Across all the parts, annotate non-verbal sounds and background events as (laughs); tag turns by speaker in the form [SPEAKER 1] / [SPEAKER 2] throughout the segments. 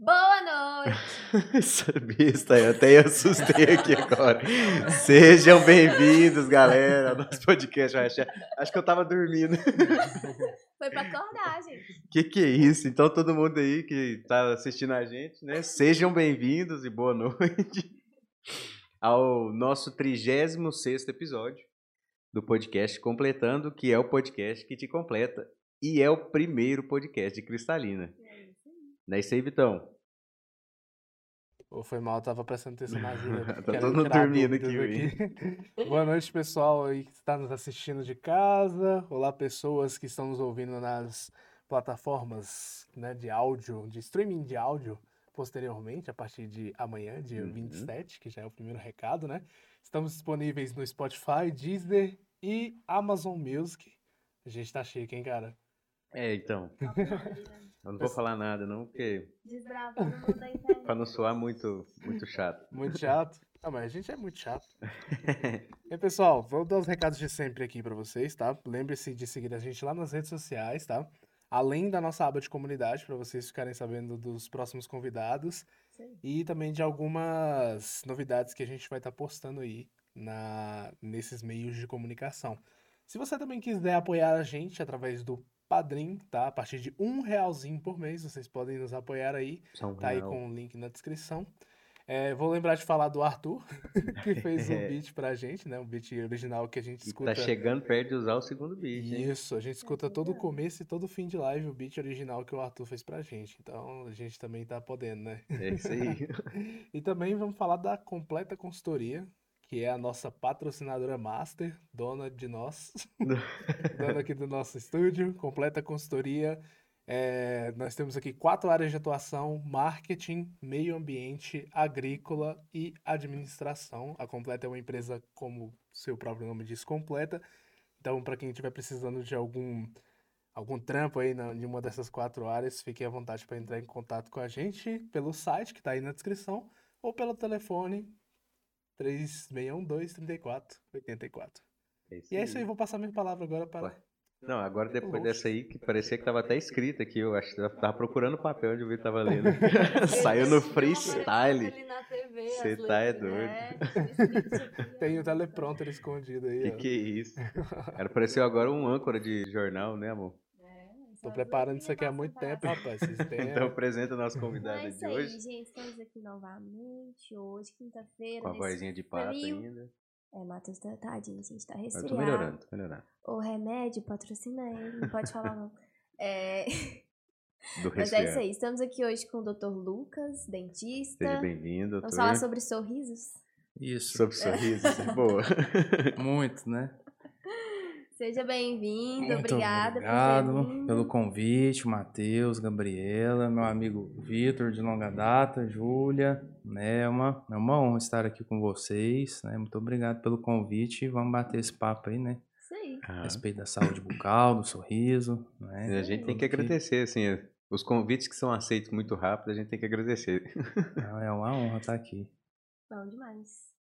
[SPEAKER 1] Boa noite.
[SPEAKER 2] Essa besta, eu até assustei aqui agora. Sejam bem-vindos, galera, ao nosso podcast. Eu achei- Acho que eu tava dormindo.
[SPEAKER 1] Foi pra
[SPEAKER 3] (laughs)
[SPEAKER 1] acordar, gente.
[SPEAKER 2] Que que é isso? Então, todo mundo aí que tá assistindo a gente, né? Sejam bem-vindos e boa noite ao nosso 36º episódio do podcast Completando, que é o podcast que te completa e é o primeiro podcast de Cristalina. Não é isso aí, Vitão?
[SPEAKER 3] Pô, foi mal, eu tava prestando atenção na
[SPEAKER 2] (laughs)
[SPEAKER 3] ajuda.
[SPEAKER 2] Tá todo mundo dormindo aqui,
[SPEAKER 3] (laughs) Boa noite, pessoal aí que está nos assistindo de casa. Olá, pessoas que estão nos ouvindo nas plataformas né, de áudio, de streaming de áudio, posteriormente, a partir de amanhã, dia
[SPEAKER 2] Uhum.
[SPEAKER 3] 27, que já é o primeiro recado, né? Estamos disponíveis no Spotify, Deezer e Amazon Music. A gente tá chique, hein, cara?
[SPEAKER 2] É, então. Eu não vou
[SPEAKER 3] Mas-
[SPEAKER 2] falar nada, não, porque
[SPEAKER 1] Desbravando o mundo da internet.
[SPEAKER 2] pra não soar muito, muito chato.
[SPEAKER 3] Muito chato. Ah, mas a gente é muito chato. E pessoal, vou dar os recados de sempre aqui pra vocês, tá? Lembre-se de seguir a gente lá nas redes sociais, tá? Além da nossa aba de comunidade, pra vocês ficarem sabendo dos próximos convidados
[SPEAKER 1] Isso aí.
[SPEAKER 3] e também de algumas novidades que a gente vai estar postando aí na, nesses meios de comunicação. Se você também quiser apoiar a gente através do Padrim, tá? A partir de um realzinho por mês, vocês podem nos apoiar aí
[SPEAKER 2] São
[SPEAKER 3] Tá aí
[SPEAKER 2] um Real.
[SPEAKER 3] com o link na descrição. É, vou lembrar de falar do Arthur, (laughs) que fez um
[SPEAKER 2] (laughs) É.
[SPEAKER 3] beat pra gente, né? Um beat original que a gente
[SPEAKER 2] E Tá
[SPEAKER 3] escuta.
[SPEAKER 2] chegando perto de usar o segundo beat, hein?
[SPEAKER 3] Isso, a gente escuta todo o começo e todo o fim de live o beat original que o Arthur fez pra gente. Então a gente também tá podendo, né?
[SPEAKER 2] É isso
[SPEAKER 3] (laughs)
[SPEAKER 2] aí.
[SPEAKER 3] E também vamos falar da Completa Consultoria, que é a nossa patrocinadora master, dona de nós, dona aqui do nosso estúdio, Completa Consultoria. É, nós temos aqui quatro áreas de atuação: marketing, meio ambiente, agrícola e administração. A Completa é uma empresa, como seu próprio nome diz, completa. Então, para quem estiver precisando de algum algum trampo aí na, em uma dessas quatro áreas, fique à vontade para entrar em contato com a gente pelo site que está aí na descrição ou pelo telefone 3612 3484.
[SPEAKER 2] É isso
[SPEAKER 3] E é isso aí, vou passar minha palavra agora para.
[SPEAKER 2] Ué. Não, agora depois
[SPEAKER 3] Oxe.
[SPEAKER 2] dessa aí, que parecia que tava até escrito aqui, eu acho que eu tava procurando o papel onde o Vitor
[SPEAKER 3] (laughs)
[SPEAKER 2] tava lendo. (laughs) (laughs) Saiu no freestyle.
[SPEAKER 1] Ele na TV,
[SPEAKER 2] Cê
[SPEAKER 1] as
[SPEAKER 2] tá é
[SPEAKER 1] letras,
[SPEAKER 2] (laughs)
[SPEAKER 1] né?
[SPEAKER 3] Tem o teleprompter escondido aí,
[SPEAKER 2] Que
[SPEAKER 3] ó.
[SPEAKER 2] que é
[SPEAKER 3] (laughs)
[SPEAKER 2] isso? Cara, pareceu agora um âncora de jornal, né, amor?
[SPEAKER 1] É,
[SPEAKER 3] Tô preparando isso aqui há muito tempo,
[SPEAKER 2] (laughs)
[SPEAKER 3] rapaz. Vocês têm
[SPEAKER 2] Então apresenta o nosso
[SPEAKER 1] Então
[SPEAKER 2] convidado
[SPEAKER 1] é
[SPEAKER 2] de
[SPEAKER 1] isso
[SPEAKER 2] hoje.
[SPEAKER 1] aí, gente. Estamos aqui novamente, hoje, quinta-feira.
[SPEAKER 2] Com a
[SPEAKER 1] nesse-
[SPEAKER 2] vozinha de pato
[SPEAKER 1] frio.
[SPEAKER 2] ainda.
[SPEAKER 1] É, Matheus, tá- tadinho, gente, tá
[SPEAKER 2] Mas eu tô
[SPEAKER 1] resfriado.
[SPEAKER 2] melhorando, tô melhorando.
[SPEAKER 1] O remédio patrocina ele, não pode falar
[SPEAKER 2] (laughs)
[SPEAKER 1] não. É,
[SPEAKER 2] Do
[SPEAKER 1] Mas é isso
[SPEAKER 2] resfriado.
[SPEAKER 1] aí, estamos aqui hoje com o Dr. Lucas, dentista.
[SPEAKER 2] Seja bem-vindo,
[SPEAKER 1] Vamos
[SPEAKER 2] doutor.
[SPEAKER 1] falar sobre sorrisos?
[SPEAKER 4] Isso.
[SPEAKER 1] (laughs)
[SPEAKER 2] Sobre sorrisos, é boa.
[SPEAKER 4] Muito, né?
[SPEAKER 1] Seja bem-vindo,
[SPEAKER 4] Muito
[SPEAKER 1] obrigada por ter
[SPEAKER 4] obrigado
[SPEAKER 1] vindo.
[SPEAKER 4] pelo convite, Matheus, Gabriela, meu amigo Vitor de longa data, Júlia, né? É uma, é uma honra estar aqui com vocês, né? Muito obrigado pelo convite e vamos bater esse papo aí, né?
[SPEAKER 1] Isso aí.
[SPEAKER 4] A
[SPEAKER 2] Ah,
[SPEAKER 4] respeito da saúde bucal, do sorriso, né?
[SPEAKER 2] a gente tem
[SPEAKER 4] Tudo
[SPEAKER 2] É que agradecer, assim, os convites que são aceitos muito rápido, a gente tem que agradecer.
[SPEAKER 4] Então, É uma honra estar aqui.
[SPEAKER 1] Bom demais.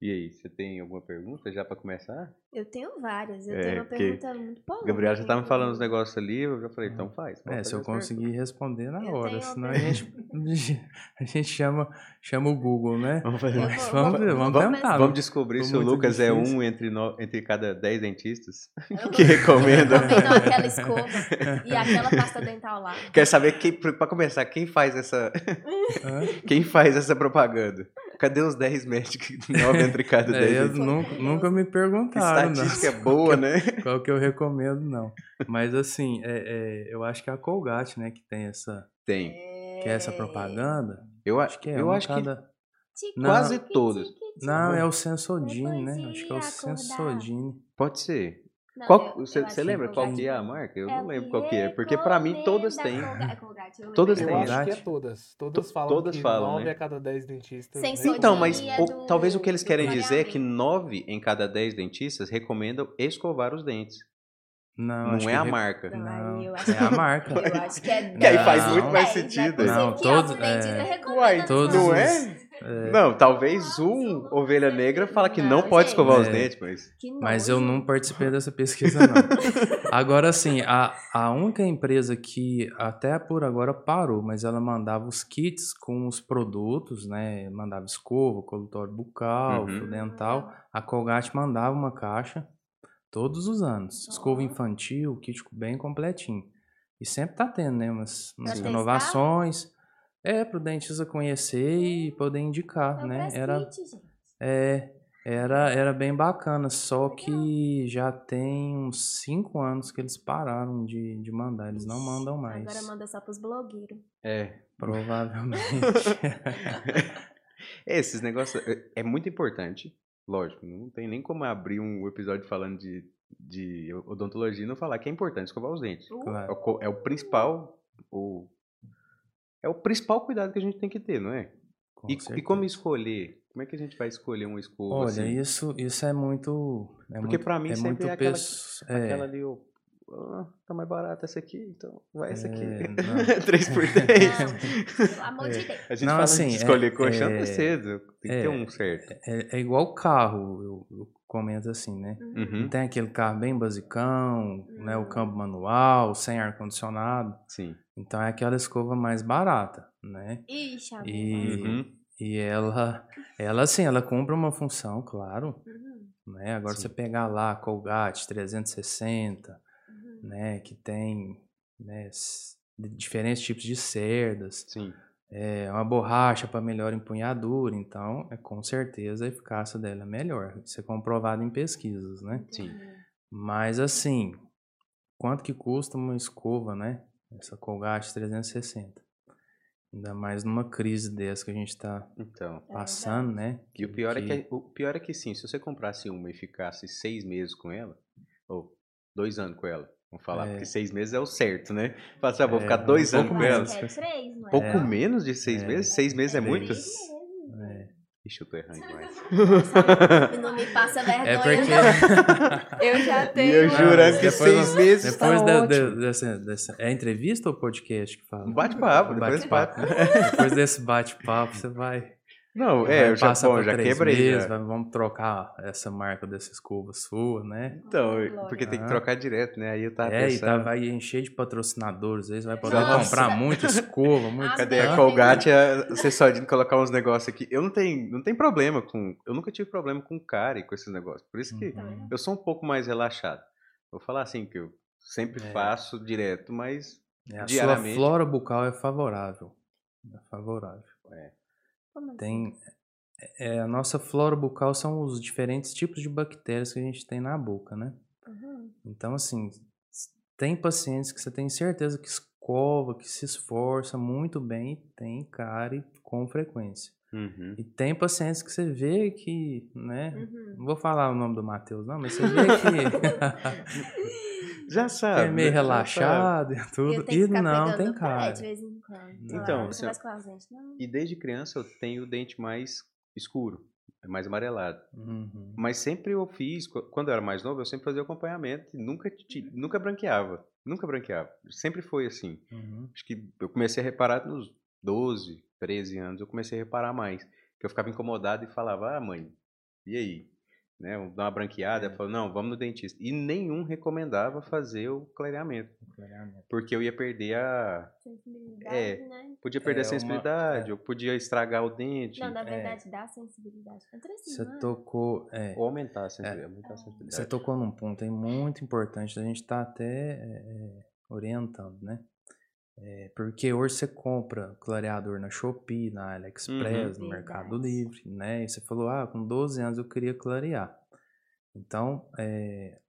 [SPEAKER 2] E aí, você tem alguma pergunta já pra começar?
[SPEAKER 1] Eu tenho várias, eu
[SPEAKER 2] É,
[SPEAKER 1] tenho uma
[SPEAKER 2] porque
[SPEAKER 1] pergunta muito polêmica.
[SPEAKER 2] O Gabriel já tá me falando uns
[SPEAKER 1] inclusive.
[SPEAKER 2] negócios ali, eu já falei, então faz. pode
[SPEAKER 4] É, se
[SPEAKER 2] fazer
[SPEAKER 4] eu
[SPEAKER 2] certo.
[SPEAKER 4] conseguir responder na
[SPEAKER 1] Eu
[SPEAKER 4] hora,
[SPEAKER 1] tenho
[SPEAKER 4] senão a
[SPEAKER 1] outra-
[SPEAKER 4] gente,
[SPEAKER 1] (laughs)
[SPEAKER 4] a gente chama, chama o Google, né?
[SPEAKER 2] (laughs) Vamos fazer.
[SPEAKER 1] Eu
[SPEAKER 4] Mas
[SPEAKER 1] vou-
[SPEAKER 4] vamos, ver,
[SPEAKER 1] vou-
[SPEAKER 4] vamos
[SPEAKER 1] vou
[SPEAKER 4] tentar. né?
[SPEAKER 2] Vamos descobrir
[SPEAKER 4] Foi
[SPEAKER 2] se o
[SPEAKER 4] muito
[SPEAKER 2] Lucas é
[SPEAKER 4] difícil.
[SPEAKER 2] um entre, no- entre cada dez (laughs) dentistas
[SPEAKER 1] Eu
[SPEAKER 2] que né?
[SPEAKER 1] vou-
[SPEAKER 2] recomendam.
[SPEAKER 1] Recomendam aquela escova e aquela pasta dental lá.
[SPEAKER 2] (laughs) Quer saber quem, pra começar, quem faz essa,
[SPEAKER 4] Hã?
[SPEAKER 2] quem faz essa propaganda? Cadê os 10 médicos? 9 entre cada (laughs)
[SPEAKER 4] É,
[SPEAKER 2] 10
[SPEAKER 4] eu
[SPEAKER 2] dentistas.
[SPEAKER 4] nunca, nunca me
[SPEAKER 2] Que
[SPEAKER 4] perguntaram, não.
[SPEAKER 2] estatística é (laughs) boa, né?
[SPEAKER 4] Qual que eu recomendo, não. Mas assim, é, é, eu acho que é a Colgate, né, que tem essa,
[SPEAKER 2] Tem.
[SPEAKER 4] que é essa propaganda.
[SPEAKER 2] Eu
[SPEAKER 4] Acho que é
[SPEAKER 2] Ah, eu
[SPEAKER 4] uma
[SPEAKER 2] acho que
[SPEAKER 4] cada-
[SPEAKER 1] Tique,
[SPEAKER 4] Não. Quase
[SPEAKER 1] tique,
[SPEAKER 2] todos.
[SPEAKER 1] tique, tique.
[SPEAKER 4] Não, é o Sensodine, né?
[SPEAKER 1] Depois
[SPEAKER 4] Acho
[SPEAKER 1] de
[SPEAKER 4] que é o
[SPEAKER 1] acordar.
[SPEAKER 4] Sensodine.
[SPEAKER 2] pode ser.
[SPEAKER 1] Não, eu-
[SPEAKER 2] Qual,
[SPEAKER 1] eu
[SPEAKER 2] você
[SPEAKER 1] acho
[SPEAKER 2] você lembra
[SPEAKER 1] Colgate.
[SPEAKER 2] qual que é a marca? Eu
[SPEAKER 1] É
[SPEAKER 2] não
[SPEAKER 1] o
[SPEAKER 2] lembro
[SPEAKER 1] que
[SPEAKER 2] qual que é, porque pra mim todas têm.
[SPEAKER 1] recomenda Colgate, é Colgate, eu
[SPEAKER 2] Todas
[SPEAKER 3] Eu
[SPEAKER 2] têm,
[SPEAKER 1] lembrei.
[SPEAKER 3] acho que é
[SPEAKER 4] Verdade.
[SPEAKER 3] todas. Todas falam
[SPEAKER 2] todas
[SPEAKER 3] que
[SPEAKER 2] falam,
[SPEAKER 3] nove
[SPEAKER 2] né?
[SPEAKER 3] a cada dez dentistas.
[SPEAKER 1] Sem
[SPEAKER 3] né?
[SPEAKER 1] sodium.
[SPEAKER 2] Então, mas
[SPEAKER 1] Sodia
[SPEAKER 2] o-
[SPEAKER 1] do-
[SPEAKER 2] talvez o que eles
[SPEAKER 1] do
[SPEAKER 2] querem dizer é
[SPEAKER 1] clareamento.
[SPEAKER 2] que 9 em cada 10 dentistas recomendam escovar os dentes.
[SPEAKER 4] Não,
[SPEAKER 2] Não,
[SPEAKER 4] acho
[SPEAKER 2] é
[SPEAKER 4] que
[SPEAKER 2] a
[SPEAKER 4] re-
[SPEAKER 2] marca.
[SPEAKER 1] Não,
[SPEAKER 4] Não,
[SPEAKER 1] aí eu acho
[SPEAKER 4] é a marca.
[SPEAKER 1] Eu acho que é
[SPEAKER 2] (laughs) Que aí faz
[SPEAKER 4] Não.
[SPEAKER 2] muito mais
[SPEAKER 1] Dez, Não,
[SPEAKER 2] sentido.
[SPEAKER 1] é possível
[SPEAKER 4] Não,
[SPEAKER 1] que
[SPEAKER 4] todos-
[SPEAKER 1] algum dentista
[SPEAKER 4] é.
[SPEAKER 1] recomenda
[SPEAKER 2] Uai,
[SPEAKER 1] essas
[SPEAKER 4] todos
[SPEAKER 2] não
[SPEAKER 4] os-
[SPEAKER 1] coisas.
[SPEAKER 2] é? Não, talvez um ovelha negra fala que não
[SPEAKER 1] Não,
[SPEAKER 2] pode escovar os
[SPEAKER 4] É.
[SPEAKER 2] dentes, mas.
[SPEAKER 1] Que
[SPEAKER 4] Mas
[SPEAKER 1] nojo.
[SPEAKER 4] eu não participei dessa pesquisa, não. agora, assim, a, a única empresa que até por agora parou, mas ela mandava os kits com os produtos, né? Mandava escova, colutório bucal,
[SPEAKER 2] Uhum.
[SPEAKER 4] fio dental. A Colgate mandava uma caixa todos os anos. Escova infantil, kit bem completinho. E sempre tá tendo, né? Umas, umas
[SPEAKER 1] testar?
[SPEAKER 4] inovações. É, pro dentista conhecer e poder indicar,
[SPEAKER 1] Então,
[SPEAKER 4] né?
[SPEAKER 1] faz
[SPEAKER 4] Era,
[SPEAKER 1] kit, gente.
[SPEAKER 4] é, era, era bem bacana, só que já tem uns 5 anos que eles pararam de, de mandar, eles não
[SPEAKER 1] Ixi,
[SPEAKER 4] mandam mais.
[SPEAKER 1] Agora manda só pros blogueiros.
[SPEAKER 2] É.
[SPEAKER 1] (laughs)
[SPEAKER 4] Provavelmente.
[SPEAKER 2] Esses negócios. é- É muito importante, lógico. Não tem nem como abrir um episódio falando de, de odontologia e não falar que é importante escovar os dentes.
[SPEAKER 1] Uh,
[SPEAKER 2] É
[SPEAKER 4] claro.
[SPEAKER 2] o, co- é o principal. O, é o principal cuidado que a gente tem que ter, não é?
[SPEAKER 4] com
[SPEAKER 2] E, e
[SPEAKER 4] certeza.
[SPEAKER 2] como escolher? Como é que a gente vai escolher uma escova?
[SPEAKER 4] Olha,
[SPEAKER 2] assim?
[SPEAKER 4] isso, isso é muito. É
[SPEAKER 2] Porque
[SPEAKER 4] muito,
[SPEAKER 2] pra mim
[SPEAKER 4] é
[SPEAKER 2] sempre
[SPEAKER 4] muito
[SPEAKER 2] é aquela que-
[SPEAKER 4] pesso- é,
[SPEAKER 2] Aquela ali, o. Ah, tá mais barata essa aqui, então vai essa aqui. (laughs)
[SPEAKER 4] É, não.
[SPEAKER 2] 3
[SPEAKER 4] (laughs)
[SPEAKER 2] por 10
[SPEAKER 1] não, pelo amor
[SPEAKER 2] (laughs)
[SPEAKER 1] de Deus.
[SPEAKER 2] A gente
[SPEAKER 4] Não,
[SPEAKER 2] fala
[SPEAKER 4] assim,
[SPEAKER 2] de
[SPEAKER 4] é-
[SPEAKER 2] escolher colchão
[SPEAKER 4] é-
[SPEAKER 2] até cedo. Tem que ter
[SPEAKER 4] é.
[SPEAKER 2] um certo.
[SPEAKER 4] é, é igual carro, eu, eu comento assim, né?
[SPEAKER 2] Uhum,
[SPEAKER 4] Tem aquele carro bem basicão, né?
[SPEAKER 1] Hum.
[SPEAKER 4] O câmbio manual, sem ar-condicionado.
[SPEAKER 2] Sim.
[SPEAKER 4] Então é aquela escova mais barata, né?
[SPEAKER 1] Ixi, amigo.
[SPEAKER 4] E-
[SPEAKER 2] Uhum,
[SPEAKER 4] E ela, ela assim, ela cumpre uma função, claro,
[SPEAKER 1] Uhum,
[SPEAKER 4] né? Agora
[SPEAKER 2] Sim.
[SPEAKER 4] você pegar lá a Colgate 360,
[SPEAKER 1] uhum.
[SPEAKER 4] né, que tem, né, s- de- diferentes tipos de cerdas,
[SPEAKER 2] Sim.
[SPEAKER 4] é uma borracha para melhor empunhadura, então, é com certeza a eficácia dela é melhor. Isso é comprovado em pesquisas, né?
[SPEAKER 2] Sim.
[SPEAKER 1] Entendi.
[SPEAKER 4] Mas assim, quanto que custa uma escova, né? Essa Colgate 360. Ainda mais numa crise dessa que a gente está
[SPEAKER 2] Então.
[SPEAKER 1] É
[SPEAKER 4] passando, né?
[SPEAKER 2] E o pior, é
[SPEAKER 4] Que-
[SPEAKER 2] que, o pior é que sim, se você comprasse uma e ficasse seis meses com ela, ou dois anos com ela, vamos falar,
[SPEAKER 4] É.
[SPEAKER 2] porque seis meses é o certo, né? Fala assim, ah, vou
[SPEAKER 4] É,
[SPEAKER 2] ficar dois
[SPEAKER 4] um
[SPEAKER 2] anos
[SPEAKER 4] pouco
[SPEAKER 2] com
[SPEAKER 1] Mas
[SPEAKER 2] ela.
[SPEAKER 4] menos.
[SPEAKER 1] quer três, não é?
[SPEAKER 2] Pouco
[SPEAKER 4] É.
[SPEAKER 2] menos de seis
[SPEAKER 4] É.
[SPEAKER 2] meses? Seis meses é,
[SPEAKER 4] É.
[SPEAKER 2] muito?
[SPEAKER 1] Seis meses.
[SPEAKER 4] É.
[SPEAKER 2] Ixi, eu tô errando demais. (laughs)
[SPEAKER 1] (laughs) E Não me passa vergonha. (laughs)
[SPEAKER 4] É
[SPEAKER 1] não.
[SPEAKER 4] porque.
[SPEAKER 5] Eu já
[SPEAKER 2] E
[SPEAKER 5] tenho.
[SPEAKER 2] eu jurando que
[SPEAKER 4] depois
[SPEAKER 2] seis
[SPEAKER 4] nós-
[SPEAKER 2] meses tá
[SPEAKER 4] Depois da- da-
[SPEAKER 2] ótimo.
[SPEAKER 4] dessa, dessa. É entrevista ou podcast que fala?
[SPEAKER 2] Um bate-papo,
[SPEAKER 4] Um
[SPEAKER 2] depois
[SPEAKER 4] bate-papo. né? Depois desse bate-papo, você vai.
[SPEAKER 2] Não,
[SPEAKER 4] vai
[SPEAKER 2] é, eu já,
[SPEAKER 4] passar
[SPEAKER 2] bom,
[SPEAKER 4] pra
[SPEAKER 2] já
[SPEAKER 4] três
[SPEAKER 2] quebrei.
[SPEAKER 4] meses,
[SPEAKER 2] já.
[SPEAKER 4] vai- vamos trocar essa marca dessa escova sua, né?
[SPEAKER 2] Então,
[SPEAKER 1] Glória.
[SPEAKER 2] porque tem que
[SPEAKER 4] Ah.
[SPEAKER 2] trocar direto, né? Aí eu tava
[SPEAKER 4] é, e tá,
[SPEAKER 2] pensando.
[SPEAKER 4] vai encher de patrocinadores, aí você vai poder
[SPEAKER 1] Nossa.
[SPEAKER 4] comprar muita escova, muito.
[SPEAKER 2] Cadê a
[SPEAKER 1] Ah.
[SPEAKER 2] Colgate? A acessório de colocar uns negócios aqui. Eu não tenho, não tenho problema com. Eu nunca tive problema com cara e com esses negócios. Por isso que
[SPEAKER 1] Tá
[SPEAKER 4] Uhum.
[SPEAKER 2] eu sou um pouco mais relaxado. Vou falar assim, que eu sempre
[SPEAKER 4] É.
[SPEAKER 2] faço direto, mas.
[SPEAKER 4] É, a sua
[SPEAKER 2] Diariamente.
[SPEAKER 4] flora bucal é favorável. É favorável.
[SPEAKER 1] Como assim?
[SPEAKER 4] Tem. é, a nossa flora bucal são os diferentes tipos de bactérias que a gente tem na boca, né?
[SPEAKER 1] Uhum.
[SPEAKER 4] Então, assim, s- tem pacientes que você tem certeza que escova, que se esforça muito bem e tem cárie com frequência.
[SPEAKER 2] Uhum.
[SPEAKER 4] E tem pacientes que você vê que, né?
[SPEAKER 1] Uhum.
[SPEAKER 4] Não vou falar o nome do Matheus, não, mas você vê
[SPEAKER 1] (laughs)
[SPEAKER 4] que,
[SPEAKER 2] Já
[SPEAKER 4] que
[SPEAKER 2] sabe.
[SPEAKER 4] é
[SPEAKER 2] né? Já sabe.
[SPEAKER 4] meio relaxado e
[SPEAKER 1] tá. Eu
[SPEAKER 4] tudo.
[SPEAKER 1] tenho
[SPEAKER 4] E
[SPEAKER 1] que ficar
[SPEAKER 4] não,
[SPEAKER 1] pegando
[SPEAKER 4] tem
[SPEAKER 1] no pé
[SPEAKER 4] cárie.
[SPEAKER 1] De vez em quando.
[SPEAKER 4] Então,
[SPEAKER 1] Falar, você
[SPEAKER 2] assim,
[SPEAKER 1] vai escovar os dentes. Não,
[SPEAKER 2] E desde criança eu tenho o dente mais escuro, é mais amarelado.
[SPEAKER 4] Uhum.
[SPEAKER 2] Mas sempre eu fiz, qu- quando eu era mais novo, eu sempre fazia o acompanhamento e nunca, ti- nunca branqueava. Nunca branqueava. Sempre foi assim.
[SPEAKER 4] Uhum.
[SPEAKER 2] Acho que eu comecei a reparar nos 12, 13 anos, eu comecei a reparar mais. Que eu ficava incomodado e falava, ah, mãe, e aí? Né, vamos dar uma branqueada.
[SPEAKER 4] Uhum.
[SPEAKER 2] Ela falou, não, vamos no dentista. E nenhum recomendava fazer o clareamento, porque eu ia perder a.
[SPEAKER 1] sensibilidade,
[SPEAKER 2] É.
[SPEAKER 1] né?
[SPEAKER 2] Podia perder a
[SPEAKER 4] É, uma-
[SPEAKER 2] sensibilidade, eu podia estragar o dente,
[SPEAKER 1] Não, na
[SPEAKER 4] É.
[SPEAKER 1] verdade, dá sensibilidade. Entra assim,
[SPEAKER 4] Você
[SPEAKER 1] não é?
[SPEAKER 4] tocou. é,
[SPEAKER 2] ou aumentar a sensibilidade. aumentar a sensibilidade.
[SPEAKER 4] Você tocou num ponto aí muito importante, a gente está até é, é, orientando, né? É, porque hoje você compra clareador na Shopee, na AliExpress,
[SPEAKER 1] Uhum.
[SPEAKER 4] no Mercado
[SPEAKER 1] Verdade.
[SPEAKER 4] Livre, né? E você falou, ah, com 12 anos eu queria clarear. Então, é,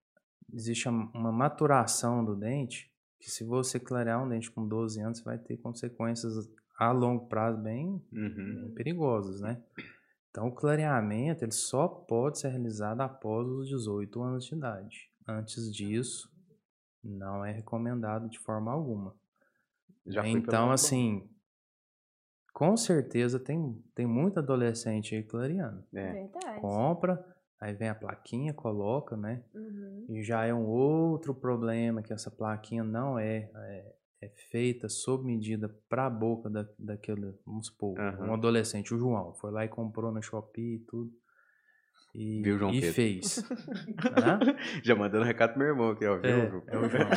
[SPEAKER 4] existe uma- uma maturação do dente, que se você clarear um dente com 12 anos, você vai ter consequências a longo prazo bem
[SPEAKER 2] Uhum.
[SPEAKER 4] bem perigosos, né? Então, o clareamento ele só pode ser realizado após os 18 anos de idade. Antes disso, não é recomendado de forma alguma.
[SPEAKER 2] Já fui pelo
[SPEAKER 4] então,
[SPEAKER 2] lado
[SPEAKER 4] assim, com certeza tem, tem muito adolescente aí clareando.
[SPEAKER 2] bom. (laughs) É.
[SPEAKER 1] Verdade.
[SPEAKER 4] Compra, aí vem a plaquinha, coloca, né?
[SPEAKER 1] Uhum.
[SPEAKER 4] E já é um outro problema que essa plaquinha não é, é, é feita sob medida para a boca da, daquele, vamos supor,
[SPEAKER 2] Aham.
[SPEAKER 4] um adolescente, o João, foi lá e comprou na Shopee e tudo. E,
[SPEAKER 2] Viu, João
[SPEAKER 4] e
[SPEAKER 2] Pedro?
[SPEAKER 4] fez. Hã?
[SPEAKER 2] Já mandando recado pro meu irmão aqui, ó. Viu,
[SPEAKER 4] É,
[SPEAKER 2] Ju?
[SPEAKER 4] é o João.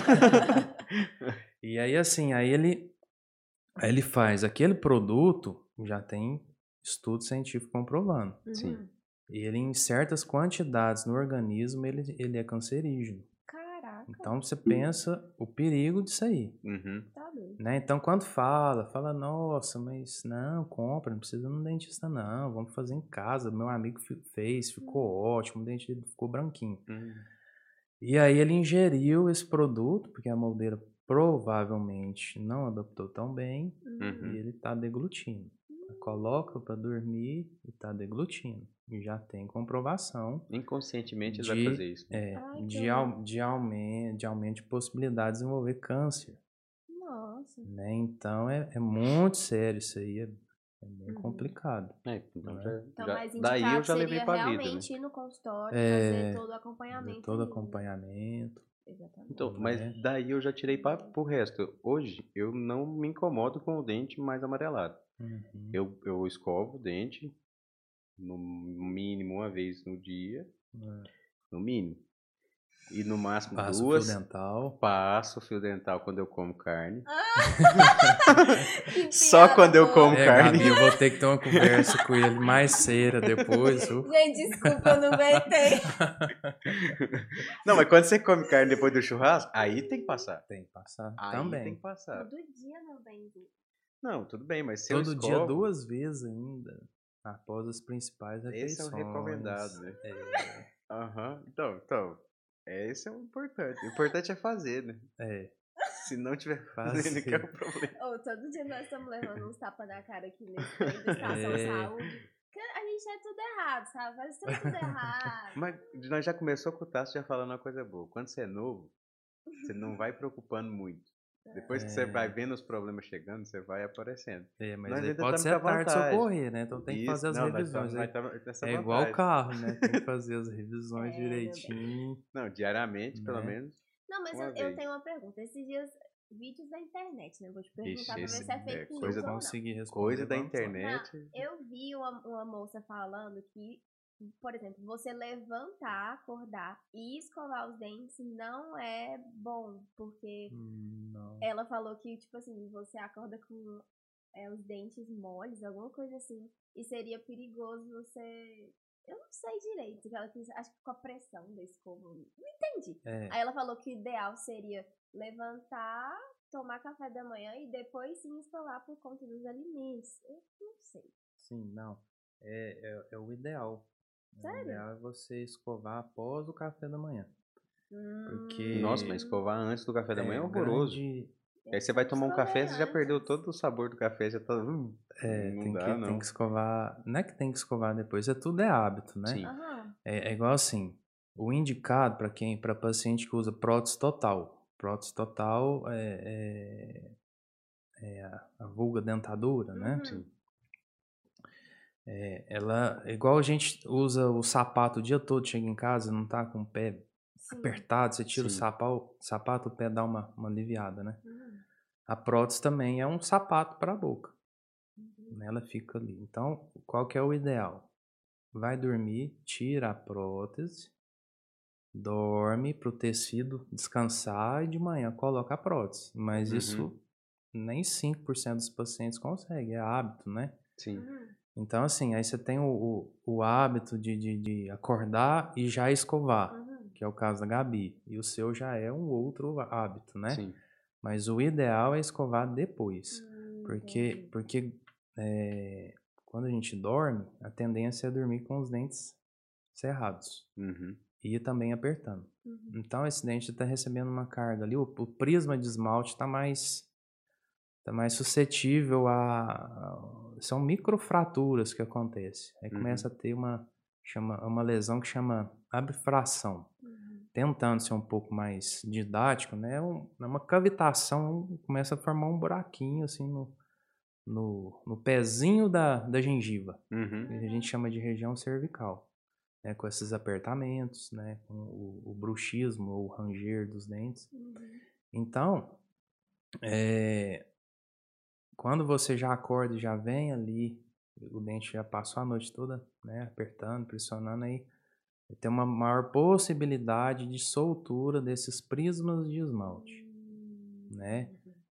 [SPEAKER 4] E aí, assim, aí ele, aí ele faz aquele produto, já tem estudo científico comprovando.
[SPEAKER 2] Sim.
[SPEAKER 1] uhum.
[SPEAKER 4] E ele, em certas quantidades no organismo, ele, ele é cancerígeno.
[SPEAKER 1] Caraca,
[SPEAKER 4] Então, você pensa o perigo disso aí.
[SPEAKER 2] (laughs) Uhum.
[SPEAKER 1] tá doido.
[SPEAKER 4] Né? Então, quando fala, fala, nossa, mas não, compra, não precisa ir no dentista, não, vamos fazer em casa. Meu amigo fi- fez, ficou ótimo, o dente dele ficou branquinho.
[SPEAKER 2] uhum.
[SPEAKER 4] E aí ele ingeriu esse produto, porque a moldeira provavelmente não adaptou tão bem,
[SPEAKER 1] Hum.
[SPEAKER 2] Uhum.
[SPEAKER 4] e ele tá deglutindo. Coloca para dormir e tá deglutindo. E já tem comprovação
[SPEAKER 2] Inconscientemente ele
[SPEAKER 4] De-
[SPEAKER 2] vai fazer isso.
[SPEAKER 4] é,
[SPEAKER 1] Ai, que
[SPEAKER 4] de, au- de, aumen- de aumento de possibilidade de desenvolver câncer.
[SPEAKER 1] Nossa.
[SPEAKER 4] Né? Então é, é muito sério isso aí, é, é bem
[SPEAKER 1] Uhum.
[SPEAKER 4] complicado.
[SPEAKER 2] É, então
[SPEAKER 4] Né?
[SPEAKER 2] já-
[SPEAKER 1] Então,
[SPEAKER 2] já-
[SPEAKER 1] mais indicado
[SPEAKER 2] daí eu já
[SPEAKER 1] seria
[SPEAKER 2] levei pra vida, né?
[SPEAKER 1] realmente ir no consultório,
[SPEAKER 4] É,
[SPEAKER 1] fazer todo o
[SPEAKER 4] Fazer
[SPEAKER 1] acompanhamento.
[SPEAKER 4] todo
[SPEAKER 1] ali, né?
[SPEAKER 4] acompanhamento.
[SPEAKER 1] Exatamente.
[SPEAKER 2] Então,
[SPEAKER 4] Não
[SPEAKER 2] mas
[SPEAKER 4] é?
[SPEAKER 2] daí eu já tirei para pro resto. Hoje eu não me incomodo com o dente mais amarelado.
[SPEAKER 4] Uhum.
[SPEAKER 2] Eu, eu escovo o dente no mínimo uma vez no dia,
[SPEAKER 4] É.
[SPEAKER 2] no mínimo. E no máximo
[SPEAKER 4] Passo fio
[SPEAKER 2] duas.
[SPEAKER 4] dental.
[SPEAKER 2] Passo fio dental quando eu como carne.
[SPEAKER 1] Ah, Que
[SPEAKER 2] (laughs) Só
[SPEAKER 1] piada
[SPEAKER 2] quando eu
[SPEAKER 1] boa.
[SPEAKER 2] como.
[SPEAKER 4] É,
[SPEAKER 2] carne.
[SPEAKER 4] Gabi, eu vou ter
[SPEAKER 2] (laughs)
[SPEAKER 4] que ter uma conversa com ele mais cedo depois. viu?
[SPEAKER 1] (laughs) Gente, desculpa, eu não
[SPEAKER 2] (laughs)
[SPEAKER 1] aguentei.
[SPEAKER 2] É. Não, mas quando você come carne depois do churrasco, aí tem que passar.
[SPEAKER 4] Tem que passar
[SPEAKER 2] Aí tem
[SPEAKER 4] também.
[SPEAKER 2] que passar.
[SPEAKER 1] Todo dia, meu benzinho.
[SPEAKER 2] Não, tudo bem, mas se eu
[SPEAKER 4] Todo
[SPEAKER 2] escovo,
[SPEAKER 4] dia duas vezes ainda, após as principais refeições.
[SPEAKER 2] Esse é o recomendado, né?
[SPEAKER 4] É,
[SPEAKER 2] Aham. Então, então, esse é o importante. O importante é fazer, né?
[SPEAKER 4] é,
[SPEAKER 2] Se não tiver (laughs) fazendo,
[SPEAKER 4] Fazer.
[SPEAKER 2] que é o problema.
[SPEAKER 1] Ô, todo dia nós estamos levando uns tapas na cara aqui nesse país da Estação
[SPEAKER 4] É.
[SPEAKER 1] Saúde. Porque A gente é tudo errado, sabe? Nós estamos tudo errado.
[SPEAKER 2] Mas nós já começou com o Tasso já falando uma coisa boa. Quando você é novo, você não vai preocupando muito. Depois que você
[SPEAKER 4] Uhum. É.
[SPEAKER 2] vai vendo os problemas chegando, você vai aparecendo.
[SPEAKER 4] é, mas
[SPEAKER 2] Nós
[SPEAKER 4] aí
[SPEAKER 2] ainda
[SPEAKER 4] pode
[SPEAKER 2] estamos
[SPEAKER 4] ser
[SPEAKER 2] com a
[SPEAKER 4] tarde
[SPEAKER 2] vantagem.
[SPEAKER 4] socorrer, né? Então tem que
[SPEAKER 2] Isso,
[SPEAKER 4] fazer as
[SPEAKER 2] não, nós tamo-
[SPEAKER 4] revisões. né?
[SPEAKER 2] nós tamo- nessa
[SPEAKER 4] É igual o
[SPEAKER 2] vantagem.
[SPEAKER 4] carro, né?
[SPEAKER 2] (laughs)
[SPEAKER 4] Tem que fazer as revisões
[SPEAKER 1] É, meu Deus.
[SPEAKER 4] direitinho.
[SPEAKER 2] Não, diariamente, pelo
[SPEAKER 4] Né?
[SPEAKER 2] menos.
[SPEAKER 1] Não, mas
[SPEAKER 2] Uma
[SPEAKER 1] eu, eu
[SPEAKER 2] vez.
[SPEAKER 1] tenho uma pergunta. Esses dias, vídeos da internet, né? Vou te perguntar
[SPEAKER 2] Ixi,
[SPEAKER 1] pra ver
[SPEAKER 2] esse
[SPEAKER 1] se é
[SPEAKER 2] é
[SPEAKER 1] fake news
[SPEAKER 2] coisa
[SPEAKER 1] ou
[SPEAKER 2] da-
[SPEAKER 1] não.
[SPEAKER 4] Conseguir responder.
[SPEAKER 2] Coisa da
[SPEAKER 4] vamos lá.
[SPEAKER 2] internet.
[SPEAKER 1] Eu vi uma, uma moça falando que, por exemplo, você levantar, acordar e escovar os dentes não é bom, porque
[SPEAKER 4] Hum, Não.
[SPEAKER 1] ela falou que, tipo assim, você acorda com é, os dentes moles, alguma coisa assim, e seria perigoso você. Eu não sei direito, ela quis, acho que com a pressão da escova, não entendi.
[SPEAKER 4] É,
[SPEAKER 1] Aí ela falou que o ideal seria levantar, tomar café da manhã e depois sim escovar por conta dos alimentos. Eu não sei.
[SPEAKER 4] sim, não. É, é, é o ideal. O
[SPEAKER 1] Sério?
[SPEAKER 4] ideal é você escovar após o café da manhã. Porque-
[SPEAKER 1] Porque.
[SPEAKER 2] Nossa, mas escovar antes do café da manhã é
[SPEAKER 4] o
[SPEAKER 2] horroroso.
[SPEAKER 4] É. grande-
[SPEAKER 2] Aí você vai tomar um
[SPEAKER 1] Escovar
[SPEAKER 2] café, você já
[SPEAKER 1] antes.
[SPEAKER 2] perdeu todo o sabor do café, já tá. hum,
[SPEAKER 4] É,
[SPEAKER 2] Não
[SPEAKER 4] tem,
[SPEAKER 2] dá,
[SPEAKER 4] que,
[SPEAKER 2] não.
[SPEAKER 4] tem que escovar. Não é que tem que escovar depois, é tudo é hábito, né?
[SPEAKER 2] Sim.
[SPEAKER 1] Aham.
[SPEAKER 4] É, é igual assim, o indicado para quem, para paciente que usa prótese total. Prótese total é, é- é a, a vulga dentadura, né?
[SPEAKER 1] Uhum. Sim.
[SPEAKER 4] É, ela, é igual a gente usa o sapato o dia todo, chega em casa, não tá com o pé
[SPEAKER 1] Sim.
[SPEAKER 4] apertado, você tira o
[SPEAKER 2] Sim.
[SPEAKER 4] sapau- sapato, o pé dá uma, uma aliviada, né?
[SPEAKER 1] Uhum.
[SPEAKER 4] A prótese também é um sapato para a boca.
[SPEAKER 2] Uhum.
[SPEAKER 4] né? Ela fica ali. Então, qual que é o ideal? Vai dormir, tira a prótese, dorme para o tecido descansar e de manhã coloca a prótese. Mas
[SPEAKER 2] Uhum.
[SPEAKER 4] isso nem 5% dos pacientes consegue, é hábito, né?
[SPEAKER 2] Sim.
[SPEAKER 1] Uhum.
[SPEAKER 4] Então, assim, aí você tem o, o, o hábito de, de, de acordar e já escovar,
[SPEAKER 1] Uhum.
[SPEAKER 4] que é o caso da Gabi. E o seu já é um outro hábito, né?
[SPEAKER 2] Sim.
[SPEAKER 4] Mas o ideal é escovar depois.
[SPEAKER 1] Hum,
[SPEAKER 4] Porque,
[SPEAKER 1] entendi.
[SPEAKER 4] porque é, quando a gente dorme, a tendência é dormir com os dentes cerrados
[SPEAKER 2] Uhum.
[SPEAKER 4] e também apertando.
[SPEAKER 1] Uhum.
[SPEAKER 4] Então esse dente está recebendo uma carga ali, o, o prisma de esmalte está mais, tá mais suscetível a, a- São microfraturas que acontecem. Aí
[SPEAKER 2] Uhum.
[SPEAKER 4] começa a ter uma, chama, uma lesão que chama abfração.
[SPEAKER 1] Uhum.
[SPEAKER 4] Tentando ser um pouco mais didático, né? é um- é uma cavitação, começa a formar um buraquinho assim no, no, no pezinho da, da gengiva,
[SPEAKER 2] Uhum.
[SPEAKER 4] que a gente chama de região cervical, né, com esses apertamentos, né, com o, o bruxismo ou ranger dos dentes.
[SPEAKER 1] Uhum.
[SPEAKER 4] Então, é, quando você já acorda e já vem ali, o dente já passou a noite toda, né? Apertando, pressionando aí, tem uma maior possibilidade de soltura desses prismas de esmalte, né?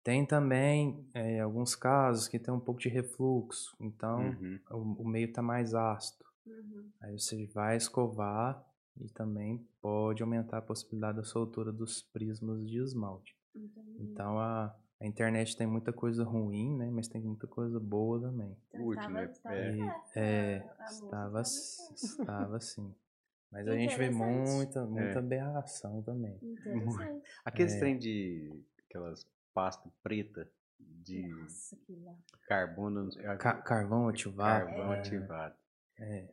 [SPEAKER 4] Tem também é, alguns casos que tem um pouco de refluxo, então
[SPEAKER 2] Uhum.
[SPEAKER 4] o, o meio tá mais ácido.
[SPEAKER 1] Uhum,
[SPEAKER 4] Aí você vai escovar e também pode aumentar a possibilidade da soltura dos prismas de esmalte. Então a, a internet tem muita coisa ruim, né? Mas tem muita coisa boa também.
[SPEAKER 1] Então,
[SPEAKER 2] Útil, né? É.
[SPEAKER 4] E, é,
[SPEAKER 1] tá
[SPEAKER 4] estava, s- estava sim. Mas a gente vê
[SPEAKER 1] Interessante.
[SPEAKER 4] muita,
[SPEAKER 2] É.
[SPEAKER 4] muita aberração também.
[SPEAKER 1] Interessante.
[SPEAKER 2] Aqueles
[SPEAKER 4] É.
[SPEAKER 2] trem de. aquelas pastas preta de
[SPEAKER 1] Nossa, que lá.
[SPEAKER 2] carbono.
[SPEAKER 4] Ca- carvão ativado.
[SPEAKER 2] carvão
[SPEAKER 4] né?
[SPEAKER 2] ativado.
[SPEAKER 4] É.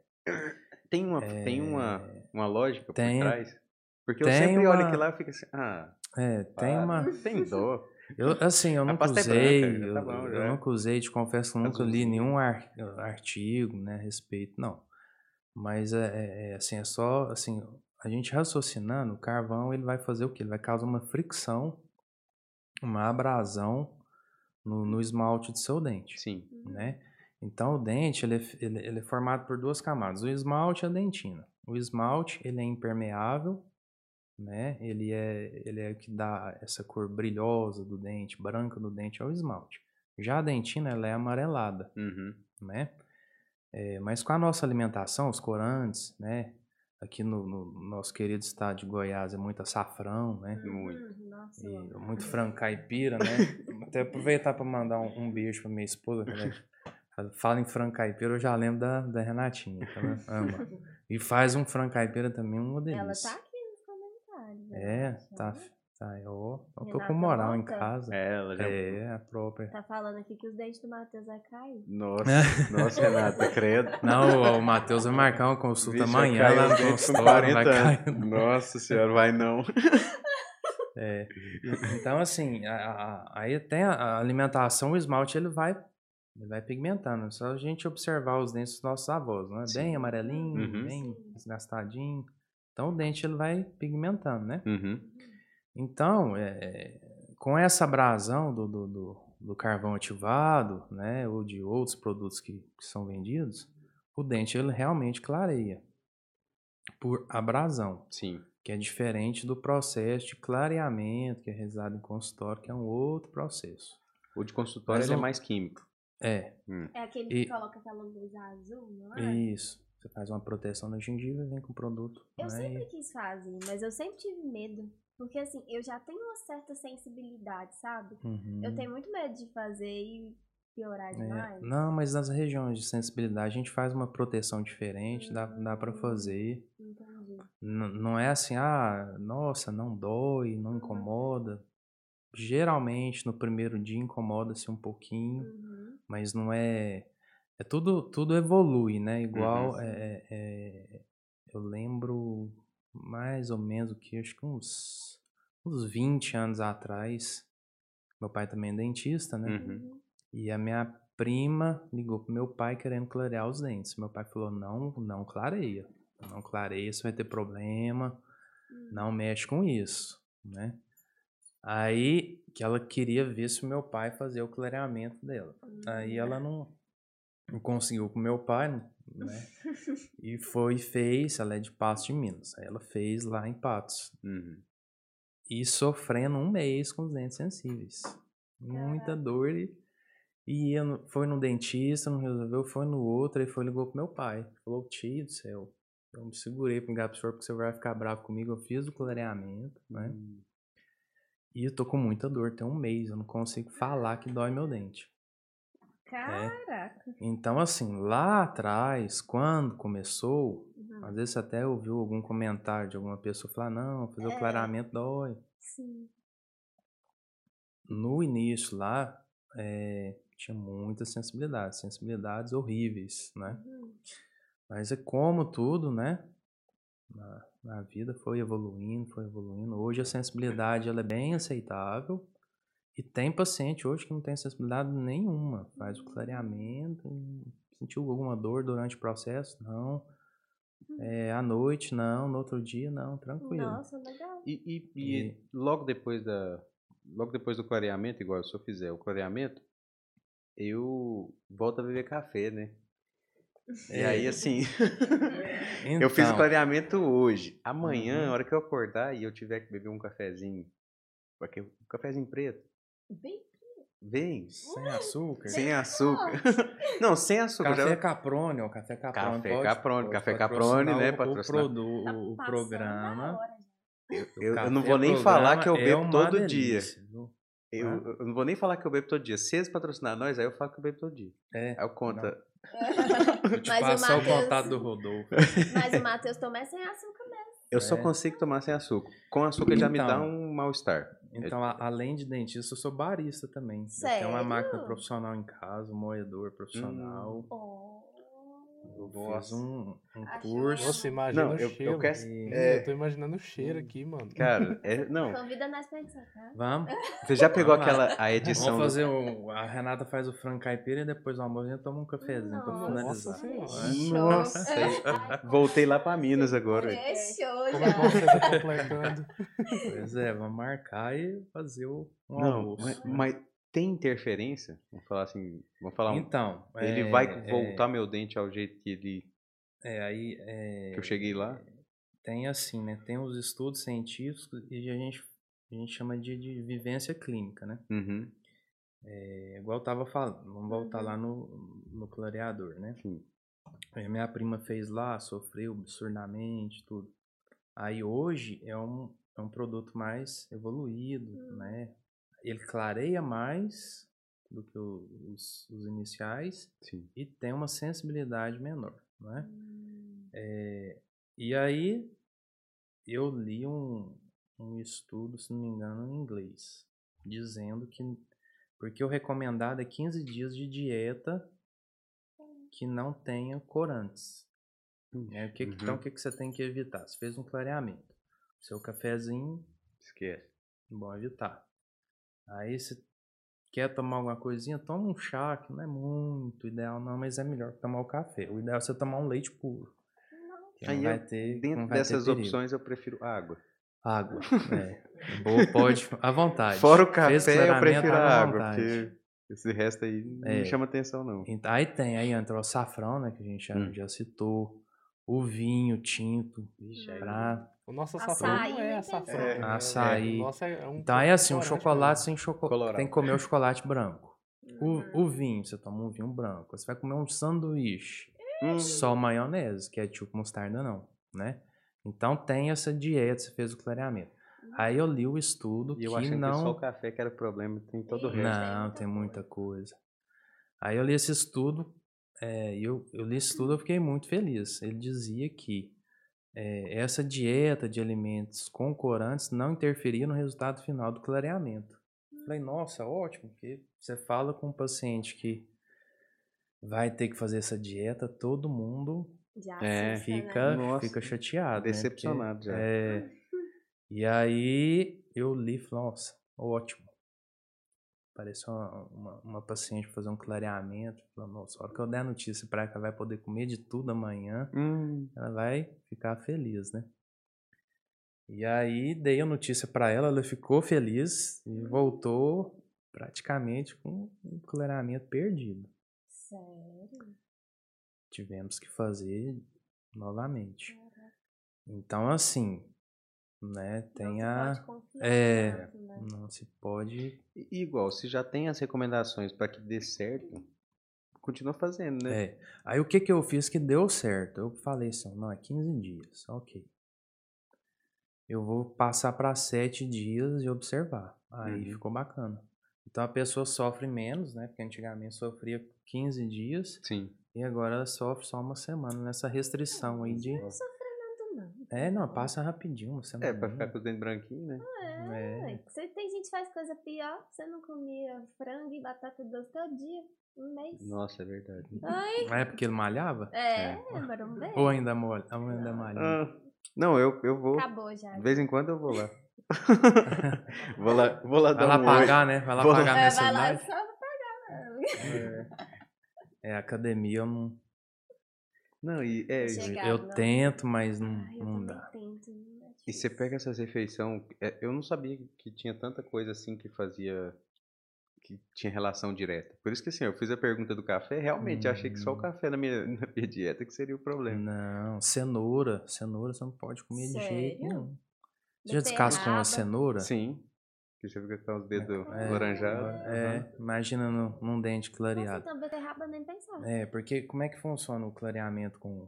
[SPEAKER 2] Tem uma, tem uma, uma lógica
[SPEAKER 4] Tem-
[SPEAKER 2] por trás? Porque eu
[SPEAKER 4] tem
[SPEAKER 2] sempre olho
[SPEAKER 4] uma-
[SPEAKER 2] aqui lá e fico assim, ah,
[SPEAKER 4] É, tem
[SPEAKER 2] para,
[SPEAKER 4] uma.
[SPEAKER 2] Tem dó.
[SPEAKER 4] Eu, assim, eu
[SPEAKER 2] A
[SPEAKER 4] nunca
[SPEAKER 2] pasta é
[SPEAKER 4] usei.
[SPEAKER 2] branca, já tá
[SPEAKER 4] eu,
[SPEAKER 2] bom,
[SPEAKER 4] eu
[SPEAKER 2] já. Tá
[SPEAKER 4] nunca usei, te confesso, que eu nunca li
[SPEAKER 2] Azulzinho.
[SPEAKER 4] nenhum ar- artigo né, a respeito, não. Mas é, é- é, assim, é só assim, a gente raciocinando, o carvão ele vai fazer o quê? Ele vai causar uma fricção, uma abrasão no, no esmalte do seu dente
[SPEAKER 2] Sim.
[SPEAKER 4] né? Então o dente ele é, f- ele- ele é formado por duas camadas, o esmalte e a dentina. O esmalte ele é impermeável, né? Ele é ele é o que dá essa cor brilhosa do dente, branca do dente é o esmalte. Já a dentina ela é amarelada,
[SPEAKER 2] Uhum.
[SPEAKER 4] né? É, mas com a nossa alimentação, os corantes, né? Aqui no, no nosso querido estado de Goiás é muito açafrão, né?
[SPEAKER 2] Muito.
[SPEAKER 1] Uhum, Nossa, eu amo.
[SPEAKER 4] E muito francaipira,
[SPEAKER 1] (laughs)
[SPEAKER 4] né? Até aproveitar para mandar um, um beijo pra minha esposa. que ela é, Fala em francaipira, eu já lembro da, da Renatinha, que ela
[SPEAKER 1] (laughs)
[SPEAKER 4] ama. E faz um francaipira também, uma
[SPEAKER 1] Ela
[SPEAKER 4] delícia.
[SPEAKER 1] tá aqui nos comentários. né?
[SPEAKER 4] É,
[SPEAKER 1] eu
[SPEAKER 4] tá.
[SPEAKER 1] acho.
[SPEAKER 4] tá eu, eu tô
[SPEAKER 1] Renata
[SPEAKER 4] com moral em
[SPEAKER 1] volta?
[SPEAKER 4] casa. É,
[SPEAKER 2] É, ela já.
[SPEAKER 4] a
[SPEAKER 1] (laughs)
[SPEAKER 4] própria.
[SPEAKER 1] Tá falando aqui que os dentes do Matheus vai cair.
[SPEAKER 2] Nossa, nossa,
[SPEAKER 4] (laughs)
[SPEAKER 2] Renata, credo.
[SPEAKER 4] Não, o Matheus vai marcar uma consulta
[SPEAKER 2] Vixe,
[SPEAKER 4] amanhã
[SPEAKER 2] caiu
[SPEAKER 4] lá
[SPEAKER 2] os
[SPEAKER 4] no
[SPEAKER 2] dentes com
[SPEAKER 4] é um consultório, vai
[SPEAKER 2] 40 anos.
[SPEAKER 4] cair.
[SPEAKER 2] Nossa senhora, vai não.
[SPEAKER 4] É. Então, assim, a- a- a- aí tem a, a alimentação, o esmalte, ele vai, ele vai pigmentando. É só a gente observar os dentes dos nossos avós, né? Bem
[SPEAKER 2] Sim.
[SPEAKER 4] amarelinho,
[SPEAKER 2] Uhum.
[SPEAKER 4] bem
[SPEAKER 1] Sim.
[SPEAKER 4] desgastadinho. Então, o dente, ele vai pigmentando, né? Então, é, é, com essa abrasão do, do, do- do carvão ativado, né, ou de outros produtos que, que são vendidos, o dente ele realmente clareia por abrasão,
[SPEAKER 2] Sim.
[SPEAKER 4] que é diferente do processo de clareamento que é realizado em consultório, que é um outro processo.
[SPEAKER 2] O de consultório
[SPEAKER 4] Mas
[SPEAKER 2] ele é
[SPEAKER 4] não-
[SPEAKER 2] mais químico.
[SPEAKER 4] É,
[SPEAKER 1] É aquele que
[SPEAKER 4] E-
[SPEAKER 1] coloca aquela luz azul, não é?
[SPEAKER 4] isso. Você faz uma proteção na gengiva e vem com o produto.
[SPEAKER 1] Eu
[SPEAKER 4] né,
[SPEAKER 1] sempre
[SPEAKER 4] e-
[SPEAKER 1] quis fazer, mas eu sempre tive medo. Porque assim, eu já tenho uma certa sensibilidade, sabe?
[SPEAKER 4] Uhum.
[SPEAKER 1] Eu tenho muito medo de fazer e piorar
[SPEAKER 4] É,
[SPEAKER 1] demais.
[SPEAKER 4] Não, mas nas regiões de sensibilidade a gente faz uma proteção diferente, dá, dá para
[SPEAKER 1] Hum.
[SPEAKER 4] fazer.
[SPEAKER 1] Entendi.
[SPEAKER 4] N- Não é assim, ah, nossa, não dói,
[SPEAKER 1] Uhum.
[SPEAKER 4] não incomoda. Geralmente no primeiro dia incomoda-se um pouquinho,
[SPEAKER 1] Uhum.
[SPEAKER 4] mas não é. É tudo, tudo evolui, né? Igual
[SPEAKER 2] Uhum.
[SPEAKER 4] é, é- é- eu lembro mais ou menos o que acho que uns, uns 20 anos atrás. Meu pai também é dentista, né?
[SPEAKER 2] Uhum.
[SPEAKER 1] Uhum.
[SPEAKER 4] E a minha prima ligou pro meu pai querendo clarear os dentes. Meu pai falou: não, não clareia. Não clareia, você vai ter problema. Não mexe com isso, né? Aí que ela queria ver se o meu pai fazia o clareamento dela.
[SPEAKER 1] Uhum.
[SPEAKER 4] Aí ela não, não conseguiu com meu pai, né? E foi e fez, ela é de Patos de Minas. Aí ela fez lá em Patos.
[SPEAKER 2] Uhum.
[SPEAKER 4] E sofrendo um mês com os dentes sensíveis. Muita dor. E, e eu não- foi no dentista, não resolveu, foi no outro, aí foi ligou pro meu pai. Falou, tio do céu, eu me segurei pra ligar pro senhor porque o senhor vai ficar bravo comigo. Eu fiz o clareamento, né? E eu tô com muita dor, tem um mês, eu não consigo falar que dói meu dente.
[SPEAKER 1] Caraca!
[SPEAKER 4] Então, assim, lá atrás, quando começou,
[SPEAKER 1] Uhum.
[SPEAKER 4] às vezes você até ouviu algum comentário de alguma pessoa falar, não, fazer
[SPEAKER 1] É.
[SPEAKER 4] o clareamento dói.
[SPEAKER 1] Sim.
[SPEAKER 4] no início lá eh, tinha muitas sensibilidades, sensibilidades horríveis, né?
[SPEAKER 1] Uhum.
[SPEAKER 4] Mas é como tudo, né? Na, na vida foi evoluindo, foi evoluindo. Hoje a sensibilidade ela é bem aceitável e tem paciente hoje que não tem sensibilidade nenhuma, faz o clareamento, e sentiu alguma dor durante o processo, não. Eh, à noite, não. No outro dia, não. Tranquilo.
[SPEAKER 1] Nossa, legal.
[SPEAKER 2] E, e- e
[SPEAKER 4] E-
[SPEAKER 2] logo depois da, logo depois do clareamento, igual se eu fizer o clareamento, eu volto a beber café, né? E
[SPEAKER 4] É.
[SPEAKER 2] aí,
[SPEAKER 4] (laughs)
[SPEAKER 2] assim, eu fiz o
[SPEAKER 4] Então,
[SPEAKER 2] clareamento hoje. Amanhã,
[SPEAKER 4] Uhum.
[SPEAKER 2] a hora que eu acordar e eu tiver que beber um cafezinho, porque um cafezinho preto,
[SPEAKER 1] Bem
[SPEAKER 2] vem,
[SPEAKER 4] Sem açúcar?
[SPEAKER 2] sem açúcar. (laughs) Não, sem açúcar.
[SPEAKER 4] Café
[SPEAKER 2] já-
[SPEAKER 4] Caprone, ó. Café Caprone.
[SPEAKER 2] Café
[SPEAKER 4] pode-
[SPEAKER 2] Caprone,
[SPEAKER 4] pode
[SPEAKER 2] Café
[SPEAKER 4] patrocinar
[SPEAKER 2] Caprone, né,
[SPEAKER 4] o-
[SPEAKER 2] patrocinar.
[SPEAKER 4] O, produ- o-
[SPEAKER 1] Tá passando
[SPEAKER 4] o
[SPEAKER 1] da
[SPEAKER 4] programa.
[SPEAKER 1] hora, gente.
[SPEAKER 2] Eu, eu não
[SPEAKER 4] Café
[SPEAKER 2] vou nem falar
[SPEAKER 4] programa
[SPEAKER 2] que eu
[SPEAKER 4] é
[SPEAKER 2] bebo
[SPEAKER 4] uma
[SPEAKER 2] todo dia.
[SPEAKER 4] delícia, viu?
[SPEAKER 2] Eu,
[SPEAKER 4] Ah.
[SPEAKER 2] eu não vou nem falar que eu bebo todo dia. Se eles patrocinar nós, aí eu falo que eu bebo todo dia.
[SPEAKER 4] É. tipo,
[SPEAKER 2] Aí eu conto.
[SPEAKER 4] Não. Vou te
[SPEAKER 1] Mas é o
[SPEAKER 4] passar o,
[SPEAKER 1] Matheus-
[SPEAKER 4] contato do Rodolfo.
[SPEAKER 2] É
[SPEAKER 1] Mas
[SPEAKER 4] (laughs)
[SPEAKER 1] o Matheus Tomé sem açúcar mesmo.
[SPEAKER 2] Eu só
[SPEAKER 4] É.
[SPEAKER 2] consigo tomar sem açúcar. Com açúcar já me dá
[SPEAKER 4] Então.
[SPEAKER 2] um mal-estar.
[SPEAKER 4] Então, a- além de dentista, eu sou barista também. Eu tenho uma
[SPEAKER 1] Sério?
[SPEAKER 4] máquina profissional em casa, um moedor
[SPEAKER 2] Hum.
[SPEAKER 4] profissional.
[SPEAKER 1] Oh.
[SPEAKER 4] Eu fiz
[SPEAKER 2] Nossa.
[SPEAKER 4] um, um
[SPEAKER 1] Acho mesmo.
[SPEAKER 4] curso.
[SPEAKER 3] Nossa, imagina
[SPEAKER 2] Não,
[SPEAKER 3] o
[SPEAKER 2] eu- eu
[SPEAKER 3] cheiro.
[SPEAKER 2] quero-
[SPEAKER 3] Ih,
[SPEAKER 2] é.
[SPEAKER 3] eu tô imaginando o cheiro aqui, mano.
[SPEAKER 2] Cara,
[SPEAKER 1] (laughs)
[SPEAKER 2] é- não.
[SPEAKER 1] Oh, Convida nós pra gente tá?
[SPEAKER 4] Vamos?
[SPEAKER 2] Você já pegou
[SPEAKER 4] Vamos lá.
[SPEAKER 2] aquela a edição.
[SPEAKER 4] Vamos
[SPEAKER 2] do-
[SPEAKER 4] fazer o. A Renata faz o frango caipira e depois do almoço a gente toma um cafezinho pra
[SPEAKER 1] Nossa
[SPEAKER 3] Nossa
[SPEAKER 4] finalizar.
[SPEAKER 3] senhora.
[SPEAKER 2] Nossa, Voltei lá pra Minas agora.
[SPEAKER 1] É show
[SPEAKER 3] Como é bom
[SPEAKER 1] já.
[SPEAKER 3] você tá completando.
[SPEAKER 4] Pois é, vamos marcar e fazer o, um
[SPEAKER 2] Não,
[SPEAKER 4] almoço.
[SPEAKER 2] mas,
[SPEAKER 4] né?
[SPEAKER 2] mas tem interferência? Vamos falar assim. Vamos falar um.
[SPEAKER 4] Então.
[SPEAKER 2] Ele
[SPEAKER 4] é,
[SPEAKER 2] vai
[SPEAKER 4] é,
[SPEAKER 2] voltar meu dente ao jeito que, ele,
[SPEAKER 4] É, aí. é,
[SPEAKER 2] que eu cheguei lá?
[SPEAKER 4] tem assim, né? Tem os estudos científicos e a gente, a gente chama de, de vivência clínica, né?
[SPEAKER 2] Uhum.
[SPEAKER 4] É, igual eu tava falando, vamos voltar lá no, no clareador, né?
[SPEAKER 2] Sim.
[SPEAKER 4] Aí minha prima fez lá, sofreu absurdamente, tudo. Aí hoje é um, é um produto mais evoluído, né? Ele clareia mais do que o- os, os iniciais
[SPEAKER 2] Sim.
[SPEAKER 4] e tem uma sensibilidade menor, né?
[SPEAKER 1] Hum.
[SPEAKER 4] É, e aí eu li um, um estudo, se não me engano, em inglês, dizendo que porque o recomendado é 15 dias de dieta que não tenha corantes. né? O que que-
[SPEAKER 2] Uhum.
[SPEAKER 4] Então, o que, que você tem que evitar? Você fez um clareamento. Seu cafezinho,
[SPEAKER 2] Esquece.
[SPEAKER 4] bom evitar. Aí você quer tomar alguma coisinha, toma um chá, que não é muito ideal não, mas é melhor que tomar o café. O ideal é você tomar um leite puro. que
[SPEAKER 2] Aí
[SPEAKER 4] não
[SPEAKER 2] eu-
[SPEAKER 4] vai ter,
[SPEAKER 2] Dentro
[SPEAKER 4] não vai ter
[SPEAKER 2] dessas
[SPEAKER 4] perigo.
[SPEAKER 2] opções, eu prefiro água. (laughs)
[SPEAKER 4] Água. É. Boa, pode, à vontade.
[SPEAKER 2] Fora o
[SPEAKER 4] Fez
[SPEAKER 2] café, eu
[SPEAKER 4] clareamento,
[SPEAKER 2] prefiro
[SPEAKER 4] água
[SPEAKER 2] a
[SPEAKER 4] Ah, à
[SPEAKER 2] água,
[SPEAKER 4] vontade.
[SPEAKER 2] porque esse resto aí não
[SPEAKER 4] É.
[SPEAKER 2] me chama atenção, não.
[SPEAKER 4] Então, aí tem, aí entra o açafrão, né, que a gente já,
[SPEAKER 2] Hum.
[SPEAKER 4] já citou, o vinho tinto,
[SPEAKER 2] Vixe, aí-
[SPEAKER 4] pra...
[SPEAKER 3] O nosso
[SPEAKER 1] Açaí
[SPEAKER 3] açafrão não
[SPEAKER 1] nem
[SPEAKER 3] é
[SPEAKER 1] tem
[SPEAKER 3] açafrão.
[SPEAKER 2] É.
[SPEAKER 3] né?
[SPEAKER 4] Açaí.
[SPEAKER 3] O nosso é um
[SPEAKER 4] Então aí assim, um
[SPEAKER 3] corante,
[SPEAKER 4] chocolate sem chocolate,
[SPEAKER 2] Colorau.
[SPEAKER 4] tem que comer o chocolate branco. O, o vinho, você toma um vinho branco, você vai comer um sanduíche,
[SPEAKER 2] Hum.
[SPEAKER 4] só maionese, que é tipo mostarda não, né? Então tem essa dieta, você fez o clareamento. Aí eu li o estudo
[SPEAKER 2] E eu
[SPEAKER 4] que
[SPEAKER 2] achando que só
[SPEAKER 4] não
[SPEAKER 2] o café que era o problema, tem todo o
[SPEAKER 1] Tem.
[SPEAKER 2] resto.
[SPEAKER 4] Não, tem muita coisa. Aí eu li esse estudo, é, e eu, eu li esse estudo eu fiquei muito feliz. Ele dizia que é, essa dieta de alimentos com corantes não interferia no resultado final do clareamento. Falei, nossa, ótimo, porque você fala com um paciente que vai ter que fazer essa dieta, todo mundo
[SPEAKER 1] Já
[SPEAKER 2] É,
[SPEAKER 1] assusta, né?
[SPEAKER 4] fica,
[SPEAKER 2] Nossa,
[SPEAKER 4] fica chateado. né? Porque-
[SPEAKER 2] Decepcionado já.
[SPEAKER 4] é. E aí eu li e falei, nossa, ótimo. Apareceu uma, uma, uma paciente pra fazer um clareamento. Falei, nossa, a hora que eu der a notícia pra ela que ela vai poder comer de tudo amanhã,
[SPEAKER 2] Hum,
[SPEAKER 4] ela vai ficar feliz, né? E aí dei a notícia pra ela, ela ficou feliz e voltou praticamente com um clareamento perdido.
[SPEAKER 1] Sério?
[SPEAKER 4] Tivemos que fazer novamente. Então, assim, né, tem a.
[SPEAKER 1] Não se pode confiar
[SPEAKER 4] é,
[SPEAKER 1] tanto, né?
[SPEAKER 4] Não se pode.
[SPEAKER 2] e- e igual, se já tem as recomendações pra que dê certo, continua fazendo, né?
[SPEAKER 4] É. Aí o que que eu fiz que deu certo? Eu falei assim, não, é 15 dias, ok. Eu vou passar para 7 dias e observar. Aí
[SPEAKER 2] Uhum.
[SPEAKER 4] ficou bacana. Então a pessoa sofre menos, né? Porque antigamente sofria 15 dias
[SPEAKER 2] Sim.
[SPEAKER 4] e agora ela sofre só uma semana nessa restrição aí de.
[SPEAKER 1] Não sofre tanto, não.
[SPEAKER 4] um É, não, passa rapidinho, uma
[SPEAKER 2] É,
[SPEAKER 4] semana.
[SPEAKER 2] pra ficar com os dentes branquinhos, né?
[SPEAKER 1] É. Você, tem gente que faz coisa pior. Você não comia frango e batata doce todo dia, um mês.
[SPEAKER 2] Nossa, é verdade.
[SPEAKER 1] Ai,
[SPEAKER 4] Não é porque ele malhava?
[SPEAKER 1] é,
[SPEAKER 2] É.
[SPEAKER 1] agora um mês.
[SPEAKER 4] Ou ainda molha? Ou ainda malha?
[SPEAKER 2] Ah, não, eu, eu vou.
[SPEAKER 1] Acabou já.
[SPEAKER 2] De vez em quando eu vou
[SPEAKER 4] (laughs)
[SPEAKER 2] lá. vou lá, vou lá
[SPEAKER 4] Vai
[SPEAKER 2] dar
[SPEAKER 4] lá
[SPEAKER 2] um oi.
[SPEAKER 4] pagar, né? Vai lá
[SPEAKER 2] Vou lá-
[SPEAKER 4] pagar a
[SPEAKER 1] É, vai lá
[SPEAKER 4] mensalidade.
[SPEAKER 1] só pra pagar. né?
[SPEAKER 4] É, academia eu não.
[SPEAKER 2] Não, e
[SPEAKER 1] Chega.
[SPEAKER 2] é, gente,
[SPEAKER 1] Obrigado,
[SPEAKER 4] eu
[SPEAKER 1] não.
[SPEAKER 4] tento, mas não,
[SPEAKER 1] Ai, né? Ah, eu
[SPEAKER 4] Hum, não
[SPEAKER 1] também
[SPEAKER 4] dá.
[SPEAKER 1] tento. não é
[SPEAKER 2] e você
[SPEAKER 1] difícil.
[SPEAKER 2] pega essas refeições. é, Eu não sabia que tinha tanta coisa assim que fazia. que tinha relação direta. Por isso que assim, eu fiz a pergunta do café, realmente, eu achei que só o
[SPEAKER 4] Hum.
[SPEAKER 2] café na minha, (laughs) na minha dieta que seria o problema.
[SPEAKER 4] Não, cenoura. Cenoura você não pode comer de jeito
[SPEAKER 1] Sério?
[SPEAKER 4] nenhum. Você já descascou uma
[SPEAKER 1] Beterraba.
[SPEAKER 4] cenoura?
[SPEAKER 2] Sim. É. Que você fica com os dedos
[SPEAKER 1] É,
[SPEAKER 2] alaranjados.
[SPEAKER 4] É,
[SPEAKER 2] aham.
[SPEAKER 4] imagina no- num dente
[SPEAKER 1] Nossa,
[SPEAKER 4] clareado.
[SPEAKER 1] então beterraba nem pensava.
[SPEAKER 4] É, porque como é que funciona o clareamento com,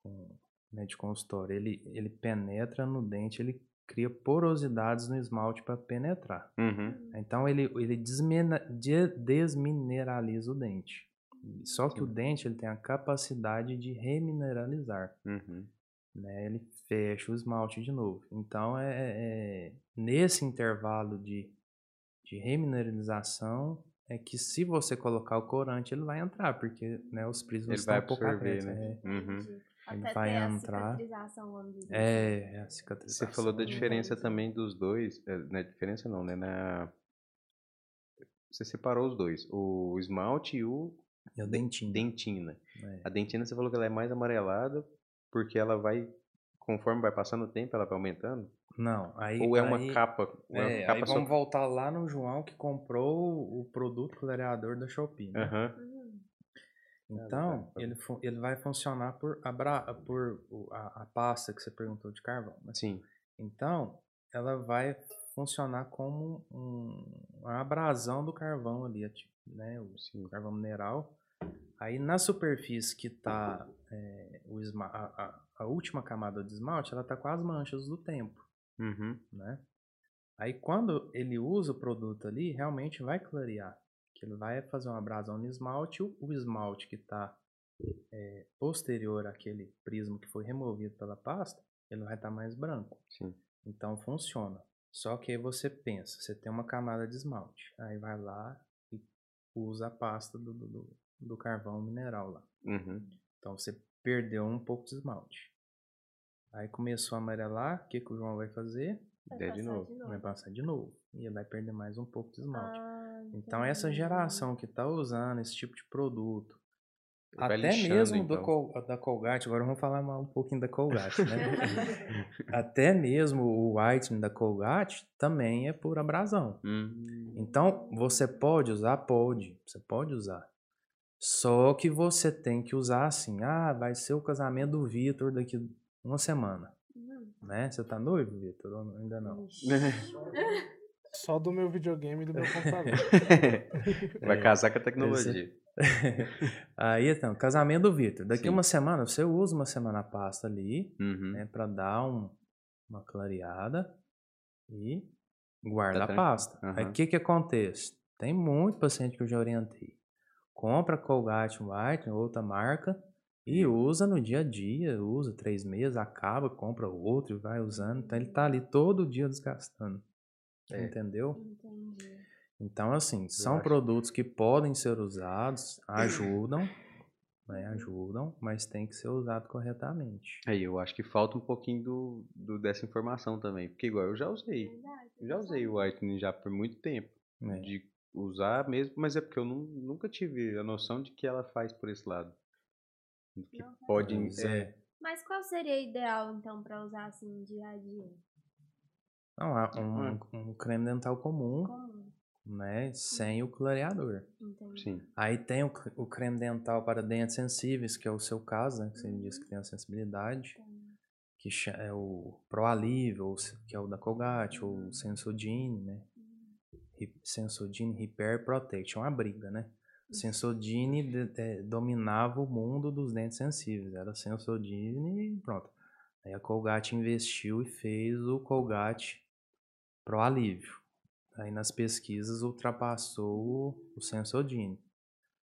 [SPEAKER 4] com né, de consultório? Ele, ele penetra no dente, ele cria porosidades no esmalte para penetrar.
[SPEAKER 2] Uhum.
[SPEAKER 4] Então ele, ele desmina- de- desmineraliza o dente. Só que o dente ele tem a capacidade de remineralizar
[SPEAKER 2] Uhum.
[SPEAKER 4] né, ele fecha o esmalte de novo. Então, é, é- nesse intervalo de, de remineralização é que se você colocar o corante, ele vai entrar, porque né, os
[SPEAKER 2] Ele
[SPEAKER 4] prismas
[SPEAKER 2] vai
[SPEAKER 4] estão um pouco
[SPEAKER 2] absorver,
[SPEAKER 4] abertos.
[SPEAKER 2] né?
[SPEAKER 4] é.
[SPEAKER 2] Uhum.
[SPEAKER 1] Hum, Entendi. Até
[SPEAKER 4] vai
[SPEAKER 1] ter
[SPEAKER 4] entrar.
[SPEAKER 1] a cicatrização, vamos dizer.
[SPEAKER 4] É, é a
[SPEAKER 2] Você
[SPEAKER 4] cicatrização.
[SPEAKER 2] falou da
[SPEAKER 4] né?
[SPEAKER 2] diferença
[SPEAKER 1] Verdade.
[SPEAKER 2] também dos dois. é, Na diferença não, né? Na... Você separou os dois, o esmalte e o
[SPEAKER 4] E o dentinho.
[SPEAKER 2] dentina.
[SPEAKER 4] né?
[SPEAKER 2] A dentina você falou que ela é mais amarelada porque ela vai, conforme vai passando o tempo, ela vai aumentando?
[SPEAKER 4] Não, aí...
[SPEAKER 2] Ou é uma
[SPEAKER 4] aí-
[SPEAKER 2] capa? Uma
[SPEAKER 4] É, aí
[SPEAKER 2] capa só-
[SPEAKER 4] vamos voltar lá no João que comprou o produto clareador da Shopee, né?
[SPEAKER 2] Aham.
[SPEAKER 1] Hum,
[SPEAKER 4] Então,
[SPEAKER 2] verdade.
[SPEAKER 4] ele, fu- ele vai funcionar por, abra, por o- a, a pasta que você perguntou de carvão, né?
[SPEAKER 2] Sim.
[SPEAKER 4] Então, ela vai funcionar como um- uma abrasão do carvão ali, ati- né? O
[SPEAKER 2] Sim.
[SPEAKER 4] carvão mineral. Aí na superfície que está o esma- a, a- a última camada de esmalte, ela está com as manchas do tempo,
[SPEAKER 2] Uhum.
[SPEAKER 4] né? Aí quando ele usa o produto ali, realmente vai clarear. Que ele vai fazer uma abrasão no esmalte, o, o esmalte que está posterior àquele prisma que foi removido pela pasta, ele vai estar mais branco.
[SPEAKER 2] Sim.
[SPEAKER 4] Então funciona. Só que aí você pensa, você tem uma camada de esmalte. Aí vai lá e usa a pasta do, do- do, do carvão mineral lá.
[SPEAKER 2] Uhum.
[SPEAKER 4] Então você perdeu um pouco de esmalte. Aí começou a amarelar, o que, que o João vai fazer?
[SPEAKER 1] vai
[SPEAKER 2] Ideia de
[SPEAKER 1] passar
[SPEAKER 2] novo.
[SPEAKER 4] Vai passar de novo. E ele vai perder mais um pouco de esmalte.
[SPEAKER 1] Ah,
[SPEAKER 4] então essa
[SPEAKER 1] entendi.
[SPEAKER 2] (laughs)
[SPEAKER 4] geração que está usando esse tipo de produto,
[SPEAKER 2] Vai
[SPEAKER 4] até
[SPEAKER 2] lixando,
[SPEAKER 4] mesmo do
[SPEAKER 2] então.
[SPEAKER 4] Col- da Colgate, agora vamos falar mais um pouquinho da Colgate,
[SPEAKER 1] (laughs)
[SPEAKER 4] né? Até mesmo o whitening da Colgate também é por abrasão.
[SPEAKER 2] Hum.
[SPEAKER 4] Então, você pode usar? Pode. Você pode usar. Só que você tem que usar assim. Ah, vai ser o casamento do Vitor daqui uma semana,
[SPEAKER 1] Hum,
[SPEAKER 4] né? Você tá noivo, Vitor? Ou não- Ainda não.
[SPEAKER 1] ixi. Né?
[SPEAKER 3] Só do meu videogame e do meu computador.
[SPEAKER 2] (laughs) Vai
[SPEAKER 4] É,
[SPEAKER 2] casar com a tecnologia.
[SPEAKER 4] Aí, então, casamento do Vitor. Daqui
[SPEAKER 2] Sim.
[SPEAKER 4] uma semana, você usa uma semana a pasta ali,
[SPEAKER 2] Uhum.
[SPEAKER 4] né? Pra dar um- uma clareada e guarda
[SPEAKER 2] Tá
[SPEAKER 4] a
[SPEAKER 2] tranquilo.
[SPEAKER 4] pasta. Aí
[SPEAKER 2] Aham.
[SPEAKER 4] o que que acontece? Tem muito paciente que eu já orientei. Compra Colgate White, né, outra marca, e usa no dia a dia, usa três meses, acaba, compra outro e vai usando. Então ele tá ali todo dia desgastando.
[SPEAKER 2] É.
[SPEAKER 4] Entendeu?
[SPEAKER 1] Entendi.
[SPEAKER 4] Então, assim, são
[SPEAKER 2] acho-
[SPEAKER 4] produtos que podem ser usados,
[SPEAKER 2] (coughs)
[SPEAKER 4] ajudam, né?
[SPEAKER 2] Uhum.
[SPEAKER 4] Ajudam, mas tem que ser usado corretamente.
[SPEAKER 2] Aí eu acho que falta um pouquinho do, do- dessa informação também. Porque igual eu já usei.
[SPEAKER 1] Verdade,
[SPEAKER 2] Eu já usei o Whitening já por muito tempo.
[SPEAKER 4] né?
[SPEAKER 2] De usar mesmo, mas é porque eu nu- nunca tive a noção de que ela faz por esse lado. Que
[SPEAKER 1] Não, tá
[SPEAKER 2] pode.
[SPEAKER 4] Pois
[SPEAKER 2] é,
[SPEAKER 4] é.
[SPEAKER 1] Mas qual seria ideal, então, pra usar assim dia a dia?
[SPEAKER 4] Não, há um, um creme dental comum,
[SPEAKER 1] Comum,
[SPEAKER 4] né?
[SPEAKER 2] Uhum.
[SPEAKER 4] Sem o clareador.
[SPEAKER 1] entendi.
[SPEAKER 2] sim.
[SPEAKER 4] Aí tem o, cre- o creme dental para dentes sensíveis, que é o seu caso, né? Que você disse que tem a sensibilidade. Que cha- é o Proalivre, ou se- que é o da Colgate, ou o Sensodyne, né? Ri- Sensodyne Repair Protect. É uma briga, né? Sensodyne de- eh, dominava o mundo dos dentes sensíveis. Era Sensodyne e pronto. Aí a Colgate investiu e fez o Colgate Pro Alívio. Aí nas pesquisas ultrapassou o Sensodyne.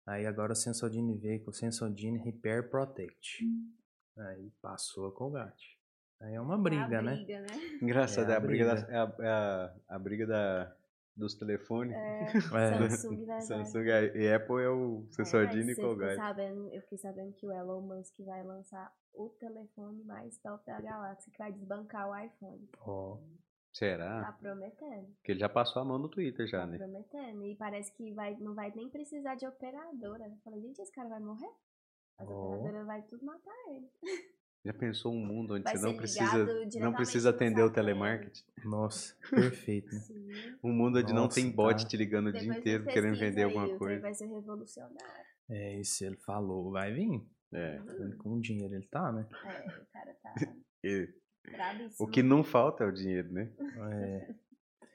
[SPEAKER 4] Aí agora o Sensodyne veio com o Sensodyne Repair Protect. Aí passou a Colgate. Aí é uma briga,
[SPEAKER 1] a
[SPEAKER 4] né?
[SPEAKER 1] briga, né?
[SPEAKER 2] Engraçado,
[SPEAKER 4] É
[SPEAKER 2] é
[SPEAKER 4] a
[SPEAKER 2] a briga, das- é a, é a- a briga da, dos telefones.
[SPEAKER 1] (laughs)
[SPEAKER 4] É.
[SPEAKER 1] Samsung, verdade.
[SPEAKER 2] (laughs) Samsung e Apple é o
[SPEAKER 1] É,
[SPEAKER 2] Sensordino e
[SPEAKER 1] você ficou
[SPEAKER 2] Colgate.
[SPEAKER 1] sabendo- eu fiquei sabendo que o Elon Musk vai lançar o telefone mais top da galáxia, que vai desbancar o iPhone.
[SPEAKER 4] Ó,
[SPEAKER 2] Será?
[SPEAKER 4] Ah.
[SPEAKER 1] Tá prometendo,
[SPEAKER 2] Porque ele já passou a mão no Twitter já,
[SPEAKER 1] tá
[SPEAKER 2] né?
[SPEAKER 1] prometendo. E parece que vai, não vai nem precisar de operadora. Eu falei, gente, esse cara vai morrer? Mas a
[SPEAKER 2] Ó.
[SPEAKER 1] operadora vai tudo
[SPEAKER 2] (laughs)
[SPEAKER 1] matar ele.
[SPEAKER 2] Já pensou um mundo onde
[SPEAKER 1] Vai
[SPEAKER 2] você não
[SPEAKER 1] ser
[SPEAKER 2] precisa,
[SPEAKER 1] ligado
[SPEAKER 2] não
[SPEAKER 1] diretamente
[SPEAKER 2] precisa
[SPEAKER 1] no
[SPEAKER 2] atender o
[SPEAKER 1] saco dele.
[SPEAKER 2] telemarketing?
[SPEAKER 4] Nossa, perfeito. né?
[SPEAKER 1] Sim.
[SPEAKER 2] Um mundo onde não tem
[SPEAKER 4] Nossa,
[SPEAKER 2] bot
[SPEAKER 4] cara.
[SPEAKER 2] te ligando o dia
[SPEAKER 1] assim. Depois
[SPEAKER 2] inteiro
[SPEAKER 1] você
[SPEAKER 2] querendo
[SPEAKER 1] pesquisa
[SPEAKER 2] vender
[SPEAKER 1] aí, o
[SPEAKER 2] alguma
[SPEAKER 1] trem
[SPEAKER 2] coisa.
[SPEAKER 1] Vai ser revolucionário.
[SPEAKER 4] É isso, ele falou, vai vir.
[SPEAKER 2] É.
[SPEAKER 4] Com o dinheiro ele tá, né?
[SPEAKER 1] É, o cara
[SPEAKER 2] (laughs)
[SPEAKER 1] tá
[SPEAKER 2] E
[SPEAKER 1] brabíssimo.
[SPEAKER 2] o que não falta é o dinheiro, né?
[SPEAKER 4] É,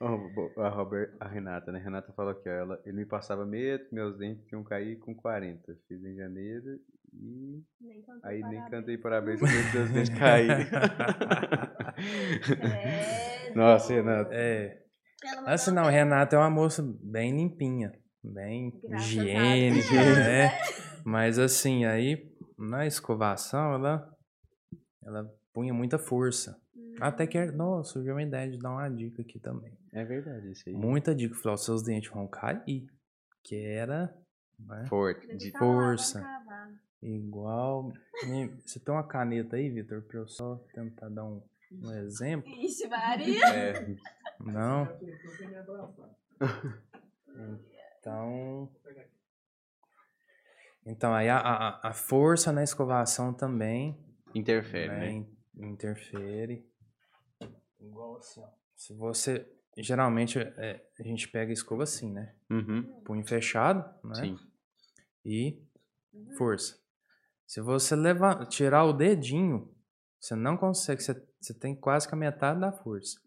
[SPEAKER 2] Ó, bo- A, Robert, a Renata, né? Renata falou aqui, ó, ela, ele me passava medo, meus dentes tinham caído com 40. Fiz em janeiro e
[SPEAKER 1] Nem cantou
[SPEAKER 2] aí nem
[SPEAKER 1] parabéns.
[SPEAKER 2] cantei parabéns porque os meus dentes caíram.
[SPEAKER 1] (laughs) Credo.
[SPEAKER 2] (laughs) Nossa, Renata.
[SPEAKER 4] (laughs) é.
[SPEAKER 1] Ela mandou
[SPEAKER 4] Assim,
[SPEAKER 1] um
[SPEAKER 4] não,
[SPEAKER 1] beijo.
[SPEAKER 4] Renata é uma moça bem limpinha, bem
[SPEAKER 1] Graças
[SPEAKER 4] higiênica,
[SPEAKER 1] a Deus,
[SPEAKER 4] né?
[SPEAKER 1] (laughs)
[SPEAKER 4] Mas assim, aí na escovação ela, ela punha muita força. Até que, nossa, surgiu uma ideia de dar uma dica aqui também.
[SPEAKER 2] É verdade isso aí.
[SPEAKER 4] Muita dica, falou, "Os seus dentes vão cair. Que era, né?
[SPEAKER 2] forte.
[SPEAKER 1] Deve
[SPEAKER 2] de-
[SPEAKER 1] tá lá, vamos
[SPEAKER 4] força.
[SPEAKER 1] cavar.
[SPEAKER 4] Igual. Né, Você tem uma caneta aí, Vitor, pra eu só tentar dar um, um exemplo?
[SPEAKER 1] Ixi,
[SPEAKER 2] (laughs)
[SPEAKER 1] Maria.
[SPEAKER 2] É,
[SPEAKER 4] Não? Então. Então, aí a, a, a força na escovação também
[SPEAKER 2] interfere,
[SPEAKER 4] né,
[SPEAKER 2] né?
[SPEAKER 4] in- interfere. Igual assim, ó. Se você. Geralmente é, a gente pega a escova assim, né?
[SPEAKER 2] Uhum,
[SPEAKER 4] Punho fechado, né?
[SPEAKER 2] Sim.
[SPEAKER 4] E
[SPEAKER 1] Uhum.
[SPEAKER 4] força. Se você levar, tirar o dedinho, você não consegue, você, você tem quase que a metade da força.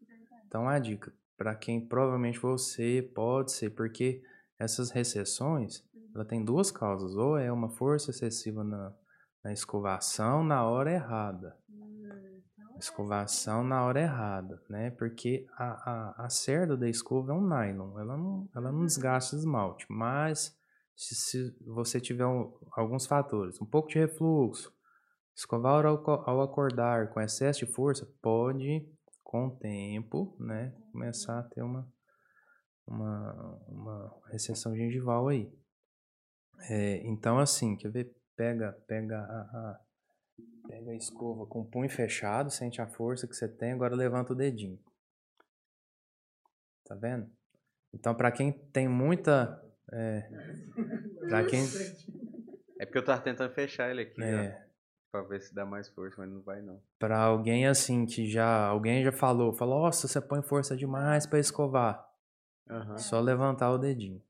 [SPEAKER 4] Então a dica para quem provavelmente você pode ser, porque essas recessões, ela tem duas causas, ou é uma força excessiva na, na escovação na hora errada.
[SPEAKER 1] Hum, então é.
[SPEAKER 4] Escovação na hora errada, né? Porque a, a, a cerda da escova é um nylon, ela não, ela não desgasta esmalte, mas se, se você tiver um- alguns fatores, um pouco de refluxo, escovar ao, aco- ao acordar com excesso de força, pode, com o tempo, né, começar a ter uma, uma, uma recessão gengival aí. É, então, assim, quer ver? Pega, pega a- a- Pega a escova com o punho fechado, sente a força que você tem, agora levanta o dedinho. Tá vendo? Então, pra quem tem muita. É, pra quem.
[SPEAKER 2] É porque eu tava tentando fechar ele aqui, ó.
[SPEAKER 4] É,
[SPEAKER 2] Pra ver se dá mais força, mas não vai não.
[SPEAKER 4] pra alguém assim que já. Alguém já falou, falou: Nossa, você põe força demais pra escovar.
[SPEAKER 2] Aham.
[SPEAKER 4] Só levantar o dedinho.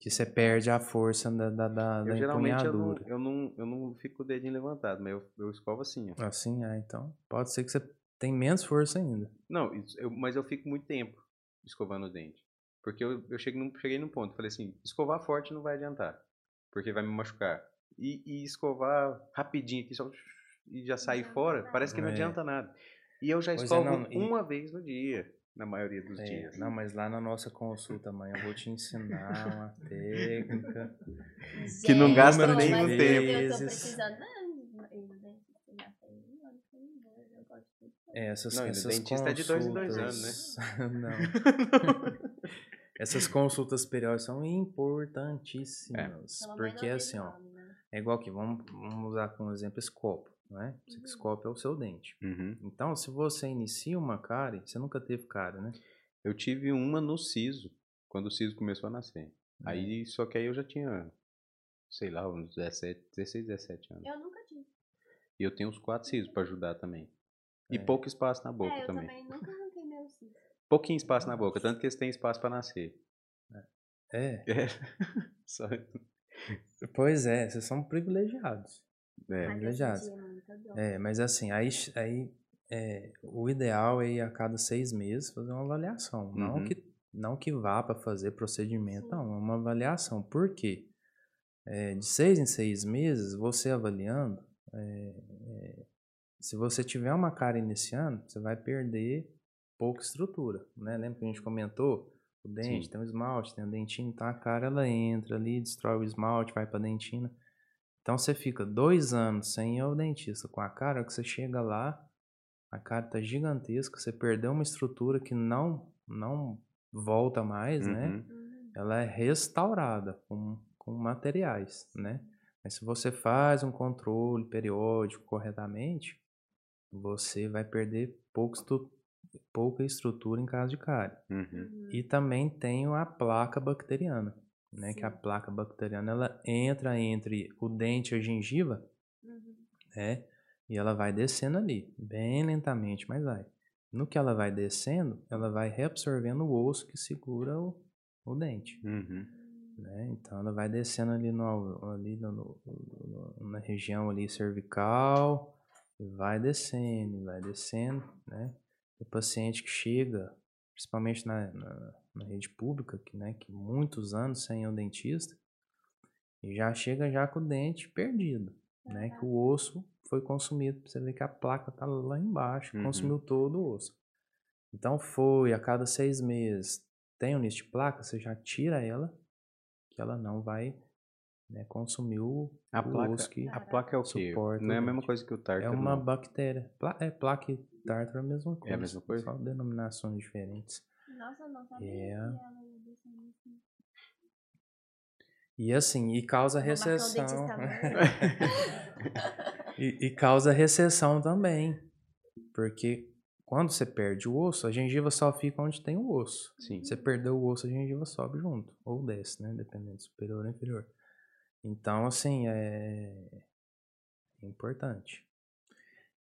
[SPEAKER 4] Que você perde a força da, da, da, da
[SPEAKER 2] Eu geralmente eu não,
[SPEAKER 4] empunhadura.
[SPEAKER 2] eu, não, eu não fico com o dedinho levantado, mas eu, eu escovo assim, ó.
[SPEAKER 4] Assim, ah, então. Pode ser que você tem menos força ainda.
[SPEAKER 2] Não, isso- eu- mas eu fico muito tempo escovando o dente. Porque eu, eu cheguei, num, cheguei num ponto, falei assim, escovar forte não vai adiantar, porque vai me machucar. E, e escovar rapidinho aqui, só e já sair
[SPEAKER 1] adianta
[SPEAKER 2] fora,
[SPEAKER 1] nada.
[SPEAKER 2] parece que não
[SPEAKER 4] É.
[SPEAKER 2] adianta nada. E eu já
[SPEAKER 4] Pois é,
[SPEAKER 2] escovo
[SPEAKER 4] não, e-
[SPEAKER 2] uma vez no dia, na maioria dos
[SPEAKER 4] É,
[SPEAKER 2] dias. né?
[SPEAKER 4] não, mas lá na nossa consulta, mãe, eu vou te ensinar
[SPEAKER 2] (laughs)
[SPEAKER 4] uma técnica.
[SPEAKER 2] Que não
[SPEAKER 1] Gente,
[SPEAKER 2] gasta
[SPEAKER 1] mas
[SPEAKER 2] nenhum
[SPEAKER 1] eu-
[SPEAKER 2] tempo.
[SPEAKER 1] Eu tô
[SPEAKER 4] Vezes.
[SPEAKER 1] precisando. Não, eu não sei se já tem, eu não sei, eu gosto de-
[SPEAKER 4] É, essas,
[SPEAKER 2] Não, e no
[SPEAKER 4] essas
[SPEAKER 2] dentista é de dois em dois né?
[SPEAKER 4] consultas- (laughs)
[SPEAKER 2] (laughs)
[SPEAKER 4] não. essas consultas periódicas são
[SPEAKER 2] É.
[SPEAKER 4] importantíssimas.
[SPEAKER 1] Pelo menos
[SPEAKER 4] Porque
[SPEAKER 1] eu
[SPEAKER 4] assim, ó,
[SPEAKER 1] reclamo, né?
[SPEAKER 4] é igual que vamos, vamos usar como exemplo esse copo, né? Esse
[SPEAKER 1] Uhum.
[SPEAKER 4] copo é o seu dente.
[SPEAKER 2] Uhum.
[SPEAKER 4] Então, se você inicia uma cárie, você nunca teve cárie, né?
[SPEAKER 2] Eu tive uma no siso, quando o siso começou a nascer.
[SPEAKER 4] Hum.
[SPEAKER 2] Aí, só que aí eu já tinha, sei lá, uns 17, 16, 17 anos.
[SPEAKER 1] Eu nunca tive.
[SPEAKER 2] E eu tenho uns quatro sisos pra ajudar também. E
[SPEAKER 4] É.
[SPEAKER 2] pouco espaço na boca
[SPEAKER 1] É, eu
[SPEAKER 2] também.
[SPEAKER 1] também nunca arranquei meu cis.
[SPEAKER 2] Pouquinho espaço na boca, tanto que eles têm espaço pra nascer. (laughs)
[SPEAKER 4] É,
[SPEAKER 2] É. Só-
[SPEAKER 4] pois é, vocês são privilegiados.
[SPEAKER 2] é.
[SPEAKER 1] Mas eu
[SPEAKER 4] Privilegiado.
[SPEAKER 1] sentia muita dor.
[SPEAKER 4] É, mas assim, aí, ch- aí é, o ideal é ir a cada seis meses fazer uma avaliação. Não
[SPEAKER 2] Uhum.
[SPEAKER 4] que não que vá para fazer procedimento,
[SPEAKER 1] Sim.
[SPEAKER 4] não, é uma avaliação. Por quê? É, de seis em seis meses, você avaliando, é, é, se você tiver uma cara iniciando, você vai perder pouca estrutura, né? Lembra que a gente comentou? O dente
[SPEAKER 2] Sim.
[SPEAKER 4] tem o esmalte, tem a dentina, então a cara ela entra ali, destrói o esmalte, vai pra dentina. Então você fica dois anos sem ir ao dentista com a cara, que você chega lá, a cara tá gigantesca, você perdeu uma estrutura que não não volta mais, né?
[SPEAKER 2] Uhum.
[SPEAKER 1] Hum,
[SPEAKER 4] Ela é restaurada com, com materiais, né? Mas se você faz um controle periódico corretamente, você vai perder pouca estru- pouca estrutura em caso de cárie.
[SPEAKER 2] Uhum.
[SPEAKER 1] uhum.
[SPEAKER 4] E também tem a placa bacteriana. né? Que
[SPEAKER 1] Sim.
[SPEAKER 4] a placa bacteriana ela entra entre o dente e a gengiva,
[SPEAKER 1] Uhum.
[SPEAKER 4] né? E ela vai descendo ali, bem lentamente, mas vai. No que ela vai descendo, ela vai reabsorvendo o osso que segura o, o dente,
[SPEAKER 2] Uhum.
[SPEAKER 4] né? Então ela vai descendo ali, no, ali no- no- no- na região ali cervical, e vai descendo, e vai descendo, né? O paciente que chega, principalmente na, na, na rede pública, que, né, que muitos anos sem ir ao dentista, e já chega já com o dente perdido né?
[SPEAKER 1] Então,
[SPEAKER 4] Que o osso foi consumido. Você vê que a placa tá lá embaixo,
[SPEAKER 2] Uhum.
[SPEAKER 4] consumiu todo o osso. Então foi, a cada seis meses tem um nicho de placa, você já tira ela, que ela não vai né, consumir o,
[SPEAKER 2] A
[SPEAKER 4] o
[SPEAKER 2] placa,
[SPEAKER 4] osso que
[SPEAKER 2] a placa é o quê?
[SPEAKER 4] suporta
[SPEAKER 2] Não é a
[SPEAKER 4] o
[SPEAKER 2] mesma
[SPEAKER 4] dente.
[SPEAKER 2] coisa que o
[SPEAKER 4] é
[SPEAKER 2] tártaro.
[SPEAKER 4] uma
[SPEAKER 2] não.
[SPEAKER 4] bactéria. Pla- é placa e tártaro é a mesma coisa.
[SPEAKER 2] mesma coisa?
[SPEAKER 4] Só denominações diferentes.
[SPEAKER 1] Nossa, eu não sabia
[SPEAKER 4] É.
[SPEAKER 1] que ela ia deixar isso.
[SPEAKER 4] E assim, e causa
[SPEAKER 1] Vou marcar um
[SPEAKER 4] recessão.
[SPEAKER 1] dentista
[SPEAKER 2] né?
[SPEAKER 4] (laughs) E, e causa recessão também. Porque quando você perde o osso, a gengiva só fica onde tem o osso.
[SPEAKER 2] Sim.
[SPEAKER 4] Você perdeu o osso, a gengiva sobe junto. Ou desce, né? Dependendo, superior ou inferior. Então, assim, é importante.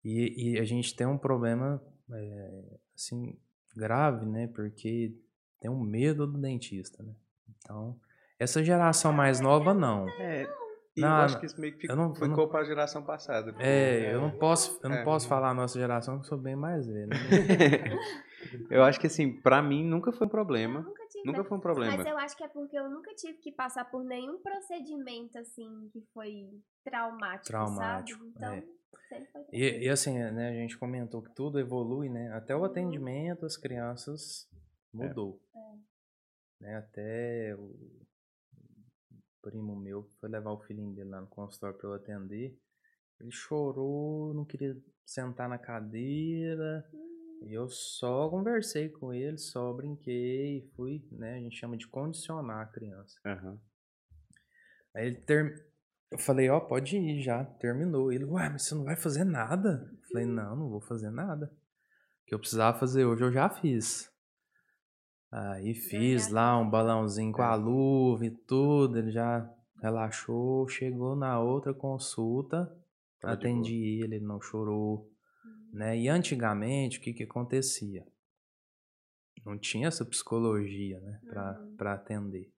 [SPEAKER 4] E, e a gente tem um problema, é, assim, grave, né? Porque tem um medo do dentista, né? Então, essa geração mais nova, não.
[SPEAKER 2] É, e
[SPEAKER 4] Não,
[SPEAKER 2] eu acho
[SPEAKER 4] não.
[SPEAKER 2] que isso meio que ficou,
[SPEAKER 4] Eu não- eu
[SPEAKER 2] ficou
[SPEAKER 4] não-
[SPEAKER 2] para a geração passada. porque-
[SPEAKER 4] É, eu não posso, eu não
[SPEAKER 2] É.
[SPEAKER 4] posso falar a nossa geração, que eu sou bem mais velho. né?
[SPEAKER 2] (laughs) eu acho que assim, pra mim nunca foi um
[SPEAKER 1] Eu
[SPEAKER 2] problema.
[SPEAKER 1] nunca tive.
[SPEAKER 2] Nunca foi um problema.
[SPEAKER 1] Mas eu acho que é porque eu nunca tive que passar por nenhum procedimento assim que foi traumático,
[SPEAKER 4] Traumático,
[SPEAKER 1] sabe? Então,
[SPEAKER 4] é.
[SPEAKER 1] sempre foi
[SPEAKER 4] E,
[SPEAKER 1] tranquilo.
[SPEAKER 4] e assim, né, a gente comentou que tudo evolui, né? Até o atendimento às crianças mudou. Né? Até o primo meu foi levar o filhinho dele lá no consultório para eu atender. Ele chorou, não queria sentar na cadeira. E eu só conversei com ele, só brinquei, fui, né? A gente chama de condicionar a criança.
[SPEAKER 2] Aham.
[SPEAKER 4] Aí ele ter... Eu falei, ó, pode ir já. Terminou. Ele, uai, mas você não vai fazer nada? Eu falei,
[SPEAKER 2] Uhum.
[SPEAKER 4] não, não vou fazer nada. O que eu precisava fazer hoje eu já fiz. Aí fiz lá um balãozinho com a luva e tudo. Ele já relaxou. Chegou na outra consulta.
[SPEAKER 2] Tava Tá de boa.
[SPEAKER 4] Atendi ele, ele não chorou. Né? E antigamente, o que, que acontecia? Não tinha essa psicologia né? pra,
[SPEAKER 1] Uhum.
[SPEAKER 4] pra atender.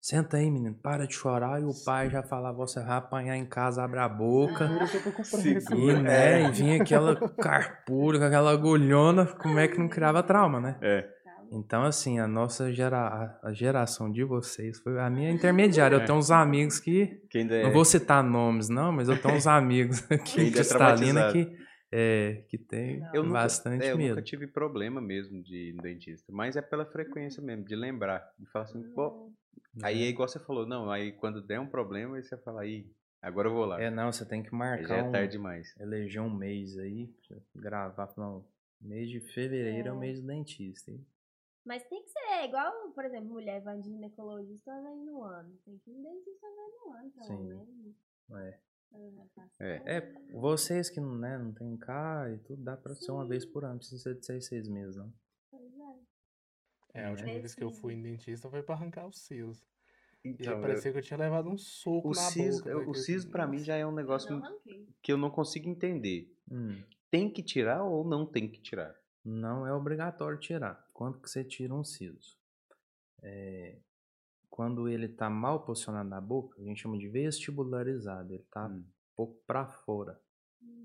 [SPEAKER 4] Senta aí, menino, para de chorar. E o pai já falava: você vai apanhar em casa, abre a boca.
[SPEAKER 3] Ah.
[SPEAKER 4] E,
[SPEAKER 2] Segura.
[SPEAKER 4] né, e vinha aquela carpura, com aquela agulhona, como é que não criava trauma, né?
[SPEAKER 2] É.
[SPEAKER 4] (laughs)
[SPEAKER 1] Tá.
[SPEAKER 4] Então, assim, a nossa gera, a geração de vocês foi a minha intermediária. Eu
[SPEAKER 2] É.
[SPEAKER 4] tenho uns amigos que
[SPEAKER 2] Quem ainda é,
[SPEAKER 4] não vou citar nomes, não, mas eu tenho uns amigos
[SPEAKER 2] Quem
[SPEAKER 4] aqui
[SPEAKER 2] ainda
[SPEAKER 4] de
[SPEAKER 2] é
[SPEAKER 4] Stalina
[SPEAKER 2] traumatizado.
[SPEAKER 4] que, é, que tem
[SPEAKER 1] Não.
[SPEAKER 2] eu nunca,
[SPEAKER 4] bastante
[SPEAKER 2] é, eu
[SPEAKER 4] medo.
[SPEAKER 2] nunca tive problema mesmo de ir no dentista, mas é pela frequência mesmo, de lembrar. De
[SPEAKER 1] Então,
[SPEAKER 2] falar assim,
[SPEAKER 4] Uhum.
[SPEAKER 2] pô,
[SPEAKER 4] né?
[SPEAKER 2] aí é igual você falou, não, aí quando der um problema, aí você fala, aí, agora eu vou lá.
[SPEAKER 4] É, não, você tem que
[SPEAKER 2] Aí já
[SPEAKER 4] marcar
[SPEAKER 2] é
[SPEAKER 4] um,
[SPEAKER 2] tarde demais.
[SPEAKER 4] eleger um mês aí, pra você gravar, falar, "Não, mês de fevereiro é, o
[SPEAKER 1] É.
[SPEAKER 4] mês do dentista. hein?"
[SPEAKER 1] Mas tem que ser é igual, por exemplo, mulher vai de ginecologista uma vez no ano. Tem que ir no dentista uma vez no ano, pelo
[SPEAKER 4] Sim.
[SPEAKER 1] menos.
[SPEAKER 4] É.
[SPEAKER 1] Pra levantar
[SPEAKER 2] É.
[SPEAKER 4] É, vocês que né, não tem cá e tudo, dá pra ser uma vez por ano, não precisa ser de seis, seis meses, não.
[SPEAKER 1] coisa.
[SPEAKER 3] É, a última
[SPEAKER 1] Três
[SPEAKER 3] vez que eu fui em dentista foi pra arrancar os sios. E aí
[SPEAKER 2] Então, eu-
[SPEAKER 3] parecia que eu tinha levado um soco
[SPEAKER 2] o
[SPEAKER 3] na
[SPEAKER 2] siso,
[SPEAKER 3] boca.
[SPEAKER 2] eu- o
[SPEAKER 3] porque- assim,
[SPEAKER 2] siso pra mim já é um negócio
[SPEAKER 1] Não
[SPEAKER 2] muito-
[SPEAKER 1] arranquei.
[SPEAKER 2] que eu não consigo entender.
[SPEAKER 4] Hum,
[SPEAKER 2] Tem que tirar ou não tem que tirar?
[SPEAKER 4] não é obrigatório tirar. Quando que você tira um siso? É, quando ele tá mal posicionado na boca, a gente chama de vestibularizado, ele tá
[SPEAKER 2] Hum.
[SPEAKER 4] um pouco pra fora.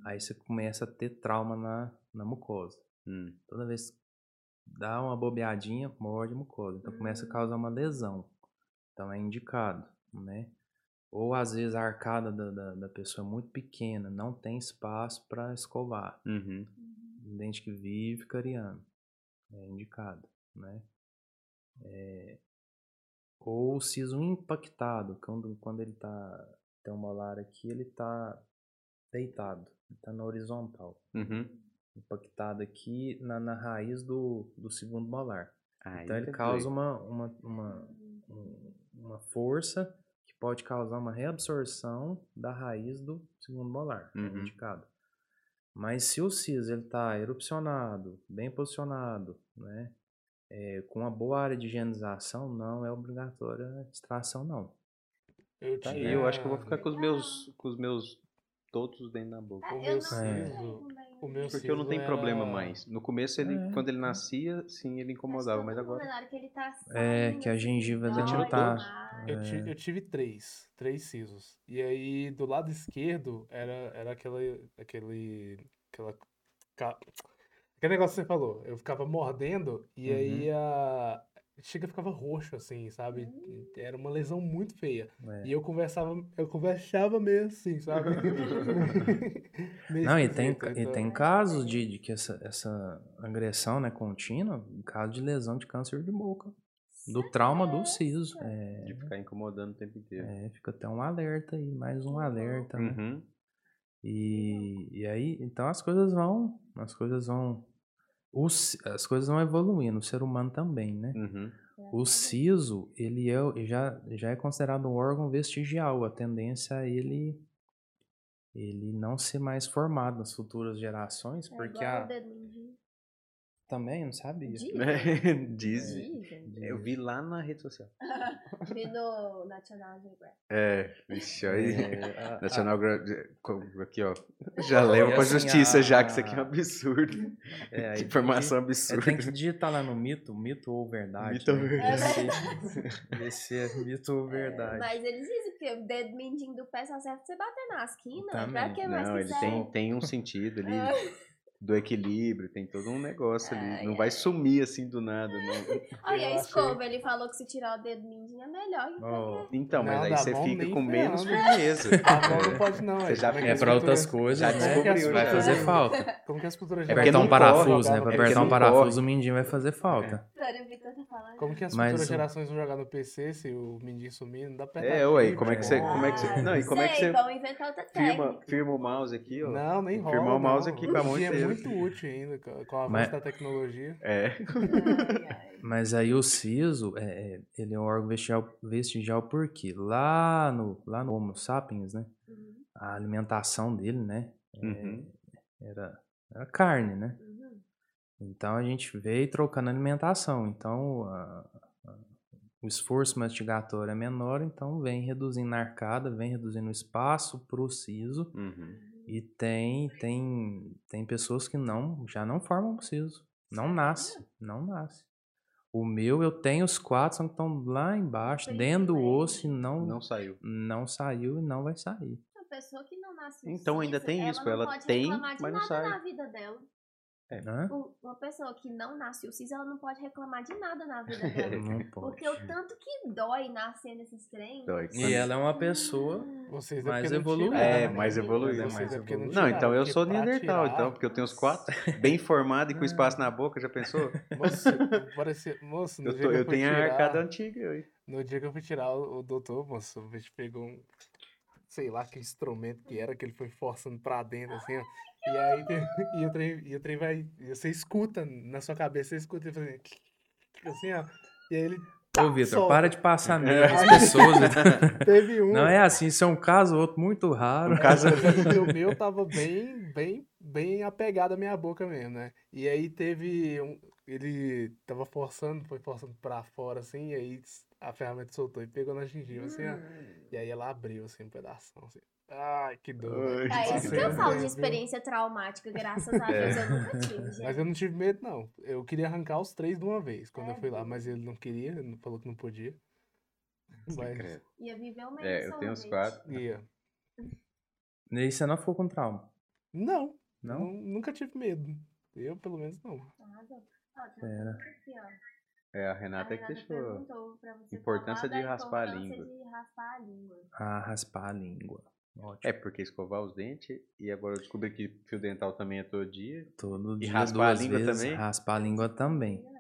[SPEAKER 4] Aí você começa a ter trauma na, na mucosa.
[SPEAKER 2] Hum,
[SPEAKER 4] Toda vez que dá uma bobeadinha, morde a mucosa. Então começa a
[SPEAKER 1] Hum.
[SPEAKER 4] causar uma lesão. Então é indicado, né? Ou às vezes a arcada da, da, da pessoa é muito pequena, não tem espaço para escovar.
[SPEAKER 2] uhum.
[SPEAKER 1] Uhum.
[SPEAKER 4] Um dente que vive cariando. É indicado, né? É, Ou o siso impactado, quando, quando ele tá. Tem um molar aqui, ele tá deitado, ele tá na horizontal
[SPEAKER 2] Uhum.
[SPEAKER 4] impactado aqui na, na raiz do, do segundo molar.
[SPEAKER 2] Aí
[SPEAKER 4] então ele
[SPEAKER 2] tá
[SPEAKER 4] causa
[SPEAKER 2] doido.
[SPEAKER 4] uma, uma,
[SPEAKER 1] Ah,
[SPEAKER 4] uma, um- uma força que pode causar uma reabsorção da raiz do segundo molar, que é
[SPEAKER 2] Uhum.
[SPEAKER 4] indicado. tá Mas se o siso ele está erupcionado, bem posicionado, né? é, com uma boa área de higienização, não é obrigatória a extração, não.
[SPEAKER 3] Eu
[SPEAKER 2] Tá aí,
[SPEAKER 3] tinha-
[SPEAKER 2] eu acho que eu vou ficar com os meus, com os meus todos os dentes na boca.
[SPEAKER 1] Ah,
[SPEAKER 3] O
[SPEAKER 1] eu
[SPEAKER 3] meu
[SPEAKER 1] não
[SPEAKER 4] siso-
[SPEAKER 1] sei também. né?
[SPEAKER 3] o meu
[SPEAKER 2] Porque eu não
[SPEAKER 3] siso
[SPEAKER 2] tenho problema
[SPEAKER 3] era-
[SPEAKER 2] mais. No começo, ele,
[SPEAKER 4] É.
[SPEAKER 2] quando ele nascia, sim, ele incomodava,
[SPEAKER 1] Acho que
[SPEAKER 2] mas
[SPEAKER 1] todo
[SPEAKER 2] agora.
[SPEAKER 1] mundo, na hora que ele tá
[SPEAKER 4] É,
[SPEAKER 1] saindo,
[SPEAKER 4] que a
[SPEAKER 1] assim,
[SPEAKER 4] gengiva
[SPEAKER 1] dói
[SPEAKER 4] dele
[SPEAKER 2] não tá-
[SPEAKER 1] demais.
[SPEAKER 3] Eu, ti- eu tive três, três sisos. E aí, do lado esquerdo, era, era aquela, aquele, aquela, ca- aquele negócio que você falou. Eu ficava mordendo e aí
[SPEAKER 2] Uhum.
[SPEAKER 3] a... Chega, ficava roxo, assim, sabe? Era uma lesão muito feia.
[SPEAKER 4] É.
[SPEAKER 3] E eu conversava, eu conversava meio assim,
[SPEAKER 4] (laughs)
[SPEAKER 3] sabe? Meio (laughs)
[SPEAKER 4] Não, e tem,
[SPEAKER 3] esquisito,
[SPEAKER 4] e
[SPEAKER 3] então-
[SPEAKER 4] tem casos de, de que essa, essa agressão né, contínua, caso de lesão de câncer de boca, do trauma do siso. É,
[SPEAKER 2] De ficar incomodando o tempo inteiro.
[SPEAKER 4] é, fica até um alerta aí, mais um alerta, né?
[SPEAKER 2] Uhum.
[SPEAKER 4] E, e aí, então as coisas vão, as coisas vão, os, as coisas vão evoluindo, o ser humano também, né?
[SPEAKER 2] (laughs) Uhum.
[SPEAKER 1] É,
[SPEAKER 4] O siso, ele é, o- já, já é considerado um órgão vestigial, a tendência é ele, ele não ser mais formado nas futuras gerações,
[SPEAKER 1] É
[SPEAKER 4] porque
[SPEAKER 1] igual
[SPEAKER 4] a,
[SPEAKER 1] o dedo mindinho.
[SPEAKER 4] também, não sabia.
[SPEAKER 1] Dizem.
[SPEAKER 2] Né? Diz.
[SPEAKER 1] Dizem.
[SPEAKER 2] Eu vi lá na rede social.
[SPEAKER 1] Vi no National Geographic.
[SPEAKER 2] É, Ah. vixe, (laughs) (laughs) aí.
[SPEAKER 4] É, a- a-
[SPEAKER 2] National Gra- com- Aqui, ó. Já leva pra
[SPEAKER 4] assim,
[SPEAKER 2] justiça, já que isso aqui é um
[SPEAKER 4] a-
[SPEAKER 2] absurdo. (laughs)
[SPEAKER 4] é, aí tem que-
[SPEAKER 2] Informação
[SPEAKER 4] é,
[SPEAKER 2] absurda.
[SPEAKER 4] tem que digitar lá no mito, mito ou verdade.
[SPEAKER 2] Mito ou
[SPEAKER 4] né?
[SPEAKER 1] verdade.
[SPEAKER 4] Descer, descer mito ou verdade.
[SPEAKER 1] Mas eles dizem que o dedo mindinho do pé só serve pra você bater na esquina.
[SPEAKER 4] Também.
[SPEAKER 1] Pra que mais
[SPEAKER 2] Não, ele
[SPEAKER 1] quiser?
[SPEAKER 2] tem, tem um sentido ali
[SPEAKER 1] É.
[SPEAKER 2] do equilíbrio, tem todo um negócio ali.
[SPEAKER 1] Ai,
[SPEAKER 2] Não vai
[SPEAKER 1] ai.
[SPEAKER 2] sumir assim do nada.
[SPEAKER 3] (laughs)
[SPEAKER 2] não.
[SPEAKER 1] É.
[SPEAKER 2] (laughs)
[SPEAKER 1] Olha, a
[SPEAKER 3] Eu achei-
[SPEAKER 1] escova, ele falou que se tirar o dedo mindinho é melhor.
[SPEAKER 4] Ó,
[SPEAKER 2] Então, mas
[SPEAKER 3] Não,
[SPEAKER 2] aí
[SPEAKER 3] da
[SPEAKER 2] você
[SPEAKER 3] mão
[SPEAKER 2] fica
[SPEAKER 3] nem
[SPEAKER 2] com
[SPEAKER 3] (laughs)
[SPEAKER 2] menos
[SPEAKER 3] ferrando.
[SPEAKER 2] firmeza.
[SPEAKER 3] Ah, não, não
[SPEAKER 2] É.
[SPEAKER 3] pode não,
[SPEAKER 2] Você
[SPEAKER 3] aí,
[SPEAKER 2] já
[SPEAKER 3] como que
[SPEAKER 4] é
[SPEAKER 3] as
[SPEAKER 4] pra outras
[SPEAKER 3] futuras-
[SPEAKER 4] coisas,
[SPEAKER 2] já
[SPEAKER 4] né?
[SPEAKER 2] descobriu,
[SPEAKER 4] Vai
[SPEAKER 2] já.
[SPEAKER 4] fazer falta.
[SPEAKER 3] Como que as futuras
[SPEAKER 4] É
[SPEAKER 2] porque
[SPEAKER 4] apertar
[SPEAKER 2] não é
[SPEAKER 4] um
[SPEAKER 3] gerações vão
[SPEAKER 4] parafuso,
[SPEAKER 3] jogar
[SPEAKER 4] né?
[SPEAKER 3] no
[SPEAKER 4] Pra
[SPEAKER 2] porque
[SPEAKER 4] apertar
[SPEAKER 2] não
[SPEAKER 4] um parafuso,
[SPEAKER 2] corre.
[SPEAKER 4] o mindinho vai fazer falta.
[SPEAKER 1] Sério, o Vitor tá falando.
[SPEAKER 3] Como que as
[SPEAKER 4] Mas
[SPEAKER 3] futuras
[SPEAKER 4] o-
[SPEAKER 3] gerações vão jogar no PC se o Mindinho sumir? Não dá pra
[SPEAKER 2] É,
[SPEAKER 3] apertar
[SPEAKER 2] ué,
[SPEAKER 3] aqui,
[SPEAKER 2] como é que você.
[SPEAKER 3] velho.
[SPEAKER 2] Como é que você não, e como
[SPEAKER 1] Ah, Sei,
[SPEAKER 2] é que você
[SPEAKER 1] vão inventar outra
[SPEAKER 2] firma,
[SPEAKER 1] técnica.
[SPEAKER 2] firma o mouse aqui, ó?
[SPEAKER 3] Não, nem rola.
[SPEAKER 2] Firmar o mouse
[SPEAKER 3] não.
[SPEAKER 2] aqui com a mão
[SPEAKER 3] Hoje em dia É
[SPEAKER 2] inteira.
[SPEAKER 3] muito útil ainda, co- com a avanço
[SPEAKER 4] Mas-
[SPEAKER 3] da tecnologia.
[SPEAKER 2] É.
[SPEAKER 1] Ai, ai.
[SPEAKER 4] Mas aí o siso, é, é, ele é um órgão vestigial, vestigial porque lá no, lá no Homo sapiens, né?
[SPEAKER 1] Uhum,
[SPEAKER 4] A alimentação dele, né?
[SPEAKER 2] Uhum.
[SPEAKER 4] Era, era carne, né?
[SPEAKER 1] uhum.
[SPEAKER 4] Então a gente veio trocando alimentação. Então a- a- o esforço mastigatório é menor, então vem reduzindo a arcada, vem reduzindo o espaço pro siso.
[SPEAKER 2] Uhum.
[SPEAKER 4] E tem, tem, tem pessoas que não, já não formam siso. Não nasce, não nasce. O meu, eu tenho os quatro, só que estão lá embaixo,
[SPEAKER 1] Bem
[SPEAKER 4] dentro do
[SPEAKER 1] diferente.
[SPEAKER 4] osso, e não, não.
[SPEAKER 2] Não saiu.
[SPEAKER 4] saiu e não vai sair.
[SPEAKER 1] A pessoa que não nasce
[SPEAKER 2] Então, ainda
[SPEAKER 1] suíça,
[SPEAKER 2] tem
[SPEAKER 1] ela
[SPEAKER 2] isso,
[SPEAKER 1] não
[SPEAKER 2] ela
[SPEAKER 1] pode
[SPEAKER 2] tem,
[SPEAKER 1] reclamar de
[SPEAKER 2] mas não
[SPEAKER 1] nada
[SPEAKER 2] sai.
[SPEAKER 1] na vida dela.
[SPEAKER 4] Hã?
[SPEAKER 1] Um- Uma pessoa que não nasceu cis, ela não pode reclamar de nada na vida dela.
[SPEAKER 2] (laughs)
[SPEAKER 4] Não pode.
[SPEAKER 1] porque o tanto que assim, dói nascendo esses trem. Hum.
[SPEAKER 2] Dói.
[SPEAKER 4] E ela é uma pessoa.
[SPEAKER 3] Vocês
[SPEAKER 4] Mas
[SPEAKER 3] é porque não
[SPEAKER 4] evoluiu.
[SPEAKER 3] tiraram,
[SPEAKER 2] É,
[SPEAKER 3] né?
[SPEAKER 2] mais evoluiu.
[SPEAKER 3] Vocês é porque não
[SPEAKER 2] Não, então
[SPEAKER 3] tiraram,
[SPEAKER 2] eu
[SPEAKER 3] porque
[SPEAKER 2] sou
[SPEAKER 3] pra
[SPEAKER 2] Neandertal,
[SPEAKER 3] tirar-
[SPEAKER 2] então, porque eu tenho os
[SPEAKER 3] (laughs)
[SPEAKER 2] quatro (laughs) bem formado e com espaço na boca, já pensou?
[SPEAKER 3] Moço, parecia... Moço, no
[SPEAKER 2] Eu,
[SPEAKER 3] dia
[SPEAKER 2] tô-
[SPEAKER 3] que eu
[SPEAKER 2] eu
[SPEAKER 3] fui
[SPEAKER 2] tenho a
[SPEAKER 3] tirar-
[SPEAKER 2] arcada antiga. eu-
[SPEAKER 3] No dia que eu fui tirar o, o doutor, moço, o bicho pegou um. Sei lá que instrumento que era, que ele foi forçando pra dentro, assim, ó. E aí tem- (laughs) e o trem, e o trem vai. e Você escuta na sua cabeça, você escuta e fazendo. Assim, ó. E aí ele
[SPEAKER 1] tá
[SPEAKER 4] Ô, Vitor,
[SPEAKER 3] solta.
[SPEAKER 4] para de
[SPEAKER 1] (laughs)
[SPEAKER 4] passar medo às pessoas. Vitor.
[SPEAKER 3] teve um. (laughs)
[SPEAKER 4] Não é assim, isso é um caso, outro muito raro.
[SPEAKER 2] Um caso- (laughs)
[SPEAKER 3] E o meu tava bem, bem, bem apegado à minha boca mesmo, né? E aí teve um. Ele tava forçando, foi forçando pra fora, assim, e aí a ferramenta soltou e pegou na gengiva, assim,
[SPEAKER 4] é
[SPEAKER 3] ó. E aí ela abriu assim um pedaço. Assim. Ai, que dor. né?
[SPEAKER 2] Ai,
[SPEAKER 1] É isso que eu
[SPEAKER 3] Sim.
[SPEAKER 1] falo de experiência traumática, graças a Deus eu
[SPEAKER 2] (laughs)
[SPEAKER 1] nunca tive,
[SPEAKER 3] Mas
[SPEAKER 1] gente.
[SPEAKER 3] eu não tive medo, não. Eu queria arrancar os três de uma vez quando eu
[SPEAKER 1] É,
[SPEAKER 3] fui lá,
[SPEAKER 1] viu?
[SPEAKER 3] mas ele não queria, ele não falou que não podia. Mas
[SPEAKER 2] credo.
[SPEAKER 1] Ia viver uma
[SPEAKER 2] É, eu
[SPEAKER 1] emoção,
[SPEAKER 2] tenho os
[SPEAKER 1] gente.
[SPEAKER 2] quatro.
[SPEAKER 3] ia.
[SPEAKER 4] E aí você não ficou com trauma.
[SPEAKER 3] Não,
[SPEAKER 4] Não?
[SPEAKER 3] nu- nunca tive medo. Eu, pelo menos, não.
[SPEAKER 1] Nada. Ó, tem
[SPEAKER 4] Pera.
[SPEAKER 1] um aqui, ó.
[SPEAKER 2] É, a
[SPEAKER 1] A
[SPEAKER 2] Renata que
[SPEAKER 1] Renata
[SPEAKER 2] deixou.
[SPEAKER 1] perguntou pra você
[SPEAKER 2] Importância
[SPEAKER 1] falar
[SPEAKER 2] de
[SPEAKER 1] da
[SPEAKER 2] raspar a
[SPEAKER 1] importância
[SPEAKER 2] língua.
[SPEAKER 1] de raspar a língua.
[SPEAKER 4] Ah, raspar a língua. Ótimo.
[SPEAKER 2] É porque escovar os dentes e agora eu descobri que fio dental também é todo dia.
[SPEAKER 4] Todo
[SPEAKER 2] E
[SPEAKER 4] dia,
[SPEAKER 2] raspar a
[SPEAKER 4] duas
[SPEAKER 2] língua
[SPEAKER 4] vezes,
[SPEAKER 2] também?
[SPEAKER 4] raspar a língua também.
[SPEAKER 1] Verdade.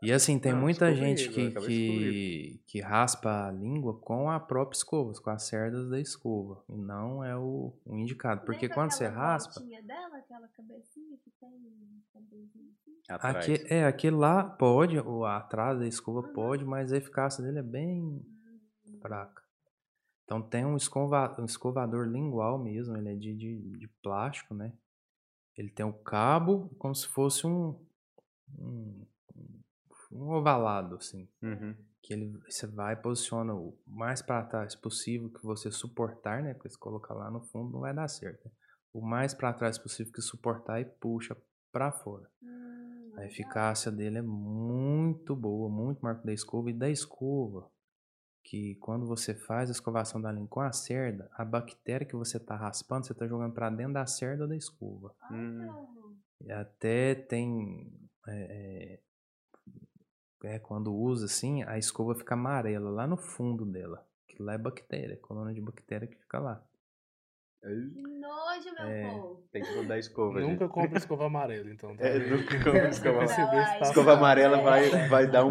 [SPEAKER 4] E assim, tem
[SPEAKER 2] Ah,
[SPEAKER 4] muita
[SPEAKER 2] descobri
[SPEAKER 4] gente
[SPEAKER 2] agora,
[SPEAKER 4] que,
[SPEAKER 2] acabei de
[SPEAKER 4] que, que raspa a língua com a própria escova, com as cerdas da escova. E não é o, o indicado. Porque
[SPEAKER 1] Lembra
[SPEAKER 4] quando você
[SPEAKER 1] é aquela
[SPEAKER 4] raspa,
[SPEAKER 1] voltinha dela, aquela cabecinha que tem um cabelinho assim?
[SPEAKER 2] Atrás.
[SPEAKER 4] aque, é, aquele lá pode, ou atrás da escova pode, mas a eficácia dele é bem fraca. Então tem um, escova, um escovador lingual mesmo, ele é de, de, de plástico, né? Ele tem o cabo como se fosse um, um, um ovalado, assim.
[SPEAKER 2] Uhum.
[SPEAKER 4] que ele você vai e posiciona o mais para trás possível que você suportar, né? Porque se colocar lá no fundo não vai dar certo. né? O mais para trás possível que suportar e puxa para fora.
[SPEAKER 1] Hum,
[SPEAKER 4] A
[SPEAKER 1] legal.
[SPEAKER 4] eficácia dele é muito boa, muito maior que da escova e da escova. Que quando você faz a escovação da linha com a cerda, a bactéria que você tá raspando, você tá jogando para dentro da cerda ou da escova.
[SPEAKER 1] Ai,
[SPEAKER 2] Hum.
[SPEAKER 1] não.
[SPEAKER 4] E até tem. É, é, é, quando usa assim, a escova fica amarela lá no fundo dela. Que lá é bactéria, é colônia de bactéria que fica lá.
[SPEAKER 1] Que nojo, meu
[SPEAKER 4] É.
[SPEAKER 1] povo.
[SPEAKER 2] Tem que mudar a escova, gente.
[SPEAKER 3] Nunca compra escova amarela, então. Tá?
[SPEAKER 2] É,
[SPEAKER 3] (laughs)
[SPEAKER 2] nunca compra escova amarela.
[SPEAKER 3] perceber se tá
[SPEAKER 2] Escova amarela
[SPEAKER 1] É.
[SPEAKER 2] vai, vai dar um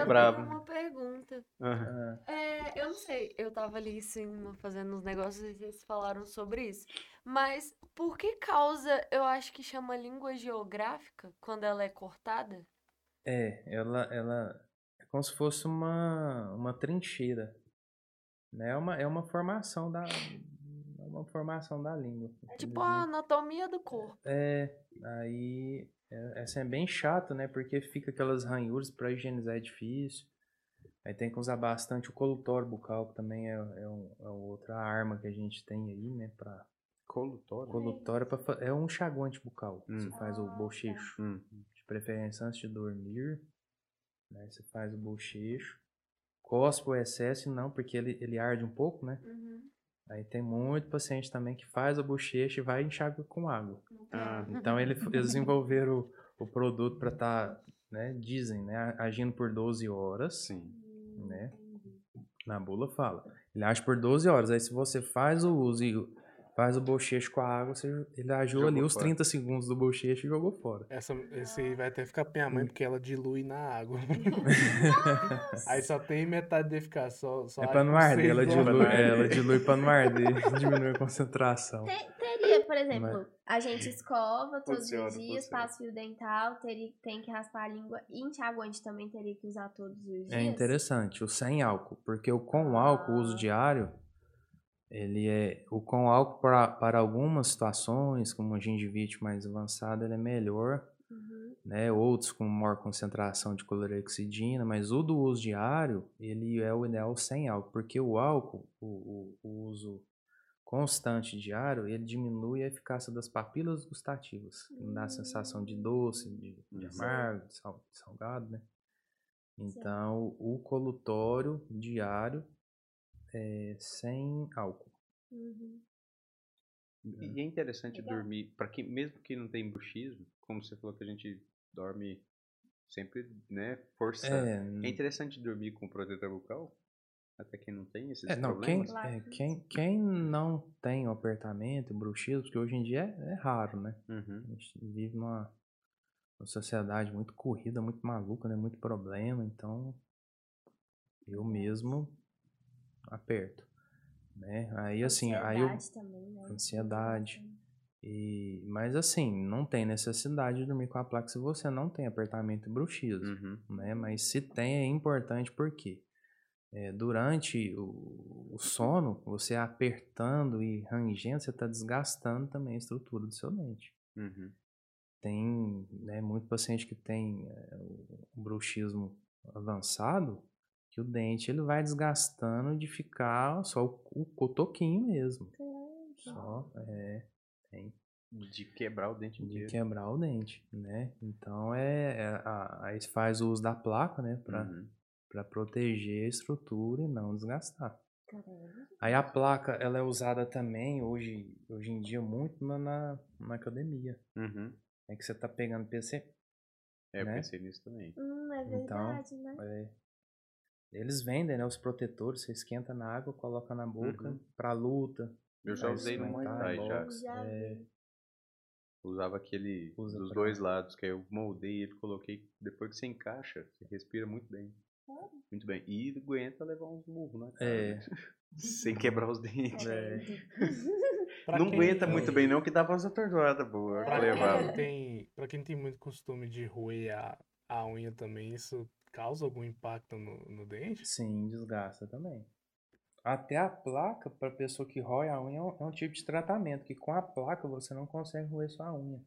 [SPEAKER 1] (laughs)
[SPEAKER 5] eu
[SPEAKER 2] bravo.
[SPEAKER 5] tenho uma pergunta.
[SPEAKER 2] Aham.
[SPEAKER 5] É, eu não sei, eu tava ali sim, fazendo uns negócios e vocês falaram sobre isso. Mas por que causa eu acho que chama língua geográfica quando ela é cortada?
[SPEAKER 4] É, ela, ela é como se fosse uma, uma trincheira. Né? É, uma, é uma formação da. É uma formação da língua.
[SPEAKER 1] É
[SPEAKER 5] Tipo a
[SPEAKER 4] infelizmente.
[SPEAKER 5] anatomia do corpo.
[SPEAKER 4] É, aí é, assim, é bem chato, né? Porque fica aquelas ranhuras pra higienizar é difícil. Aí tem que usar bastante o colutório bucal, que também é, é, um- é outra arma que a gente tem aí, né? Pra...
[SPEAKER 2] Colutório?
[SPEAKER 4] Colutório é, pra fa- é um enxaguante bucal.
[SPEAKER 2] Hum.
[SPEAKER 4] Você faz o
[SPEAKER 1] Ah, tá.
[SPEAKER 4] bochecho.
[SPEAKER 2] Hum.
[SPEAKER 4] De preferência antes de dormir, né? Você faz o bochecho. Cospe o excesso, não, porque ele, ele arde um pouco, né?
[SPEAKER 5] Uhum.
[SPEAKER 4] Aí tem muito paciente também que faz a bochecha e vai e enxaga com água.
[SPEAKER 2] Ah,
[SPEAKER 4] Então ele, eles desenvolveram o, o produto para estar, né, dizem, né, a- agindo por 12 horas,
[SPEAKER 2] sim.
[SPEAKER 1] Hum,
[SPEAKER 4] Né?
[SPEAKER 1] entendi.
[SPEAKER 4] na bula fala. Ele age por 12 horas. Aí se você faz o uso e faz o bochecho com a água, você, ele agiu
[SPEAKER 2] Jogou
[SPEAKER 4] ali os
[SPEAKER 2] fora.
[SPEAKER 4] 30 segundos do bochecho e jogou fora.
[SPEAKER 3] Essa, esse aí vai até ficar pra minha mãe, porque ela dilui na
[SPEAKER 4] (laughs)
[SPEAKER 3] água. aí só tem metade de eficácia. Só, só
[SPEAKER 4] é
[SPEAKER 3] age
[SPEAKER 4] pra não
[SPEAKER 3] com
[SPEAKER 4] arder,
[SPEAKER 3] seis
[SPEAKER 4] ela
[SPEAKER 3] horas.
[SPEAKER 4] dilui, é,
[SPEAKER 2] arder.
[SPEAKER 4] ela dilui pra não arder, diminui a concentração.
[SPEAKER 1] Te- Teria, por exemplo, a gente
[SPEAKER 4] (laughs)
[SPEAKER 1] escova todos
[SPEAKER 2] Funciona,
[SPEAKER 1] os dias,
[SPEAKER 2] funciona.
[SPEAKER 1] passa fio dental, teria, tem que raspar a língua e enxaguante também teria que usar todos os dias.
[SPEAKER 4] É interessante, o sem álcool, porque o com álcool, o uso diário, ele é. O com álcool, pra- para algumas situações, como gengivite mais avançada, ele é melhor,
[SPEAKER 1] Uhum.
[SPEAKER 4] né? Outros com maior concentração de clorexidina, mas o do uso diário, ele é o ideal sem álcool, porque o álcool, o, o- o uso constante diário, ele diminui a eficácia das papilas gustativas, que dá a sensação de doce, de, de
[SPEAKER 2] Uhum.
[SPEAKER 4] amargo, de sal- de salgado, né? Então, o colutório diário é sem álcool.
[SPEAKER 1] Uhum.
[SPEAKER 2] E é interessante
[SPEAKER 1] Legal.
[SPEAKER 2] dormir, para quem, mesmo que não tem bruxismo, como você falou que a gente dorme sempre, né, forçando. É,
[SPEAKER 4] É,
[SPEAKER 2] interessante dormir com protetor bucal, até quem não tem esses
[SPEAKER 4] é, não, quem,
[SPEAKER 2] problemas.
[SPEAKER 4] é, quem, quem não tem o apertamento, bruxismo, porque hoje em dia é, é raro, né?
[SPEAKER 2] Uhum.
[SPEAKER 4] A gente vive numa, numa sociedade muito corrida, muito maluca, né? Muito problema, então eu mesmo aperto, né?
[SPEAKER 2] É
[SPEAKER 4] Aí assim, aí eu,
[SPEAKER 1] Ansiedade também, né? Uhum.
[SPEAKER 4] ansiedade. E, mas assim, não tem necessidade de dormir com a placa se você não tem apertamento e bruxismo,
[SPEAKER 2] Uhum.
[SPEAKER 4] né? Mas se tem é importante porque durante o, o sono, você apertando e rangendo, você está desgastando também a estrutura do seu dente.
[SPEAKER 2] Uhum.
[SPEAKER 4] Tem né, muito paciente que tem é, o bruxismo avançado, que o dente ele vai desgastando de ficar só o, o cotoquinho mesmo.
[SPEAKER 1] Tá.
[SPEAKER 4] Só, é, tem
[SPEAKER 2] De quebrar o dente
[SPEAKER 4] de
[SPEAKER 2] inteiro.
[SPEAKER 4] quebrar o dente, né? Então é, é a, aí se faz o uso da placa, né, Pra
[SPEAKER 2] Uhum.
[SPEAKER 4] para proteger a estrutura e não desgastar.
[SPEAKER 1] Caramba.
[SPEAKER 4] Aí a placa ela é usada também hoje, hoje em dia muito na, na, na academia.
[SPEAKER 2] Uhum.
[SPEAKER 4] É que você tá pegando PC.
[SPEAKER 2] É, eu
[SPEAKER 4] Né?
[SPEAKER 2] pensei nisso também.
[SPEAKER 1] Hum, é verdade, né?
[SPEAKER 4] é, eles vendem, né, os protetores, você esquenta na água, coloca na boca
[SPEAKER 2] Uhum.
[SPEAKER 4] pra luta.
[SPEAKER 2] Eu já
[SPEAKER 4] Aí
[SPEAKER 2] usei
[SPEAKER 4] você
[SPEAKER 2] no Muay
[SPEAKER 4] vai tá,
[SPEAKER 2] Thai, já.
[SPEAKER 4] boxe,
[SPEAKER 1] Já
[SPEAKER 4] é,
[SPEAKER 2] Usava aquele
[SPEAKER 4] Usa
[SPEAKER 2] dos
[SPEAKER 4] pra-
[SPEAKER 2] dois lados, que aí eu moldei ele, coloquei. Depois que você encaixa, você respira muito bem.
[SPEAKER 1] Sério?
[SPEAKER 2] Muito bem. E aguenta levar uns murros, né?
[SPEAKER 4] É.
[SPEAKER 2] (laughs) Sem quebrar os dentes.
[SPEAKER 4] É.
[SPEAKER 3] Pra
[SPEAKER 2] não
[SPEAKER 3] quem-
[SPEAKER 2] aguenta muito bem, não, que dava umas atordoadas boas.
[SPEAKER 3] Pra
[SPEAKER 2] Eu levava.
[SPEAKER 3] quem, tem, pra quem tem muito costume de roer a, a unha também, isso causa algum impacto no, no dente?
[SPEAKER 4] Sim, desgasta também. Até a placa, para pessoa que rói a unha, é um, é um tipo de tratamento, que com a placa você não consegue roer sua unha.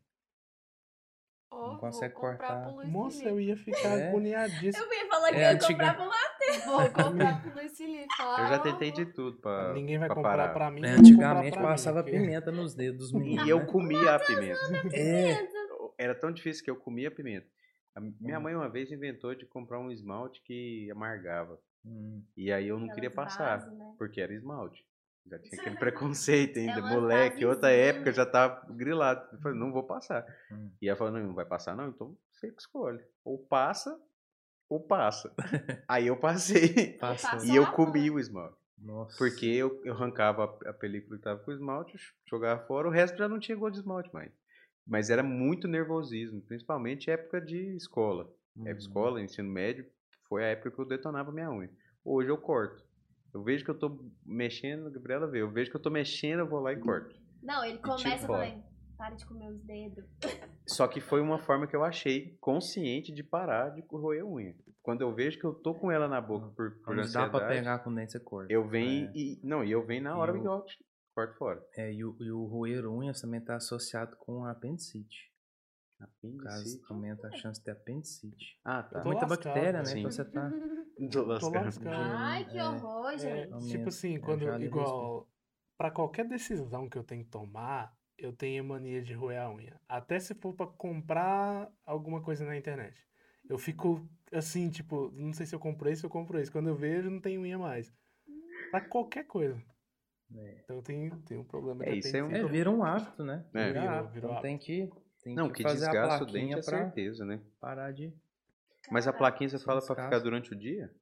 [SPEAKER 5] Ó, vou
[SPEAKER 4] consegue
[SPEAKER 5] comprar
[SPEAKER 4] cortar.
[SPEAKER 5] pro Luiz
[SPEAKER 3] Moça, eu
[SPEAKER 5] Felipe.
[SPEAKER 3] ia ficar
[SPEAKER 4] É.
[SPEAKER 3] agoniadíssimo.
[SPEAKER 1] Eu ia falar que
[SPEAKER 4] É,
[SPEAKER 1] eu ia comprar
[SPEAKER 4] antiga-
[SPEAKER 1] pro Matheus.
[SPEAKER 5] Vou comprar pro Luiz Felipe. falar,
[SPEAKER 2] Eu já
[SPEAKER 5] ó,
[SPEAKER 2] tentei
[SPEAKER 5] vou-
[SPEAKER 2] de tudo pra.
[SPEAKER 3] Ninguém vai
[SPEAKER 2] Ah, pra
[SPEAKER 3] comprar
[SPEAKER 2] parar.
[SPEAKER 3] pra mim.
[SPEAKER 4] É,
[SPEAKER 3] eu vou comprar
[SPEAKER 4] antigamente
[SPEAKER 3] pra mim,
[SPEAKER 4] passava
[SPEAKER 3] porque-
[SPEAKER 4] pimenta nos dedos dos (laughs) meninos.
[SPEAKER 2] E eu
[SPEAKER 4] né?
[SPEAKER 2] comia a pimenta.
[SPEAKER 4] É,
[SPEAKER 2] (laughs) Era tão difícil que eu comia pimenta. A
[SPEAKER 4] Hum.
[SPEAKER 2] minha mãe uma vez inventou de comprar um esmalte que amargava.
[SPEAKER 4] Hum,
[SPEAKER 2] E aí eu não queria
[SPEAKER 1] Aquelas
[SPEAKER 2] passar,
[SPEAKER 1] bases, né?
[SPEAKER 2] porque era esmalte. Já tinha aquele preconceito ainda.
[SPEAKER 1] umas
[SPEAKER 2] Moleque, outra
[SPEAKER 1] basezinhas.
[SPEAKER 2] época eu já tava grilado. Eu falei, não vou passar.
[SPEAKER 4] Hum.
[SPEAKER 2] E ela falou, não, não vai passar não, então você que escolhe. Ou passa, ou passa. aí eu passei.
[SPEAKER 4] (laughs) passou.
[SPEAKER 1] Passou.
[SPEAKER 2] E eu
[SPEAKER 1] a
[SPEAKER 2] comi
[SPEAKER 1] mão.
[SPEAKER 2] o esmalte.
[SPEAKER 4] Nossa.
[SPEAKER 2] Porque eu, eu arrancava a, a película que tava com o esmalte, jogava fora, o resto já não tinha gosto de esmalte mais. Mas era muito nervosismo, principalmente época de escola.
[SPEAKER 4] Hum.
[SPEAKER 2] Época de escola, ensino médio, foi a época que eu detonava minha unha. Hoje eu corto. Eu vejo que eu tô mexendo, a Gabriela vê, eu vejo que eu tô mexendo, eu vou
[SPEAKER 4] Uhum.
[SPEAKER 2] lá e tipo, corto.
[SPEAKER 1] Não, ele
[SPEAKER 2] tira
[SPEAKER 1] começa
[SPEAKER 2] fora.
[SPEAKER 1] falando, para de comer os dedos.
[SPEAKER 2] Só que foi uma forma que eu achei consciente de parar de roer a unha. Quando eu vejo que eu tô com ela na boca por, por
[SPEAKER 4] Quando dá
[SPEAKER 2] ansiedade,
[SPEAKER 4] pra pegar com dente, você corta.
[SPEAKER 2] eu venho
[SPEAKER 4] É.
[SPEAKER 2] e... Não, e eu venho na hora
[SPEAKER 4] Eu-
[SPEAKER 2] e eu corto fora.
[SPEAKER 4] É, e o, e o roer unhas também tá associado com apendicite. No caso,
[SPEAKER 2] Apendicite.
[SPEAKER 4] aumenta a chance de apendicite.
[SPEAKER 2] Ah,
[SPEAKER 4] Tá
[SPEAKER 2] tá.
[SPEAKER 3] tô
[SPEAKER 4] muita
[SPEAKER 3] lascado,
[SPEAKER 4] bactéria, né?
[SPEAKER 2] sim.
[SPEAKER 4] Então você tá.
[SPEAKER 2] Tô
[SPEAKER 3] Tô
[SPEAKER 2] lascando.
[SPEAKER 3] lascado.
[SPEAKER 1] Ai, que
[SPEAKER 4] é,
[SPEAKER 1] horror,
[SPEAKER 3] É,
[SPEAKER 1] gente.
[SPEAKER 4] Aumenta.
[SPEAKER 3] tipo assim,
[SPEAKER 4] Eu
[SPEAKER 3] quando
[SPEAKER 4] já li
[SPEAKER 3] igual pra qualquer decisão que eu tenho que tomar, eu tenho mania de roer a unha. Até se for pra comprar alguma coisa na internet. Eu fico assim, tipo, não sei se eu comprei isso, eu compro isso. Quando eu vejo, não tem unha mais. Pra qualquer coisa.
[SPEAKER 4] É.
[SPEAKER 3] Então eu tenho, tenho um problema
[SPEAKER 2] É,
[SPEAKER 3] de
[SPEAKER 2] isso é um-
[SPEAKER 3] apendicite.
[SPEAKER 4] É, vira um hábito, né?
[SPEAKER 2] É.
[SPEAKER 4] Vira
[SPEAKER 3] Virou,
[SPEAKER 4] hábito.
[SPEAKER 3] virou
[SPEAKER 4] Então tem que. Tem
[SPEAKER 2] Não,
[SPEAKER 4] que,
[SPEAKER 2] que
[SPEAKER 4] fazer a
[SPEAKER 2] desgasta o dente
[SPEAKER 4] plaquinha
[SPEAKER 2] é
[SPEAKER 4] pra
[SPEAKER 2] certeza, né?
[SPEAKER 4] parar de.
[SPEAKER 2] Mas a
[SPEAKER 1] Caraca.
[SPEAKER 2] plaquinha você
[SPEAKER 4] Sim,
[SPEAKER 2] fala pra ficar
[SPEAKER 4] desgasta.
[SPEAKER 2] durante o dia?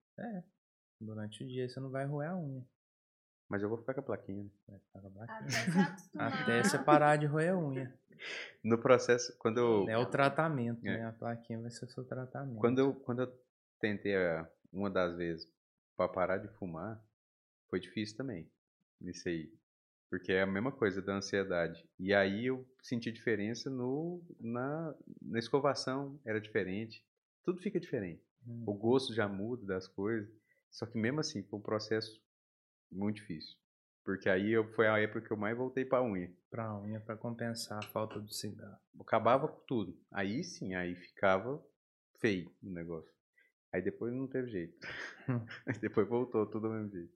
[SPEAKER 4] Durante o dia você não vai roer a unha.
[SPEAKER 2] Mas eu vou ficar com a plaquinha. né?
[SPEAKER 4] Vai ficar com a plaquinha.
[SPEAKER 1] Até se
[SPEAKER 4] (laughs)
[SPEAKER 1] acostumar.
[SPEAKER 4] Até você parar de roer a
[SPEAKER 2] (laughs)
[SPEAKER 4] unha.
[SPEAKER 2] No processo, quando eu,
[SPEAKER 4] É o tratamento,
[SPEAKER 2] É.
[SPEAKER 4] né? A plaquinha vai ser o seu tratamento.
[SPEAKER 2] quando eu, quando eu tentei ah, uma das vezes pra parar de fumar, foi difícil também. Isso aí. Porque é a mesma coisa da ansiedade. E aí eu senti diferença no, na, na escovação, era diferente. Tudo fica diferente.
[SPEAKER 4] Hum.
[SPEAKER 2] O gosto já muda das coisas. Só que mesmo assim, foi um processo muito difícil. Porque aí eu, foi a época que eu mais voltei pra unha.
[SPEAKER 4] Pra unha, pra compensar a falta do cigarro.
[SPEAKER 2] acabava com tudo. Aí sim, aí ficava feio o negócio. Aí depois não teve jeito. (laughs) Aí depois voltou tudo do mesmo jeito.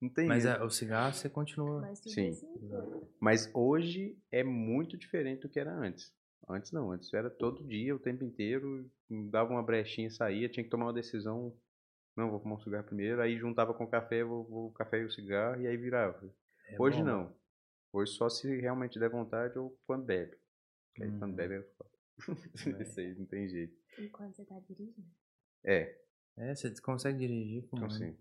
[SPEAKER 2] Não tem
[SPEAKER 4] Hum. Mas é
[SPEAKER 2] jeito.
[SPEAKER 4] a- o cigarro você continua.
[SPEAKER 1] Mas tudo é assim,
[SPEAKER 2] Sim.
[SPEAKER 1] isso-
[SPEAKER 2] Mas hoje é muito diferente do que era antes. Antes não, antes era todo dia, o tempo inteiro, dava uma brechinha, saía, tinha que tomar uma decisão. Não, vou fumar um cigarro primeiro, aí juntava com o café, vou, vou o café e o cigarro, e aí virava.
[SPEAKER 4] É
[SPEAKER 2] Hoje
[SPEAKER 4] bom.
[SPEAKER 2] não. Hoje só se realmente der vontade ou quando bebe. Porque aí
[SPEAKER 4] Uhum. É.
[SPEAKER 2] quando bebe é foda. (laughs) Isso aí não tem jeito.
[SPEAKER 1] Enquanto você tá dirigindo.
[SPEAKER 2] É,
[SPEAKER 4] É, você consegue dirigir com
[SPEAKER 2] então sim.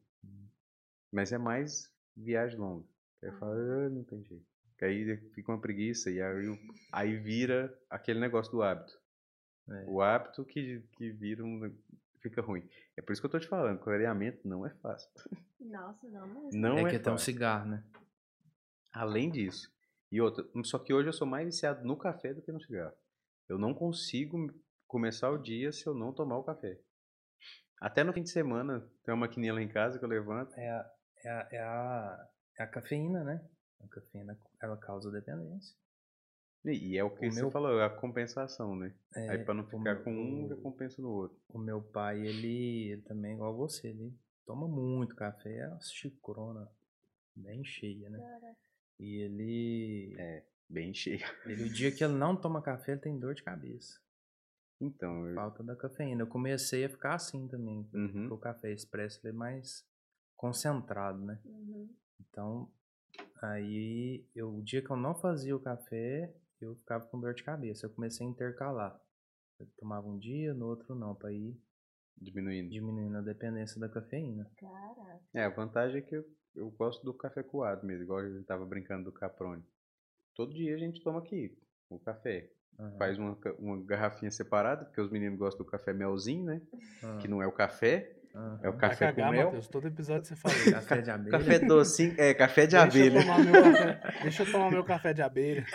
[SPEAKER 2] Mas é mais viagem longa. Aí eu falo, "Ah, não tem jeito. Que Aí fica uma preguiça e aí, eu- aí vira aquele negócio do hábito.
[SPEAKER 4] É.
[SPEAKER 2] O hábito que, que vira um. fica ruim. É por isso que eu tô te falando, clareamento não é fácil.
[SPEAKER 1] Nossa, não, mas...
[SPEAKER 2] Não
[SPEAKER 4] é
[SPEAKER 2] é,
[SPEAKER 4] que até um
[SPEAKER 2] fácil.
[SPEAKER 4] cigarro, né?
[SPEAKER 2] Além disso. E outra, só que hoje eu sou mais viciado no café do que no cigarro. Eu não consigo começar o dia se eu não tomar o café. Até no fim de semana, tem uma maquininha lá em casa que eu levanto.
[SPEAKER 4] É a, é a, é a, é a cafeína, né? A cafeína ela causa dependência.
[SPEAKER 2] E e é o que
[SPEAKER 4] O
[SPEAKER 2] você
[SPEAKER 4] meu-
[SPEAKER 2] falou, é a compensação, né?
[SPEAKER 4] É,
[SPEAKER 2] Aí pra não
[SPEAKER 4] o
[SPEAKER 2] ficar
[SPEAKER 4] meu-
[SPEAKER 2] com um,
[SPEAKER 4] o-
[SPEAKER 2] já compensa no outro.
[SPEAKER 4] O meu pai, ele, ele também é igual a você, ele toma muito café, é uma chicrona bem cheia, né? E ele, é,
[SPEAKER 2] É. Bem (laughs) cheio.
[SPEAKER 4] ele, o dia que ele não toma café, ele tem dor de cabeça.
[SPEAKER 2] Então, eu...
[SPEAKER 4] Falta da cafeína. Eu comecei a ficar assim também, porque
[SPEAKER 2] Uhum.
[SPEAKER 4] o café expresso ele é mais concentrado, né?
[SPEAKER 1] Uhum.
[SPEAKER 4] Então, aí, eu, o dia que eu não fazia o café, eu ficava com dor de cabeça. Eu comecei a intercalar. Eu tomava um dia, no outro não, pra ir
[SPEAKER 2] diminuindo.
[SPEAKER 4] diminuindo a dependência da cafeína. (laughs)
[SPEAKER 1] Caraca.
[SPEAKER 2] É, a vantagem é que eu, eu gosto do café coado mesmo, igual a gente tava brincando do Caprone. Todo dia a gente toma aqui o café.
[SPEAKER 4] Aham,
[SPEAKER 2] Faz uma, ca- uma garrafinha separada, porque os meninos gostam do café melzinho, né?
[SPEAKER 4] aham,
[SPEAKER 2] Que não é o café,
[SPEAKER 4] aham.
[SPEAKER 2] é o
[SPEAKER 3] Vai
[SPEAKER 2] café
[SPEAKER 3] cagar,
[SPEAKER 2] com mel.
[SPEAKER 3] Matheus, todo episódio você
[SPEAKER 2] (laughs)
[SPEAKER 3] fala.
[SPEAKER 4] Café de abelha.
[SPEAKER 2] Café docinho, é, café de
[SPEAKER 3] Deixa eu
[SPEAKER 2] abelha.
[SPEAKER 3] tomar meu
[SPEAKER 2] (laughs)
[SPEAKER 3] café- Deixa eu tomar meu café de abelha.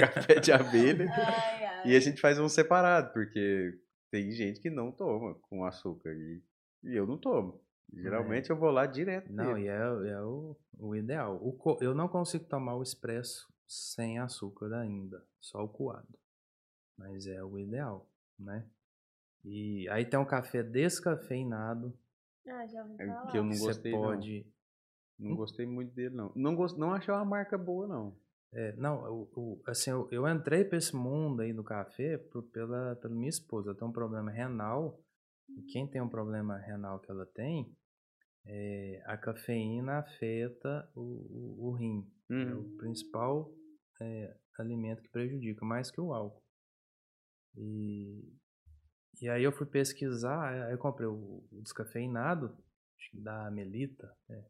[SPEAKER 2] café de abelha. (laughs)
[SPEAKER 1] Ai, ai.
[SPEAKER 2] E a gente faz um separado, porque tem gente que não toma com açúcar. E, e eu não tomo. Geralmente eu vou lá direto.
[SPEAKER 4] Né. Não,
[SPEAKER 2] nele.
[SPEAKER 4] e é, é o, o ideal. O co- eu não consigo tomar o expresso sem açúcar ainda, só o coado. mas é o ideal, né? E aí tem um café descafeinado
[SPEAKER 1] Ah, já ouvi
[SPEAKER 2] É
[SPEAKER 1] falar.
[SPEAKER 2] que eu não
[SPEAKER 4] que você
[SPEAKER 2] gostei, não.
[SPEAKER 4] pode. hum.
[SPEAKER 2] Não gostei muito dele, não. Não, gost... não achei uma marca boa, não.
[SPEAKER 4] É, não, eu, eu- assim, eu, eu entrei pra esse mundo aí do café por- pela, pela minha esposa. Ela tem um problema renal. E quem tem um problema renal que ela tem, é, a cafeína afeta o, o, o rim.
[SPEAKER 2] Uhum.
[SPEAKER 4] É o principal é, alimento que prejudica, mais que o álcool. E, e aí eu fui pesquisar, aí eu comprei o, o descafeinado acho que da Melita, né?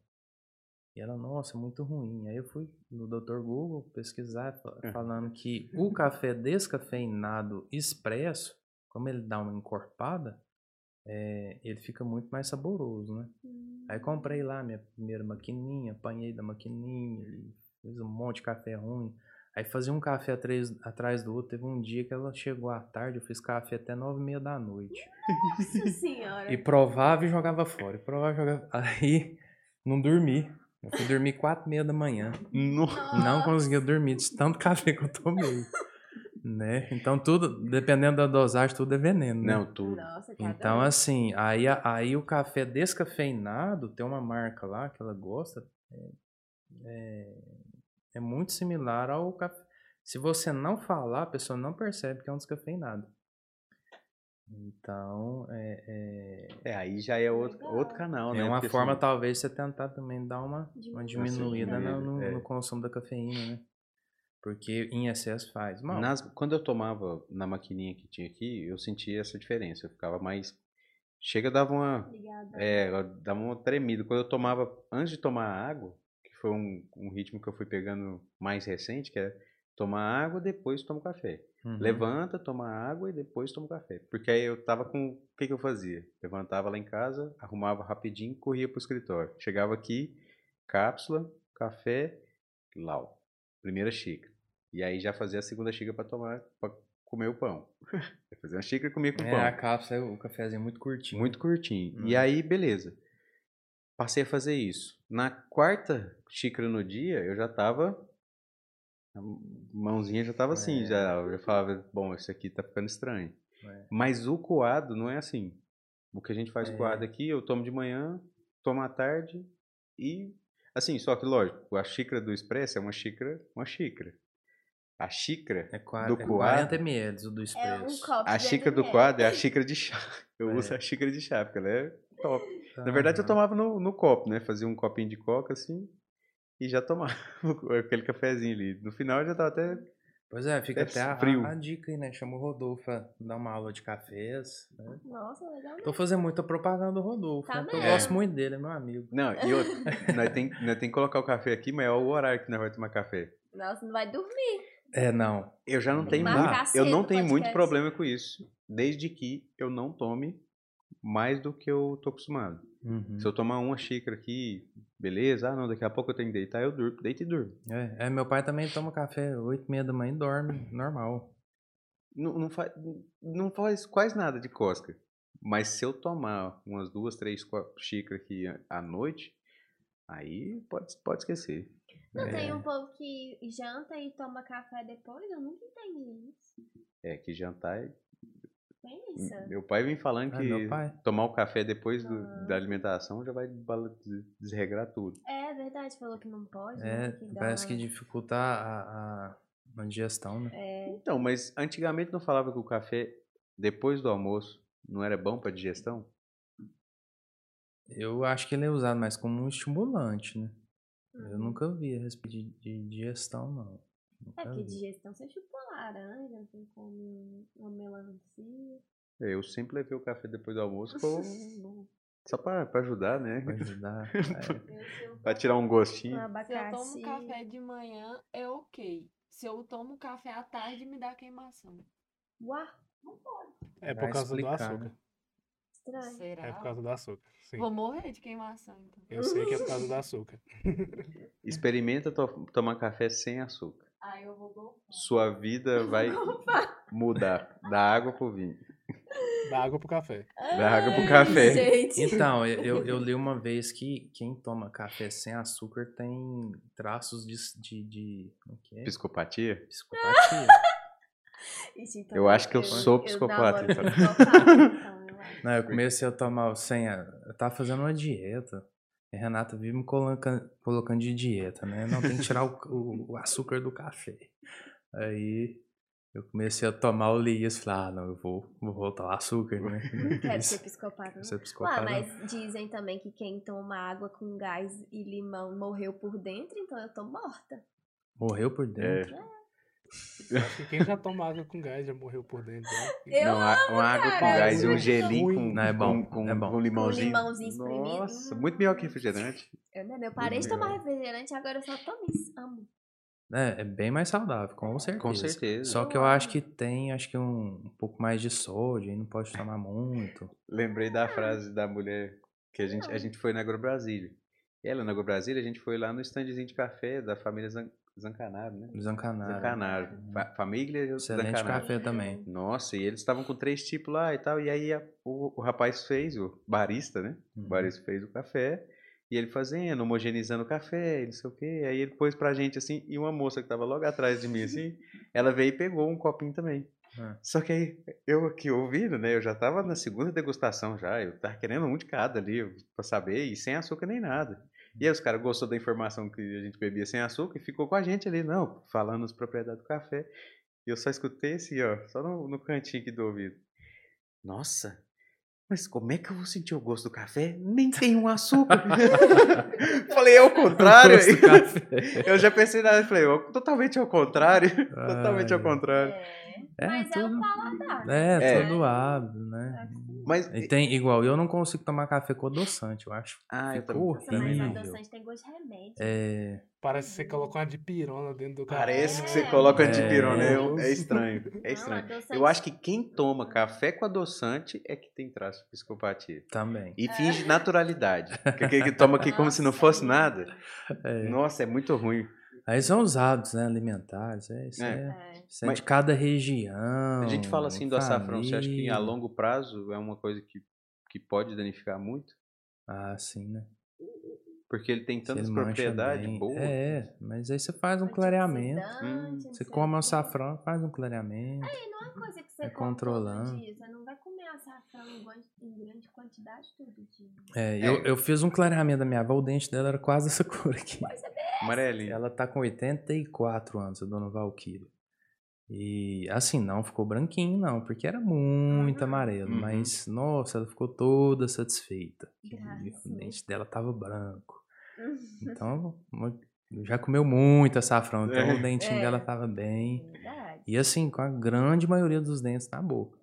[SPEAKER 4] E ela, nossa, muito ruim. Aí eu fui no Dr. Google pesquisar, fa-
[SPEAKER 2] É.
[SPEAKER 4] falando que o café descafeinado expresso, como ele dá uma encorpada, é, ele fica muito mais saboroso, né?
[SPEAKER 1] Hum.
[SPEAKER 4] Aí comprei lá minha primeira maquininha, apanhei da maquininha, e fiz um monte de café ruim. Aí fazia um café atrás, atrás do outro. Teve um dia que ela chegou à tarde, eu fiz café até nove e meia da noite.
[SPEAKER 1] Nossa senhora.
[SPEAKER 4] E provava e jogava fora. E provava e jogava. (laughs) Aí não dormi. Eu fui dormir quatro e meia da manhã.
[SPEAKER 2] Nossa.
[SPEAKER 1] Ah.
[SPEAKER 4] Não conseguia dormir de tanto (laughs) café que eu tomei. Né? Então tudo, dependendo da dosagem, tudo é veneno. né?
[SPEAKER 2] Não, tudo.
[SPEAKER 1] Nossa, cada
[SPEAKER 4] Então,
[SPEAKER 1] um.
[SPEAKER 4] assim, aí, a- aí o café descafeinado tem uma marca lá que ela gosta. é- É, é muito similar ao café. Se você não falar, a pessoa não percebe que é um descafeinado. Então, é, é-
[SPEAKER 2] É, aí já é outro, outro canal,
[SPEAKER 4] é
[SPEAKER 2] né?
[SPEAKER 4] uma
[SPEAKER 2] Porque
[SPEAKER 4] forma,
[SPEAKER 2] são-
[SPEAKER 4] talvez, você tentar também dar uma, uma
[SPEAKER 1] Diminuir.
[SPEAKER 4] diminuída no, no-
[SPEAKER 2] É.
[SPEAKER 4] no consumo da cafeína, né? Porque em excesso faz mal.
[SPEAKER 2] Nas- quando eu tomava na maquininha que tinha aqui, eu sentia essa diferença. Eu ficava mais. Chega, dava uma.
[SPEAKER 1] Obrigada.
[SPEAKER 2] É, eu dava uma tremida. Quando eu tomava, antes de tomar água, que foi um, um ritmo que eu fui pegando mais recente, que é tomar água, depois tomo café.
[SPEAKER 4] Uhum.
[SPEAKER 2] Levanta, toma água e depois toma café. Porque aí eu tava com. O que, que eu fazia? Levantava lá em casa, arrumava rapidinho, corria pro escritório. Chegava aqui, cápsula, café, lau. Primeira xícara. E aí já fazia a segunda xícara pra tomar, pra comer o
[SPEAKER 4] (laughs)
[SPEAKER 2] pão. Eu fazia uma xícara e comia com o
[SPEAKER 4] É,
[SPEAKER 2] pão.
[SPEAKER 4] a cápsula, o cafezinho é muito curtinho.
[SPEAKER 2] Muito curtinho.
[SPEAKER 4] Uhum.
[SPEAKER 2] E aí, beleza. Passei a fazer isso. Na quarta xícara no dia, eu já tava. A mãozinha já tava assim,
[SPEAKER 4] É.
[SPEAKER 2] já. Eu já falava, bom, isso aqui tá ficando estranho.
[SPEAKER 4] É.
[SPEAKER 2] Mas o coado não é assim. O que a gente faz
[SPEAKER 4] É.
[SPEAKER 2] coado aqui, eu tomo de manhã, tomo à tarde e. Assim, só que lógico, a xícara do expresso é uma xícara, uma xícara. A xícara
[SPEAKER 4] É, qua-
[SPEAKER 2] Do
[SPEAKER 4] é
[SPEAKER 2] coado.
[SPEAKER 4] 40 ml do expresso.
[SPEAKER 1] É um copo.
[SPEAKER 2] a
[SPEAKER 1] de
[SPEAKER 2] xícara do
[SPEAKER 1] 10 ml.
[SPEAKER 2] quadro é a xícara de chá. (laughs) Eu
[SPEAKER 4] É.
[SPEAKER 2] uso a xícara de chá, porque ela é top. Na verdade, eu tomava no, no copo, né? Fazia um copinho de coca assim e já tomava (laughs) aquele cafezinho ali. No final eu já tava até.
[SPEAKER 4] Pois é, fica
[SPEAKER 2] É
[SPEAKER 4] até a,
[SPEAKER 2] frio.
[SPEAKER 4] a- a dica aí, né? Chama o Rodolfo pra dar uma aula de cafés. né?
[SPEAKER 1] Nossa, legal.
[SPEAKER 4] Tô fazendo muita propaganda do Rodolfo,
[SPEAKER 1] Tá
[SPEAKER 4] né? Porque Eu
[SPEAKER 1] mesmo.
[SPEAKER 4] gosto muito dele, é meu amigo.
[SPEAKER 2] Não, e outra, nós tem, nós tem que colocar o café aqui, mas é o horário que nós vamos tomar café.
[SPEAKER 1] Nossa, não vai dormir.
[SPEAKER 4] É, não.
[SPEAKER 2] Eu já não tenho
[SPEAKER 1] Marcar
[SPEAKER 2] muito, eu
[SPEAKER 1] cedo
[SPEAKER 2] não
[SPEAKER 1] o
[SPEAKER 2] tenho muito
[SPEAKER 1] podcast.
[SPEAKER 2] problema com isso, desde que eu não tome mais do que eu tô acostumado.
[SPEAKER 4] Uhum.
[SPEAKER 2] Se eu tomar uma xícara aqui, beleza? Ah, não, daqui a pouco eu tenho que deitar, eu durmo, deito e durmo.
[SPEAKER 4] É, é, meu pai também toma café 8 e meia da manhã e dorme, normal.
[SPEAKER 2] Não, não, faz, não faz quase nada de cosca. Mas se eu tomar umas duas, três quatro xícaras aqui à- à noite, aí pode, pode esquecer.
[SPEAKER 1] Não,
[SPEAKER 4] É.
[SPEAKER 1] tem um povo que janta e toma café depois. Eu nunca entendi isso.
[SPEAKER 2] É que jantar. é-
[SPEAKER 1] Tem isso? é.
[SPEAKER 2] Meu pai vem falando
[SPEAKER 4] Ah,
[SPEAKER 2] que
[SPEAKER 4] meu pai.
[SPEAKER 2] tomar o café depois do-
[SPEAKER 1] Ah.
[SPEAKER 2] da alimentação já vai bala- des- desregrar tudo.
[SPEAKER 1] É verdade, falou que não pode.
[SPEAKER 4] É,
[SPEAKER 1] né, que dá-
[SPEAKER 4] parece que dificulta a, a, a digestão, né?
[SPEAKER 1] É,
[SPEAKER 2] Então, mas antigamente não falava que o café depois do almoço não era bom para digestão?
[SPEAKER 4] Eu acho que ele é usado mais como um estimulante, né? Eu nunca vi a respeito de, de digestão, não.
[SPEAKER 1] Uhum. é
[SPEAKER 4] Nunca
[SPEAKER 1] porque
[SPEAKER 4] vi.
[SPEAKER 1] digestão você chupa uma laranja, você come uma melancia.
[SPEAKER 2] É, Eu sempre levei o café depois do almoço
[SPEAKER 1] (laughs)
[SPEAKER 2] com- só para ajudar, né?
[SPEAKER 4] Pra
[SPEAKER 2] (laughs)
[SPEAKER 4] ajudar.
[SPEAKER 5] Eu
[SPEAKER 2] Para tirar um gostinho.
[SPEAKER 1] Um
[SPEAKER 5] Se eu tomo
[SPEAKER 1] abacaxi.
[SPEAKER 5] café de manhã, é ok. Se eu tomo café à tarde, me dá queimação.
[SPEAKER 1] Uau, não pode.
[SPEAKER 3] É
[SPEAKER 4] Vai
[SPEAKER 3] por causa do
[SPEAKER 4] explicar, né?
[SPEAKER 3] açúcar.
[SPEAKER 1] Estranho.
[SPEAKER 5] Será?
[SPEAKER 3] É por causa do açúcar. Sim.
[SPEAKER 5] Vou morrer de queimação, então.
[SPEAKER 3] Eu sei que é por causa do açúcar.
[SPEAKER 2] Experimenta to- tomar café sem açúcar.
[SPEAKER 5] Aí eu vou golpar.
[SPEAKER 2] Sua vida vai mudar da água pro vinho.
[SPEAKER 3] Da água pro
[SPEAKER 2] (laughs)
[SPEAKER 3] café.
[SPEAKER 2] Da água pro
[SPEAKER 1] Ai,
[SPEAKER 2] café. (laughs)
[SPEAKER 1] Gente. (laughs)
[SPEAKER 4] Então, eu, eu- eu li uma vez que quem toma café sem açúcar tem traços de. s- de, de como que é?
[SPEAKER 2] Psicopatia?
[SPEAKER 4] Psicopatia.
[SPEAKER 1] Ixi, então
[SPEAKER 2] Eu acho que eu sou psicopata,
[SPEAKER 1] namoro
[SPEAKER 2] então.
[SPEAKER 1] psicopata, então, eu acho.
[SPEAKER 4] Não, eu comecei a tomar o sem. Eu tava fazendo uma dieta. E a Renata vive me colocando, colocando de dieta, né? Não, tem que tirar o, o- o açúcar do café. Aí eu comecei a tomar o Lias. Falei, ah, não, eu vou, vou voltar ao
[SPEAKER 1] (laughs)
[SPEAKER 4] açúcar, né? (laughs)
[SPEAKER 1] Não quero
[SPEAKER 4] Isso,
[SPEAKER 1] ser psicopata. não.
[SPEAKER 4] isso é
[SPEAKER 1] Ah,
[SPEAKER 4] psicopata.
[SPEAKER 1] mas dizem também que quem toma água com gás e limão morreu por dentro, então eu tô morta.
[SPEAKER 4] Morreu por dentro.
[SPEAKER 3] Acho que quem já toma água com gás já morreu por dentro. Né?
[SPEAKER 1] Eu
[SPEAKER 2] não, a- uma água com
[SPEAKER 1] cara,
[SPEAKER 2] gás e um
[SPEAKER 1] muito
[SPEAKER 2] gelinho
[SPEAKER 3] ruim.
[SPEAKER 2] com,
[SPEAKER 4] Não, é bom,
[SPEAKER 2] com,
[SPEAKER 4] é bom.
[SPEAKER 2] com
[SPEAKER 1] Um
[SPEAKER 2] limãozinho.
[SPEAKER 1] limãozinho espremido.
[SPEAKER 2] Nossa, muito melhor que refrigerante.
[SPEAKER 1] Eu, não, é eu parei de
[SPEAKER 2] Muito
[SPEAKER 1] tomar
[SPEAKER 2] legal.
[SPEAKER 1] refrigerante, agora eu só tomo isso. Amo.
[SPEAKER 4] É, é bem mais saudável, com certeza.
[SPEAKER 2] Com certeza.
[SPEAKER 4] Só que eu acho que tem acho que um, um pouco mais de sódio, aí não pode tomar muito.
[SPEAKER 2] Lembrei da frase da mulher que a gente, a gente foi na Agrobrasília. Ela na Agrobrasília, a gente foi lá no standzinho de café da família Zan, Zancanaro, né?
[SPEAKER 4] Zancanaro.
[SPEAKER 2] Zancanaro. Fa- família
[SPEAKER 4] Excelente
[SPEAKER 2] Zancanaro.
[SPEAKER 4] café também.
[SPEAKER 2] Nossa, e eles estavam com três tipos lá e tal. E aí a- o, o rapaz fez, o barista, né?
[SPEAKER 4] Uhum.
[SPEAKER 2] O
[SPEAKER 4] (laughs)
[SPEAKER 2] barista fez o café. E ele fazendo, homogeneizando o café, e não sei o quê. Aí ele pôs pra gente assim. E uma moça que tava logo atrás de mim assim, ela veio e pegou um copinho também.
[SPEAKER 4] Ah.
[SPEAKER 2] Só que aí eu aqui ouvindo, né? Eu já tava na segunda degustação já. Eu tava querendo um de cada ali eu- pra saber. E sem açúcar nem nada. E aí os caras gostou da informação que a gente bebia sem açúcar e ficou com a gente ali, não, falando as propriedades do café. E eu só escutei assim, ó, só no, no cantinho aqui do ouvido. Nossa, mas como é que eu vou sentir o gosto do café? Nem tem um
[SPEAKER 4] (laughs)
[SPEAKER 2] açúcar. falei, é o contrário.
[SPEAKER 4] Gosto do café.
[SPEAKER 2] Eu já pensei nada, falei, ó, totalmente ao contrário. Totalmente ao
[SPEAKER 4] Ai.
[SPEAKER 2] contrário.
[SPEAKER 1] É.
[SPEAKER 4] É,
[SPEAKER 1] Mas é
[SPEAKER 4] tudo-
[SPEAKER 1] o paladar.
[SPEAKER 4] É,
[SPEAKER 2] É.
[SPEAKER 4] todo hábito, né?
[SPEAKER 2] Mas.
[SPEAKER 4] E tem, igual, eu não consigo tomar café com adoçante, eu acho.
[SPEAKER 2] Ah, eu
[SPEAKER 4] Ficou
[SPEAKER 2] também.
[SPEAKER 1] Nossa, mas
[SPEAKER 4] horrível.
[SPEAKER 1] adoçante tem gosto de remédio.
[SPEAKER 4] É,
[SPEAKER 3] Parece que você colocou uma dipirona dentro do café.
[SPEAKER 2] Parece que você
[SPEAKER 1] É.
[SPEAKER 2] coloca
[SPEAKER 4] É.
[SPEAKER 2] antipirone, é, é estranho. É estranho.
[SPEAKER 1] Não, adoçante-
[SPEAKER 2] Eu acho que quem
[SPEAKER 4] Uhum.
[SPEAKER 2] toma café com adoçante é que tem traço de psicopatia.
[SPEAKER 4] também.
[SPEAKER 2] E finge
[SPEAKER 4] (laughs)
[SPEAKER 2] naturalidade. Que aquele que toma aqui como se não fosse
[SPEAKER 1] Nossa.
[SPEAKER 2] nada. Nossa, é muito ruim.
[SPEAKER 4] Aí são os hábitos né, alimentares, é, isso
[SPEAKER 2] É.
[SPEAKER 4] é,
[SPEAKER 1] É.
[SPEAKER 4] isso é
[SPEAKER 2] Mas-
[SPEAKER 4] de cada região.
[SPEAKER 2] A gente fala assim do açafrão, você acha que a
[SPEAKER 4] família.
[SPEAKER 2] longo prazo é uma coisa que, que pode danificar muito?
[SPEAKER 4] Ah, sim, né?
[SPEAKER 2] Porque ele tem
[SPEAKER 4] Se
[SPEAKER 2] tantas
[SPEAKER 4] ele mancha
[SPEAKER 2] propriedades
[SPEAKER 4] bem.
[SPEAKER 2] boas.
[SPEAKER 4] É, mas aí você faz um clareamento.
[SPEAKER 1] Antioxidante, não
[SPEAKER 4] Você
[SPEAKER 1] sei
[SPEAKER 4] come
[SPEAKER 1] o
[SPEAKER 4] o
[SPEAKER 1] quê.
[SPEAKER 4] açafrão, faz um clareamento.
[SPEAKER 1] E não é uma coisa que você
[SPEAKER 4] É
[SPEAKER 1] come
[SPEAKER 4] controlando.
[SPEAKER 1] todo dia, Você não vai comer açafrão em gran- em grande quantidade todo dia.
[SPEAKER 4] É, Eu, eu fiz um clareamento da minha avó, o dente dela era quase (laughs) essa cor aqui.
[SPEAKER 2] Amarelinho.
[SPEAKER 4] Ela tá com 84 anos, a dona Valkyria. E assim, não ficou branquinho, não, porque era muito amarelo.
[SPEAKER 2] Uhum.
[SPEAKER 4] Mas, nossa, ela ficou toda satisfeita. que
[SPEAKER 1] Graças.
[SPEAKER 4] O dente dela tava (laughs) branco. Então, uma- já comeu muito açafrão, então
[SPEAKER 2] É.
[SPEAKER 4] o dentinho
[SPEAKER 1] É.
[SPEAKER 4] dela tava bem.
[SPEAKER 1] Verdade.
[SPEAKER 4] E assim, com a grande maioria dos dentes na boca.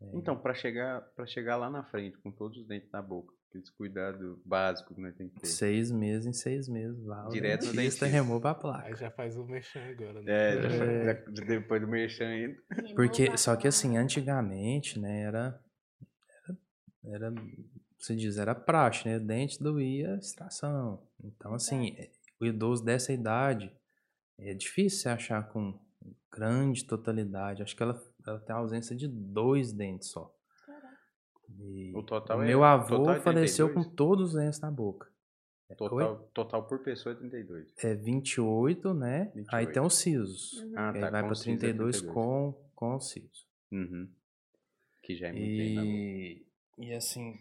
[SPEAKER 4] é.
[SPEAKER 2] Então, para chegar, pra chegar lá na frente, com todos os dentes na boca, esse cuidado básico que nós temos né, que ter.
[SPEAKER 4] Seis meses em seis meses lá. o
[SPEAKER 2] Direto no dentista.
[SPEAKER 4] dentista remova a
[SPEAKER 3] Aí
[SPEAKER 4] placa.
[SPEAKER 3] já faz o mexer agora, né?
[SPEAKER 2] É, já- já- (laughs) depois do merchan ainda.
[SPEAKER 4] Porque,
[SPEAKER 1] Renova
[SPEAKER 4] só que
[SPEAKER 1] a-
[SPEAKER 4] assim, antigamente, né, era, era, era, se diz, era praxe, né, o dente doía extração. Então, assim, é, o idoso dessa idade, é difícil você achar com grande totalidade, acho que ela, ela tem a ausência de dois dentes só.
[SPEAKER 1] Caraca.
[SPEAKER 4] E
[SPEAKER 2] O total é-
[SPEAKER 4] meu avô
[SPEAKER 2] total é
[SPEAKER 4] faleceu com
[SPEAKER 2] 32?
[SPEAKER 4] todos os dentes na boca.
[SPEAKER 2] Total, total por pessoa é 32.
[SPEAKER 4] É 28, né, aí
[SPEAKER 2] 28.
[SPEAKER 4] tem os sisos.
[SPEAKER 1] Uhum.
[SPEAKER 2] Ah,
[SPEAKER 4] Aí vai
[SPEAKER 2] com
[SPEAKER 4] para
[SPEAKER 2] os cinza é
[SPEAKER 4] 32 com, com os sisos.
[SPEAKER 2] Uhum. Que já é muito bem na boca.
[SPEAKER 4] E, e assim,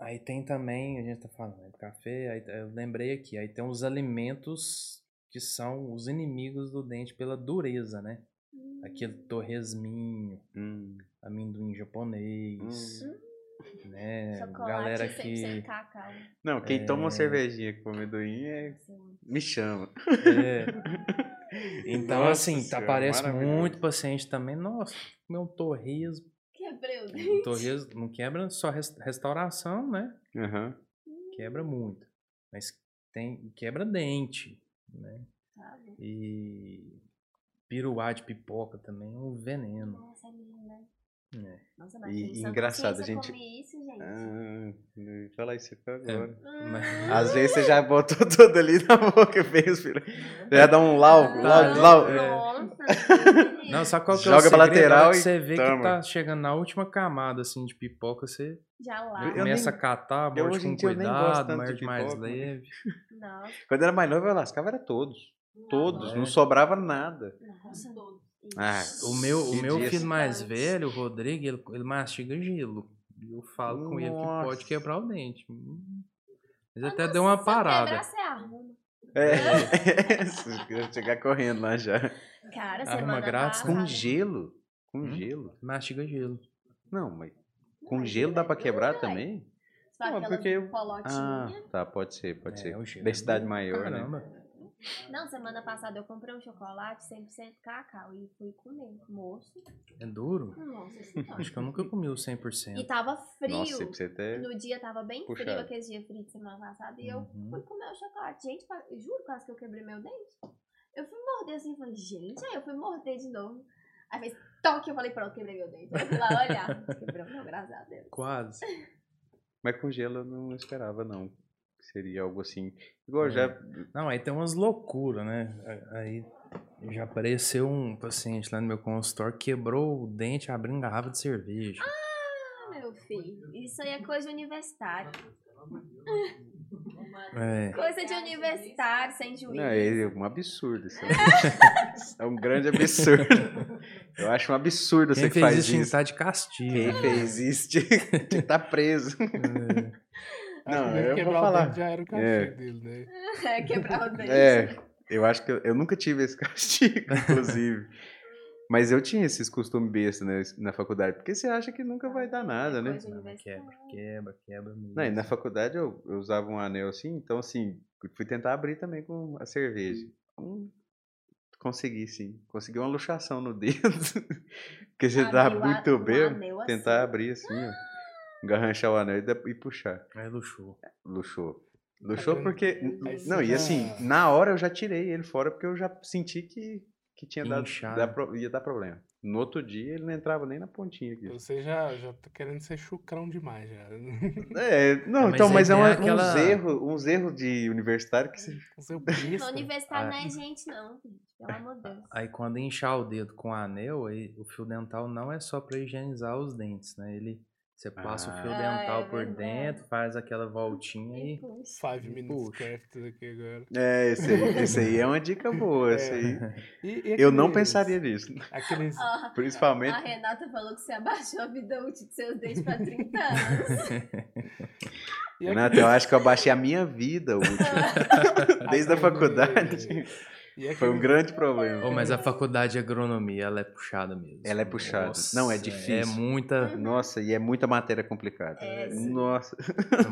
[SPEAKER 4] aí tem também, a gente tá falando né, do café, aí eu lembrei aqui, aí tem os alimentos que são os inimigos do dente pela dureza, né?
[SPEAKER 1] Uhum.
[SPEAKER 4] Aquele torresminho,
[SPEAKER 2] Hum.
[SPEAKER 4] amendoim japonês,
[SPEAKER 1] Hum.
[SPEAKER 4] né?
[SPEAKER 1] Chocolate
[SPEAKER 4] Galera
[SPEAKER 1] sem,
[SPEAKER 4] que
[SPEAKER 1] sem cacau. assim,
[SPEAKER 2] Não, quem toma uma
[SPEAKER 4] É.
[SPEAKER 2] cervejinha com amendoim é... me chama. (laughs)
[SPEAKER 4] É. Então,
[SPEAKER 2] Nossa
[SPEAKER 4] assim, tá,
[SPEAKER 2] Senhora,
[SPEAKER 4] aparece
[SPEAKER 2] maravilhoso.
[SPEAKER 4] muito paciente também. Nossa, meu
[SPEAKER 1] (laughs)
[SPEAKER 4] torresmo.
[SPEAKER 1] Quebrei o dedo.
[SPEAKER 4] O torresmo não quebra só res- restauração, né?
[SPEAKER 2] Aham.
[SPEAKER 4] quebra muito, mas tem quebra dente, né?
[SPEAKER 1] sabe?
[SPEAKER 4] E piruá de pipoca também é um veneno.
[SPEAKER 1] Nossa, menina.
[SPEAKER 4] É.
[SPEAKER 1] Nossa,
[SPEAKER 2] E-
[SPEAKER 1] mas tem
[SPEAKER 2] e
[SPEAKER 1] sã
[SPEAKER 2] engraçado,
[SPEAKER 1] consciência
[SPEAKER 2] a gente-
[SPEAKER 1] comer isso, gente. Hum.
[SPEAKER 2] Ah, não ia falar isso aqui agora.
[SPEAKER 4] Mas-
[SPEAKER 2] Às vezes você já botou (laughs) tudo ali na boca, fez, filho. (laughs) Já dá um lau,
[SPEAKER 1] Ah,
[SPEAKER 2] lau, lau.
[SPEAKER 1] Nossa, menina.
[SPEAKER 4] (laughs) (laughs) Não, sabe qual que é o
[SPEAKER 2] Joga pra
[SPEAKER 4] segredo? A hora
[SPEAKER 2] lateral
[SPEAKER 4] que
[SPEAKER 2] e
[SPEAKER 4] você vê que
[SPEAKER 2] tama.
[SPEAKER 4] tá chegando na última camada assim de pipoca, você
[SPEAKER 1] Já lá.
[SPEAKER 2] Eu
[SPEAKER 4] começa
[SPEAKER 2] nem-
[SPEAKER 4] a catar, morde
[SPEAKER 2] hoje em
[SPEAKER 4] com
[SPEAKER 2] dia eu nem gosto tanto
[SPEAKER 4] cuidado,
[SPEAKER 2] de
[SPEAKER 4] morde mais
[SPEAKER 2] pipoca. né?
[SPEAKER 4] leve.
[SPEAKER 1] Nossa.
[SPEAKER 2] Quando era mais novo, eu lascava, era todos. Todos,
[SPEAKER 4] É.
[SPEAKER 2] não sobrava nada.
[SPEAKER 1] Nossa,
[SPEAKER 2] Ah,
[SPEAKER 4] O meu, o
[SPEAKER 2] Que
[SPEAKER 4] meu
[SPEAKER 2] diz.
[SPEAKER 4] filho mais
[SPEAKER 2] tá
[SPEAKER 1] Antes.
[SPEAKER 4] velho, o Rodrigo, ele, ele mastiga gelo. E eu falo com ele que
[SPEAKER 2] Nossa.
[SPEAKER 4] pode quebrar o dente. Hum. Mas
[SPEAKER 1] Ah,
[SPEAKER 4] até
[SPEAKER 1] não,
[SPEAKER 4] deu uma
[SPEAKER 1] se eu
[SPEAKER 4] parada.
[SPEAKER 1] Quebrar, você arruma.
[SPEAKER 2] (laughs) É. Se eu chegar correndo lá já.
[SPEAKER 1] Cara, você
[SPEAKER 4] Arruma
[SPEAKER 1] manda
[SPEAKER 4] grátis
[SPEAKER 1] passar.
[SPEAKER 2] Com gelo? Com
[SPEAKER 4] Hum?
[SPEAKER 2] gelo?
[SPEAKER 4] Mastiga gelo.
[SPEAKER 2] Não, mas
[SPEAKER 1] Não,
[SPEAKER 2] com
[SPEAKER 1] mas
[SPEAKER 2] gelo dá pra
[SPEAKER 1] dura,
[SPEAKER 2] quebrar
[SPEAKER 1] ué.
[SPEAKER 2] também?
[SPEAKER 1] Só
[SPEAKER 2] Não,
[SPEAKER 1] aquela
[SPEAKER 2] porque eu- Ah,
[SPEAKER 1] polotinha.
[SPEAKER 2] tá, pode ser, pode
[SPEAKER 4] É,
[SPEAKER 2] ser.
[SPEAKER 4] o gelo é
[SPEAKER 2] Densidade
[SPEAKER 4] bom pra
[SPEAKER 2] maior, né?
[SPEAKER 4] Caramba.
[SPEAKER 1] Não, semana passada eu comprei um chocolate 100% cacau e fui comer. Moço,
[SPEAKER 4] É duro?
[SPEAKER 1] nossa senhora.
[SPEAKER 4] Acho que eu nunca comi o 100%.
[SPEAKER 1] e tava frio.
[SPEAKER 2] Nossa, pra você até.
[SPEAKER 1] No dia tava bem
[SPEAKER 2] Puxado.
[SPEAKER 1] frio, aqueles dias frios de semana passada, e eu
[SPEAKER 4] Uhum.
[SPEAKER 1] fui comer o chocolate. Gente, pa- eu juro quase que eu quebrei meu dente. Eu fui morder assim, falei, gente, aí eu fui morder de novo. Aí fez toque, eu falei, pronto, quebrei meu dente. Eu fui lá olhar, quebrou, não, graças a Deus.
[SPEAKER 4] Quase.
[SPEAKER 2] Mas com gelo eu não esperava, não. Seria algo assim. Igual
[SPEAKER 4] É.
[SPEAKER 2] já.
[SPEAKER 4] Não, aí tem umas loucuras, né? A- Aí já apareceu um paciente lá no meu consultório, quebrou o dente abrindo garrafa de cerveja.
[SPEAKER 1] Ah, meu filho, isso aí é coisa de universitário.
[SPEAKER 4] É.
[SPEAKER 1] Coisa de universitário, sem juízo.
[SPEAKER 2] Não, é um absurdo isso. aí. Isso
[SPEAKER 1] (laughs)
[SPEAKER 2] é um grande absurdo. Eu acho um absurdo
[SPEAKER 4] Quem
[SPEAKER 2] você que
[SPEAKER 4] fez
[SPEAKER 2] faz
[SPEAKER 4] isso tinha que
[SPEAKER 2] isso.
[SPEAKER 4] estar de castigo.
[SPEAKER 2] Quem fez isso tinha que tá
[SPEAKER 1] (laughs)
[SPEAKER 2] preso.
[SPEAKER 4] É.
[SPEAKER 3] Acho
[SPEAKER 2] Não,
[SPEAKER 3] que deve
[SPEAKER 2] eu vou
[SPEAKER 3] quebrar o
[SPEAKER 2] falar.
[SPEAKER 3] dente já era o cachê
[SPEAKER 2] É.
[SPEAKER 3] dele, né?
[SPEAKER 1] (laughs) É, quebrar o dente.
[SPEAKER 2] É,
[SPEAKER 1] né?
[SPEAKER 2] eu acho que eu, eu nunca tive esse (laughs) castigo, inclusive. Mas eu tinha esses costumes besta né, na faculdade, porque você acha que nunca vai dar nada, né?
[SPEAKER 1] Coisa de universitário.
[SPEAKER 4] Quebra, quebra, quebra. mesmo.
[SPEAKER 2] Não, e na faculdade eu, eu usava um anel assim, então assim, eu fui tentar abrir também com a cerveja. Hum, Consegui, sim. Consegui uma luxação no (laughs) dedo. porque você tá
[SPEAKER 1] Abriu a-
[SPEAKER 2] muito
[SPEAKER 1] um
[SPEAKER 2] bem.
[SPEAKER 1] anel assim.
[SPEAKER 2] Tentar abrir assim, ó. Engarranchar o anel e da- e puxar.
[SPEAKER 4] Aí luxou.
[SPEAKER 2] Luxou. Luxou
[SPEAKER 3] vendo?
[SPEAKER 2] porque.
[SPEAKER 3] Aí
[SPEAKER 2] Não, e
[SPEAKER 3] fica-
[SPEAKER 2] assim, na hora eu já tirei ele fora porque eu já senti que, que tinha dado,
[SPEAKER 4] Inchado.
[SPEAKER 2] dar pro- ia dar problema. No outro dia ele não entrava nem na pontinha aqui.
[SPEAKER 3] Você já, já tá querendo ser chucrão demais, já.
[SPEAKER 2] É, não,
[SPEAKER 4] Ah, mas
[SPEAKER 2] então,
[SPEAKER 4] aí
[SPEAKER 2] mas é
[SPEAKER 4] tem
[SPEAKER 2] uma- uns
[SPEAKER 4] aquela-
[SPEAKER 2] erros, uns erros de universitário que se.
[SPEAKER 3] Seu
[SPEAKER 1] No
[SPEAKER 3] besta.
[SPEAKER 1] universitário não
[SPEAKER 4] Ah.
[SPEAKER 1] é gente, não, gente. Pelo amor de Deus.
[SPEAKER 4] Aí quando inchar o dedo com anel, aí o fio dental não é só pra higienizar os dentes, né? Ele você passa o fio
[SPEAKER 1] Ah. Ah, é
[SPEAKER 4] dental por
[SPEAKER 1] verdade.
[SPEAKER 4] dentro, faz aquela voltinha e
[SPEAKER 1] Puxa.
[SPEAKER 3] Five Minutes
[SPEAKER 4] Puxa.
[SPEAKER 3] Craft aqui agora.
[SPEAKER 2] É, esse aí, esse aí é uma dica boa. Esse
[SPEAKER 3] (laughs) É.
[SPEAKER 2] aí.
[SPEAKER 3] E, e
[SPEAKER 2] Eu não
[SPEAKER 3] aqueles-
[SPEAKER 2] pensaria nisso. (laughs)
[SPEAKER 3] Aqueles,
[SPEAKER 1] Ó, A
[SPEAKER 2] Principalmente.
[SPEAKER 1] Renata falou que você abaixou a vida útil de seus dentes pra
[SPEAKER 2] (laughs)
[SPEAKER 1] 30 anos.
[SPEAKER 3] e é
[SPEAKER 2] Renato,
[SPEAKER 3] aqueles-
[SPEAKER 2] eu acho que eu abaixei a minha
[SPEAKER 3] (laughs)
[SPEAKER 2] vida útil.
[SPEAKER 1] tá.
[SPEAKER 2] Desde a faculdade. (laughs)
[SPEAKER 3] e é
[SPEAKER 2] Foi um
[SPEAKER 3] aqueles-
[SPEAKER 2] grande problema.
[SPEAKER 4] Ô, mas
[SPEAKER 1] é.
[SPEAKER 4] a faculdade de agronomia, ela é puxada mesmo.
[SPEAKER 2] Ela é puxada. Não, é difícil.
[SPEAKER 4] É
[SPEAKER 2] (laughs)
[SPEAKER 4] muita,
[SPEAKER 2] Nossa, e é muita matéria complicada. né?
[SPEAKER 1] É, sim.
[SPEAKER 2] Nossa.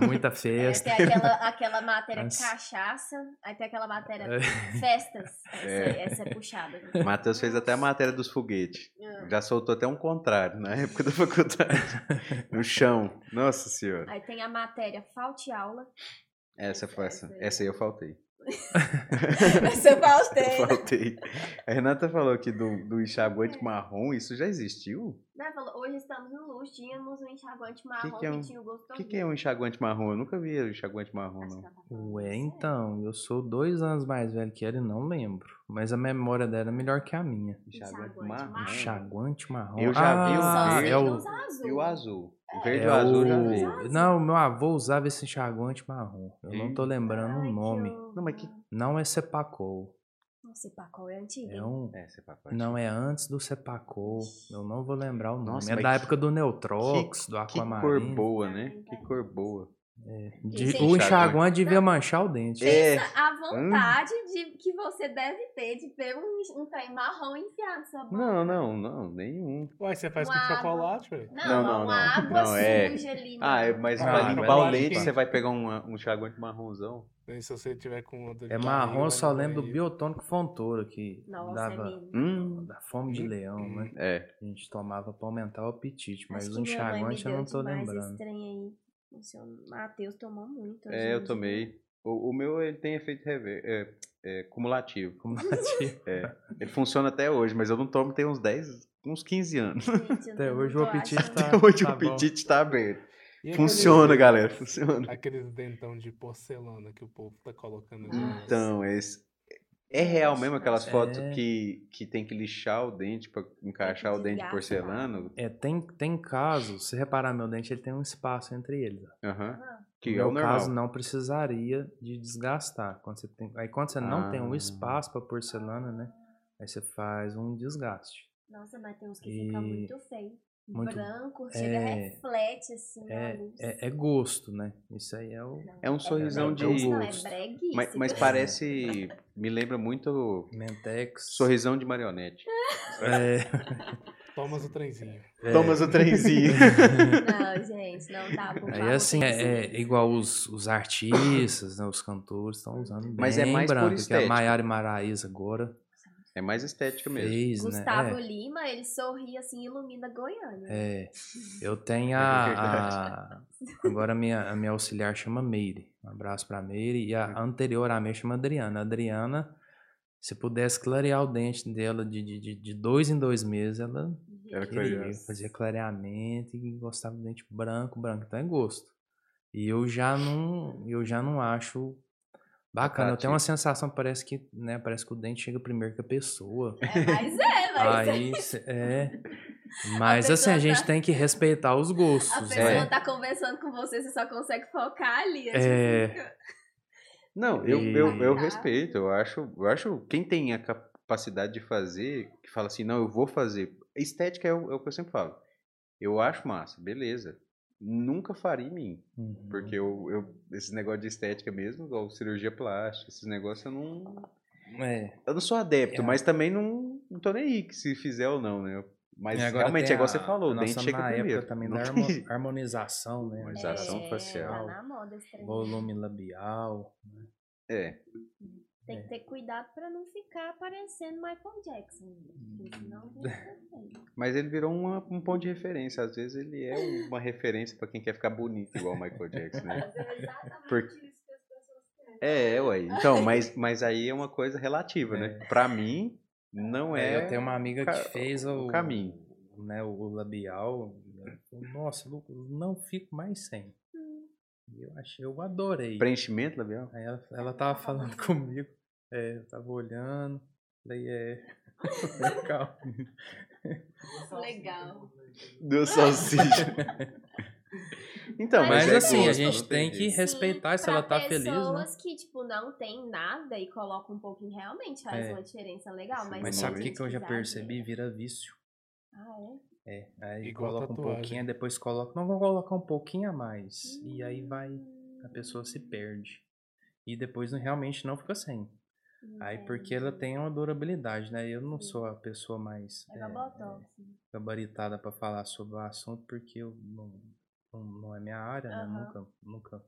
[SPEAKER 4] é muita
[SPEAKER 1] É,
[SPEAKER 4] festa.
[SPEAKER 1] tem aquela, aquela matéria
[SPEAKER 4] Nossa.
[SPEAKER 1] cachaça, aí tem aquela matéria
[SPEAKER 4] É.
[SPEAKER 1] festas. Essa, aí, essa é puxada.
[SPEAKER 2] O Matheus fez até a matéria dos foguetes.
[SPEAKER 1] Ah.
[SPEAKER 2] Já soltou até um contrário na época da
[SPEAKER 3] (laughs)
[SPEAKER 2] faculdade. No chão. Nossa senhora.
[SPEAKER 1] Aí tem a matéria falte aula.
[SPEAKER 2] (laughs) Essa foi essa. Essa aí eu faltei.
[SPEAKER 1] Essa
[SPEAKER 2] (laughs) Eu
[SPEAKER 1] faltei.
[SPEAKER 2] faltei. A Renata falou aqui do, do
[SPEAKER 1] É.
[SPEAKER 2] enxaguante marrom. Isso já existiu?
[SPEAKER 1] Né, falou, hoje estamos no luxo, tínhamos um enxaguante
[SPEAKER 2] que
[SPEAKER 1] marrom que,
[SPEAKER 2] é um-
[SPEAKER 1] tinha o gosto
[SPEAKER 2] O que, que é um enxaguante marrom? Eu nunca vi um enxaguante marrom, não.
[SPEAKER 4] (laughs) Ué, então, eu sou dois anos mais velho que ela e não lembro. Mas a memória dela é melhor que a minha.
[SPEAKER 1] Enxaguante
[SPEAKER 4] Um
[SPEAKER 1] Ah.
[SPEAKER 4] Enxaguante marrom.
[SPEAKER 2] Eu já vi um
[SPEAKER 4] Ah,
[SPEAKER 2] verde.
[SPEAKER 4] é o,
[SPEAKER 2] E o azul? O
[SPEAKER 4] é
[SPEAKER 2] verde e o azul eu já
[SPEAKER 4] o-
[SPEAKER 2] vi.
[SPEAKER 4] Não, meu avô usava esse enxaguante marrom. Eu não tô lembrando o nome.
[SPEAKER 2] Não, mas que.
[SPEAKER 4] Não é Sepacol.
[SPEAKER 1] Não sei pra qual é antigo.
[SPEAKER 4] É um...
[SPEAKER 2] É, você pacote.
[SPEAKER 4] Não, é antes do Sepacol. Eu não vou lembrar o nome.
[SPEAKER 2] Nossa,
[SPEAKER 4] é
[SPEAKER 2] mas
[SPEAKER 4] da
[SPEAKER 2] que-
[SPEAKER 4] época do Neutrox, do
[SPEAKER 2] Que cor
[SPEAKER 4] Aquamarine.
[SPEAKER 2] boa, né? Que cor boa.
[SPEAKER 4] De-
[SPEAKER 1] Sim.
[SPEAKER 4] o enxaguante devia manchar o dente.
[SPEAKER 2] É.
[SPEAKER 1] Pensa a vontade
[SPEAKER 4] Hum.
[SPEAKER 1] de, que você deve ter de ver um, um trem marrom enfiado na sua boca.
[SPEAKER 2] Não, não, não, nenhum.
[SPEAKER 3] Ué, você faz com
[SPEAKER 1] Uau.
[SPEAKER 3] chocolate, ué?
[SPEAKER 1] Não,
[SPEAKER 2] Não,
[SPEAKER 1] uma
[SPEAKER 2] não, não.
[SPEAKER 1] água
[SPEAKER 2] Não, é-
[SPEAKER 1] suja ali. não.
[SPEAKER 2] Ah, é, mas
[SPEAKER 3] Ah,
[SPEAKER 2] vai
[SPEAKER 4] mas
[SPEAKER 2] limpar o
[SPEAKER 4] eu acho
[SPEAKER 2] leite,
[SPEAKER 3] que-
[SPEAKER 2] você vai pegar um, um enxaguante marronzão.
[SPEAKER 3] Nem se você tiver com uma dor de
[SPEAKER 4] É marrom,
[SPEAKER 3] barriga,
[SPEAKER 4] eu só
[SPEAKER 3] né,
[SPEAKER 4] lembro do
[SPEAKER 3] aí-
[SPEAKER 4] biotônico Fontoura, que
[SPEAKER 1] Nossa, é
[SPEAKER 4] dava
[SPEAKER 1] mesmo.
[SPEAKER 2] Hum.
[SPEAKER 4] da fome de leão, né?
[SPEAKER 2] É.
[SPEAKER 4] A gente tomava pra aumentar o apetite, mas
[SPEAKER 1] Acho
[SPEAKER 4] um o
[SPEAKER 1] que minha mãe me
[SPEAKER 4] enxaguante eu
[SPEAKER 1] deu
[SPEAKER 4] não tô
[SPEAKER 1] demais Esse
[SPEAKER 4] lembrando.
[SPEAKER 1] trem aí. O seu Matheus tomou muito. hoje
[SPEAKER 2] É, eu
[SPEAKER 1] em
[SPEAKER 2] tomei. O, o meu ele tem efeito rever, é, é, cumulativo. (laughs) É,
[SPEAKER 4] Como (laughs) eu
[SPEAKER 2] Ele funciona até hoje, mas eu não tomo tem uns 10, uns 15 anos.
[SPEAKER 1] dia. Gente, eu
[SPEAKER 4] (laughs) Até
[SPEAKER 1] não
[SPEAKER 4] hoje
[SPEAKER 1] tô
[SPEAKER 4] o apetite
[SPEAKER 1] achando.
[SPEAKER 4] tá-
[SPEAKER 2] Até (laughs) hoje o
[SPEAKER 4] bom.
[SPEAKER 2] apetite tá aberto.
[SPEAKER 3] E aqueles-
[SPEAKER 2] Funciona, galera, funciona.
[SPEAKER 3] Aqueles dentão de porcelana que o povo tá colocando.
[SPEAKER 1] Ah.
[SPEAKER 3] agora.
[SPEAKER 2] Então, esse. É real mesmo aquelas
[SPEAKER 4] É.
[SPEAKER 2] fotos que, que tem que lixar o dente pra encaixar o dente de
[SPEAKER 1] Desgastar.
[SPEAKER 2] porcelana?
[SPEAKER 4] é, tem, tem casos, se reparar meu dente, ele tem um espaço entre eles. ó.
[SPEAKER 2] Aham.
[SPEAKER 1] Aham.
[SPEAKER 2] Que é
[SPEAKER 4] no
[SPEAKER 2] o
[SPEAKER 4] meu
[SPEAKER 2] normal.
[SPEAKER 4] caso, não precisaria de desgastar. Quando você tem, aí quando você não tem um
[SPEAKER 2] Ah.
[SPEAKER 4] espaço pra porcelana, né? Aí você faz um desgaste.
[SPEAKER 1] Nossa, mas tem uns que
[SPEAKER 4] E-
[SPEAKER 1] ficam muito feio.
[SPEAKER 4] muito-
[SPEAKER 1] Branco, chega,
[SPEAKER 4] é-
[SPEAKER 1] reflete assim
[SPEAKER 4] É,
[SPEAKER 1] na luz.
[SPEAKER 4] é, é gosto, né? Isso aí é o
[SPEAKER 2] É um sorrisão de.
[SPEAKER 4] é um
[SPEAKER 1] breguíssimo,
[SPEAKER 2] (laughs)
[SPEAKER 4] gosto.
[SPEAKER 1] É breguíssimo. (laughs)
[SPEAKER 2] Mas, mas parece. Me lembra muito
[SPEAKER 4] Mentex.
[SPEAKER 2] sorrisão de marionete.
[SPEAKER 4] É,
[SPEAKER 3] Thomas o trenzinho.
[SPEAKER 4] é,
[SPEAKER 2] Thomas o trenzinho.
[SPEAKER 1] Não, gente, não dá por
[SPEAKER 4] Aí
[SPEAKER 1] favor,
[SPEAKER 4] assim,
[SPEAKER 1] tem que
[SPEAKER 4] é,
[SPEAKER 1] ser-
[SPEAKER 4] é igual os, os artistas, né, os cantores estão usando bem
[SPEAKER 2] Mas é mais por
[SPEAKER 4] branco, que a
[SPEAKER 2] estética.
[SPEAKER 4] Maiara Maraíza agora
[SPEAKER 2] É mais estética mesmo.
[SPEAKER 4] fez,
[SPEAKER 1] Gustavo
[SPEAKER 4] né?
[SPEAKER 1] Lima, ele sorri assim, ilumina Goiânia.
[SPEAKER 4] É, é. eu tenho
[SPEAKER 2] (laughs) É
[SPEAKER 4] a,
[SPEAKER 2] verdade.
[SPEAKER 4] a- agora a minha, a minha auxiliar chama Meire, um abraço pra Meire, e
[SPEAKER 2] Uhum.
[SPEAKER 4] a anterior a minha chama Adriana. A Adriana, se pudesse clarear o dente dela de, de, de- de dois em dois meses, ela
[SPEAKER 2] Era
[SPEAKER 4] Queria,
[SPEAKER 2] clarear.
[SPEAKER 4] fazia clareamento e gostava do dente branco, branco, então é gosto. E eu já não, eu já não acho bacana. Eu tenho uma sensação, parece que, né, parece que o dente chega primeiro que a (laughs) pessoa.
[SPEAKER 1] É, mas é,
[SPEAKER 4] (laughs)
[SPEAKER 1] mas
[SPEAKER 4] Aí, cê- é. Mas
[SPEAKER 1] pessoa
[SPEAKER 4] assim, a gente
[SPEAKER 1] tá-
[SPEAKER 4] tem que respeitar os
[SPEAKER 1] a
[SPEAKER 4] gostos,
[SPEAKER 1] pessoa
[SPEAKER 4] né?
[SPEAKER 1] tá conversando com você, você só consegue focar ali. É,
[SPEAKER 4] É.
[SPEAKER 1] tipo,
[SPEAKER 2] Não, eu,
[SPEAKER 4] E-
[SPEAKER 2] eu, eu
[SPEAKER 1] Tá.
[SPEAKER 2] respeito. Eu acho, eu acho quem tem a capacidade de fazer, que fala assim, não, eu vou fazer. Estética é o, é o que eu sempre falo. Eu acho massa, beleza. Nunca faria em mim.
[SPEAKER 4] Uhum.
[SPEAKER 2] Porque eu, eu, esse negócio de estética mesmo, igual cirurgia plástica, esses negócios eu não.
[SPEAKER 4] É.
[SPEAKER 2] Eu não sou adepto,
[SPEAKER 4] É.
[SPEAKER 2] mas também não, não tô nem aí que se fizer ou não, né? Mas
[SPEAKER 4] E agora
[SPEAKER 2] realmente,
[SPEAKER 4] tem
[SPEAKER 2] é igual
[SPEAKER 4] a-
[SPEAKER 2] você falou,
[SPEAKER 4] a
[SPEAKER 2] o dente
[SPEAKER 4] nossa
[SPEAKER 2] chega
[SPEAKER 4] má época
[SPEAKER 2] primeiro.
[SPEAKER 4] também
[SPEAKER 2] Não
[SPEAKER 4] da
[SPEAKER 2] tem-
[SPEAKER 4] harmo- harmonização, né?
[SPEAKER 2] Harmonização
[SPEAKER 1] é,
[SPEAKER 2] facial.
[SPEAKER 1] Tá na moda esse trem.
[SPEAKER 4] Volume labial.
[SPEAKER 2] É.
[SPEAKER 1] Tem que ter cuidado pra não ficar parecendo Michael Jackson. né? Porque senão
[SPEAKER 2] (laughs)
[SPEAKER 1] fica feio.
[SPEAKER 2] Mas ele virou uma- um ponto de referência. Às vezes ele é uma referência pra quem quer ficar bonito igual o Michael Jackson, né? Porque-
[SPEAKER 5] isso que as pessoas
[SPEAKER 2] (laughs)
[SPEAKER 5] querem.
[SPEAKER 2] É, é, ué. Então, mas, mas aí é uma coisa relativa, né? Pra mim, não
[SPEAKER 4] É,
[SPEAKER 2] é.
[SPEAKER 4] eu tenho uma amiga
[SPEAKER 2] ca-
[SPEAKER 4] que fez
[SPEAKER 2] o
[SPEAKER 4] o,
[SPEAKER 2] caminho.
[SPEAKER 4] né, o labial. né, falou, Nossa, Lucas, não fico mais sem. E Eu achei, eu adorei.
[SPEAKER 2] Preenchimento (laughs) labial?
[SPEAKER 4] Aí ela, ela tava falando (laughs) comigo, é, eu tava olhando, falei, é, (laughs) legal.
[SPEAKER 1] Legal.
[SPEAKER 2] Deu salsicha. então,
[SPEAKER 4] Mas,
[SPEAKER 2] mas, é
[SPEAKER 4] assim, a
[SPEAKER 2] gosto,
[SPEAKER 4] gente
[SPEAKER 2] não
[SPEAKER 4] tem que
[SPEAKER 2] jeito.
[SPEAKER 4] respeitar
[SPEAKER 1] Sim,
[SPEAKER 4] se ela
[SPEAKER 1] pra
[SPEAKER 4] tá feliz, né?
[SPEAKER 1] pessoas que, tipo, não tem nada e colocam um pouquinho, realmente faz
[SPEAKER 4] É.
[SPEAKER 1] uma diferença legal. Mas,
[SPEAKER 4] Mas
[SPEAKER 2] não
[SPEAKER 4] sabe o que,
[SPEAKER 2] existe
[SPEAKER 4] que eu já
[SPEAKER 1] precisar,
[SPEAKER 4] percebi?
[SPEAKER 1] né?
[SPEAKER 4] Vira vício.
[SPEAKER 1] Ah, é?
[SPEAKER 4] É, aí
[SPEAKER 3] Igual
[SPEAKER 4] coloca um
[SPEAKER 3] tatuagem.
[SPEAKER 4] pouquinho, depois coloca, não, vou colocar um pouquinho a mais. E aí vai, a
[SPEAKER 1] Hum.
[SPEAKER 4] pessoa se perde. E depois não- realmente não fica sem. Aí porque ela tem uma durabilidade, né? Eu não sou a pessoa mais
[SPEAKER 1] É uma
[SPEAKER 4] eh,
[SPEAKER 1] botox.
[SPEAKER 4] gabaritada para falar sobre o assunto, porque eu não, não, não é minha área, né?
[SPEAKER 1] Aham.
[SPEAKER 4] Nunca, nunca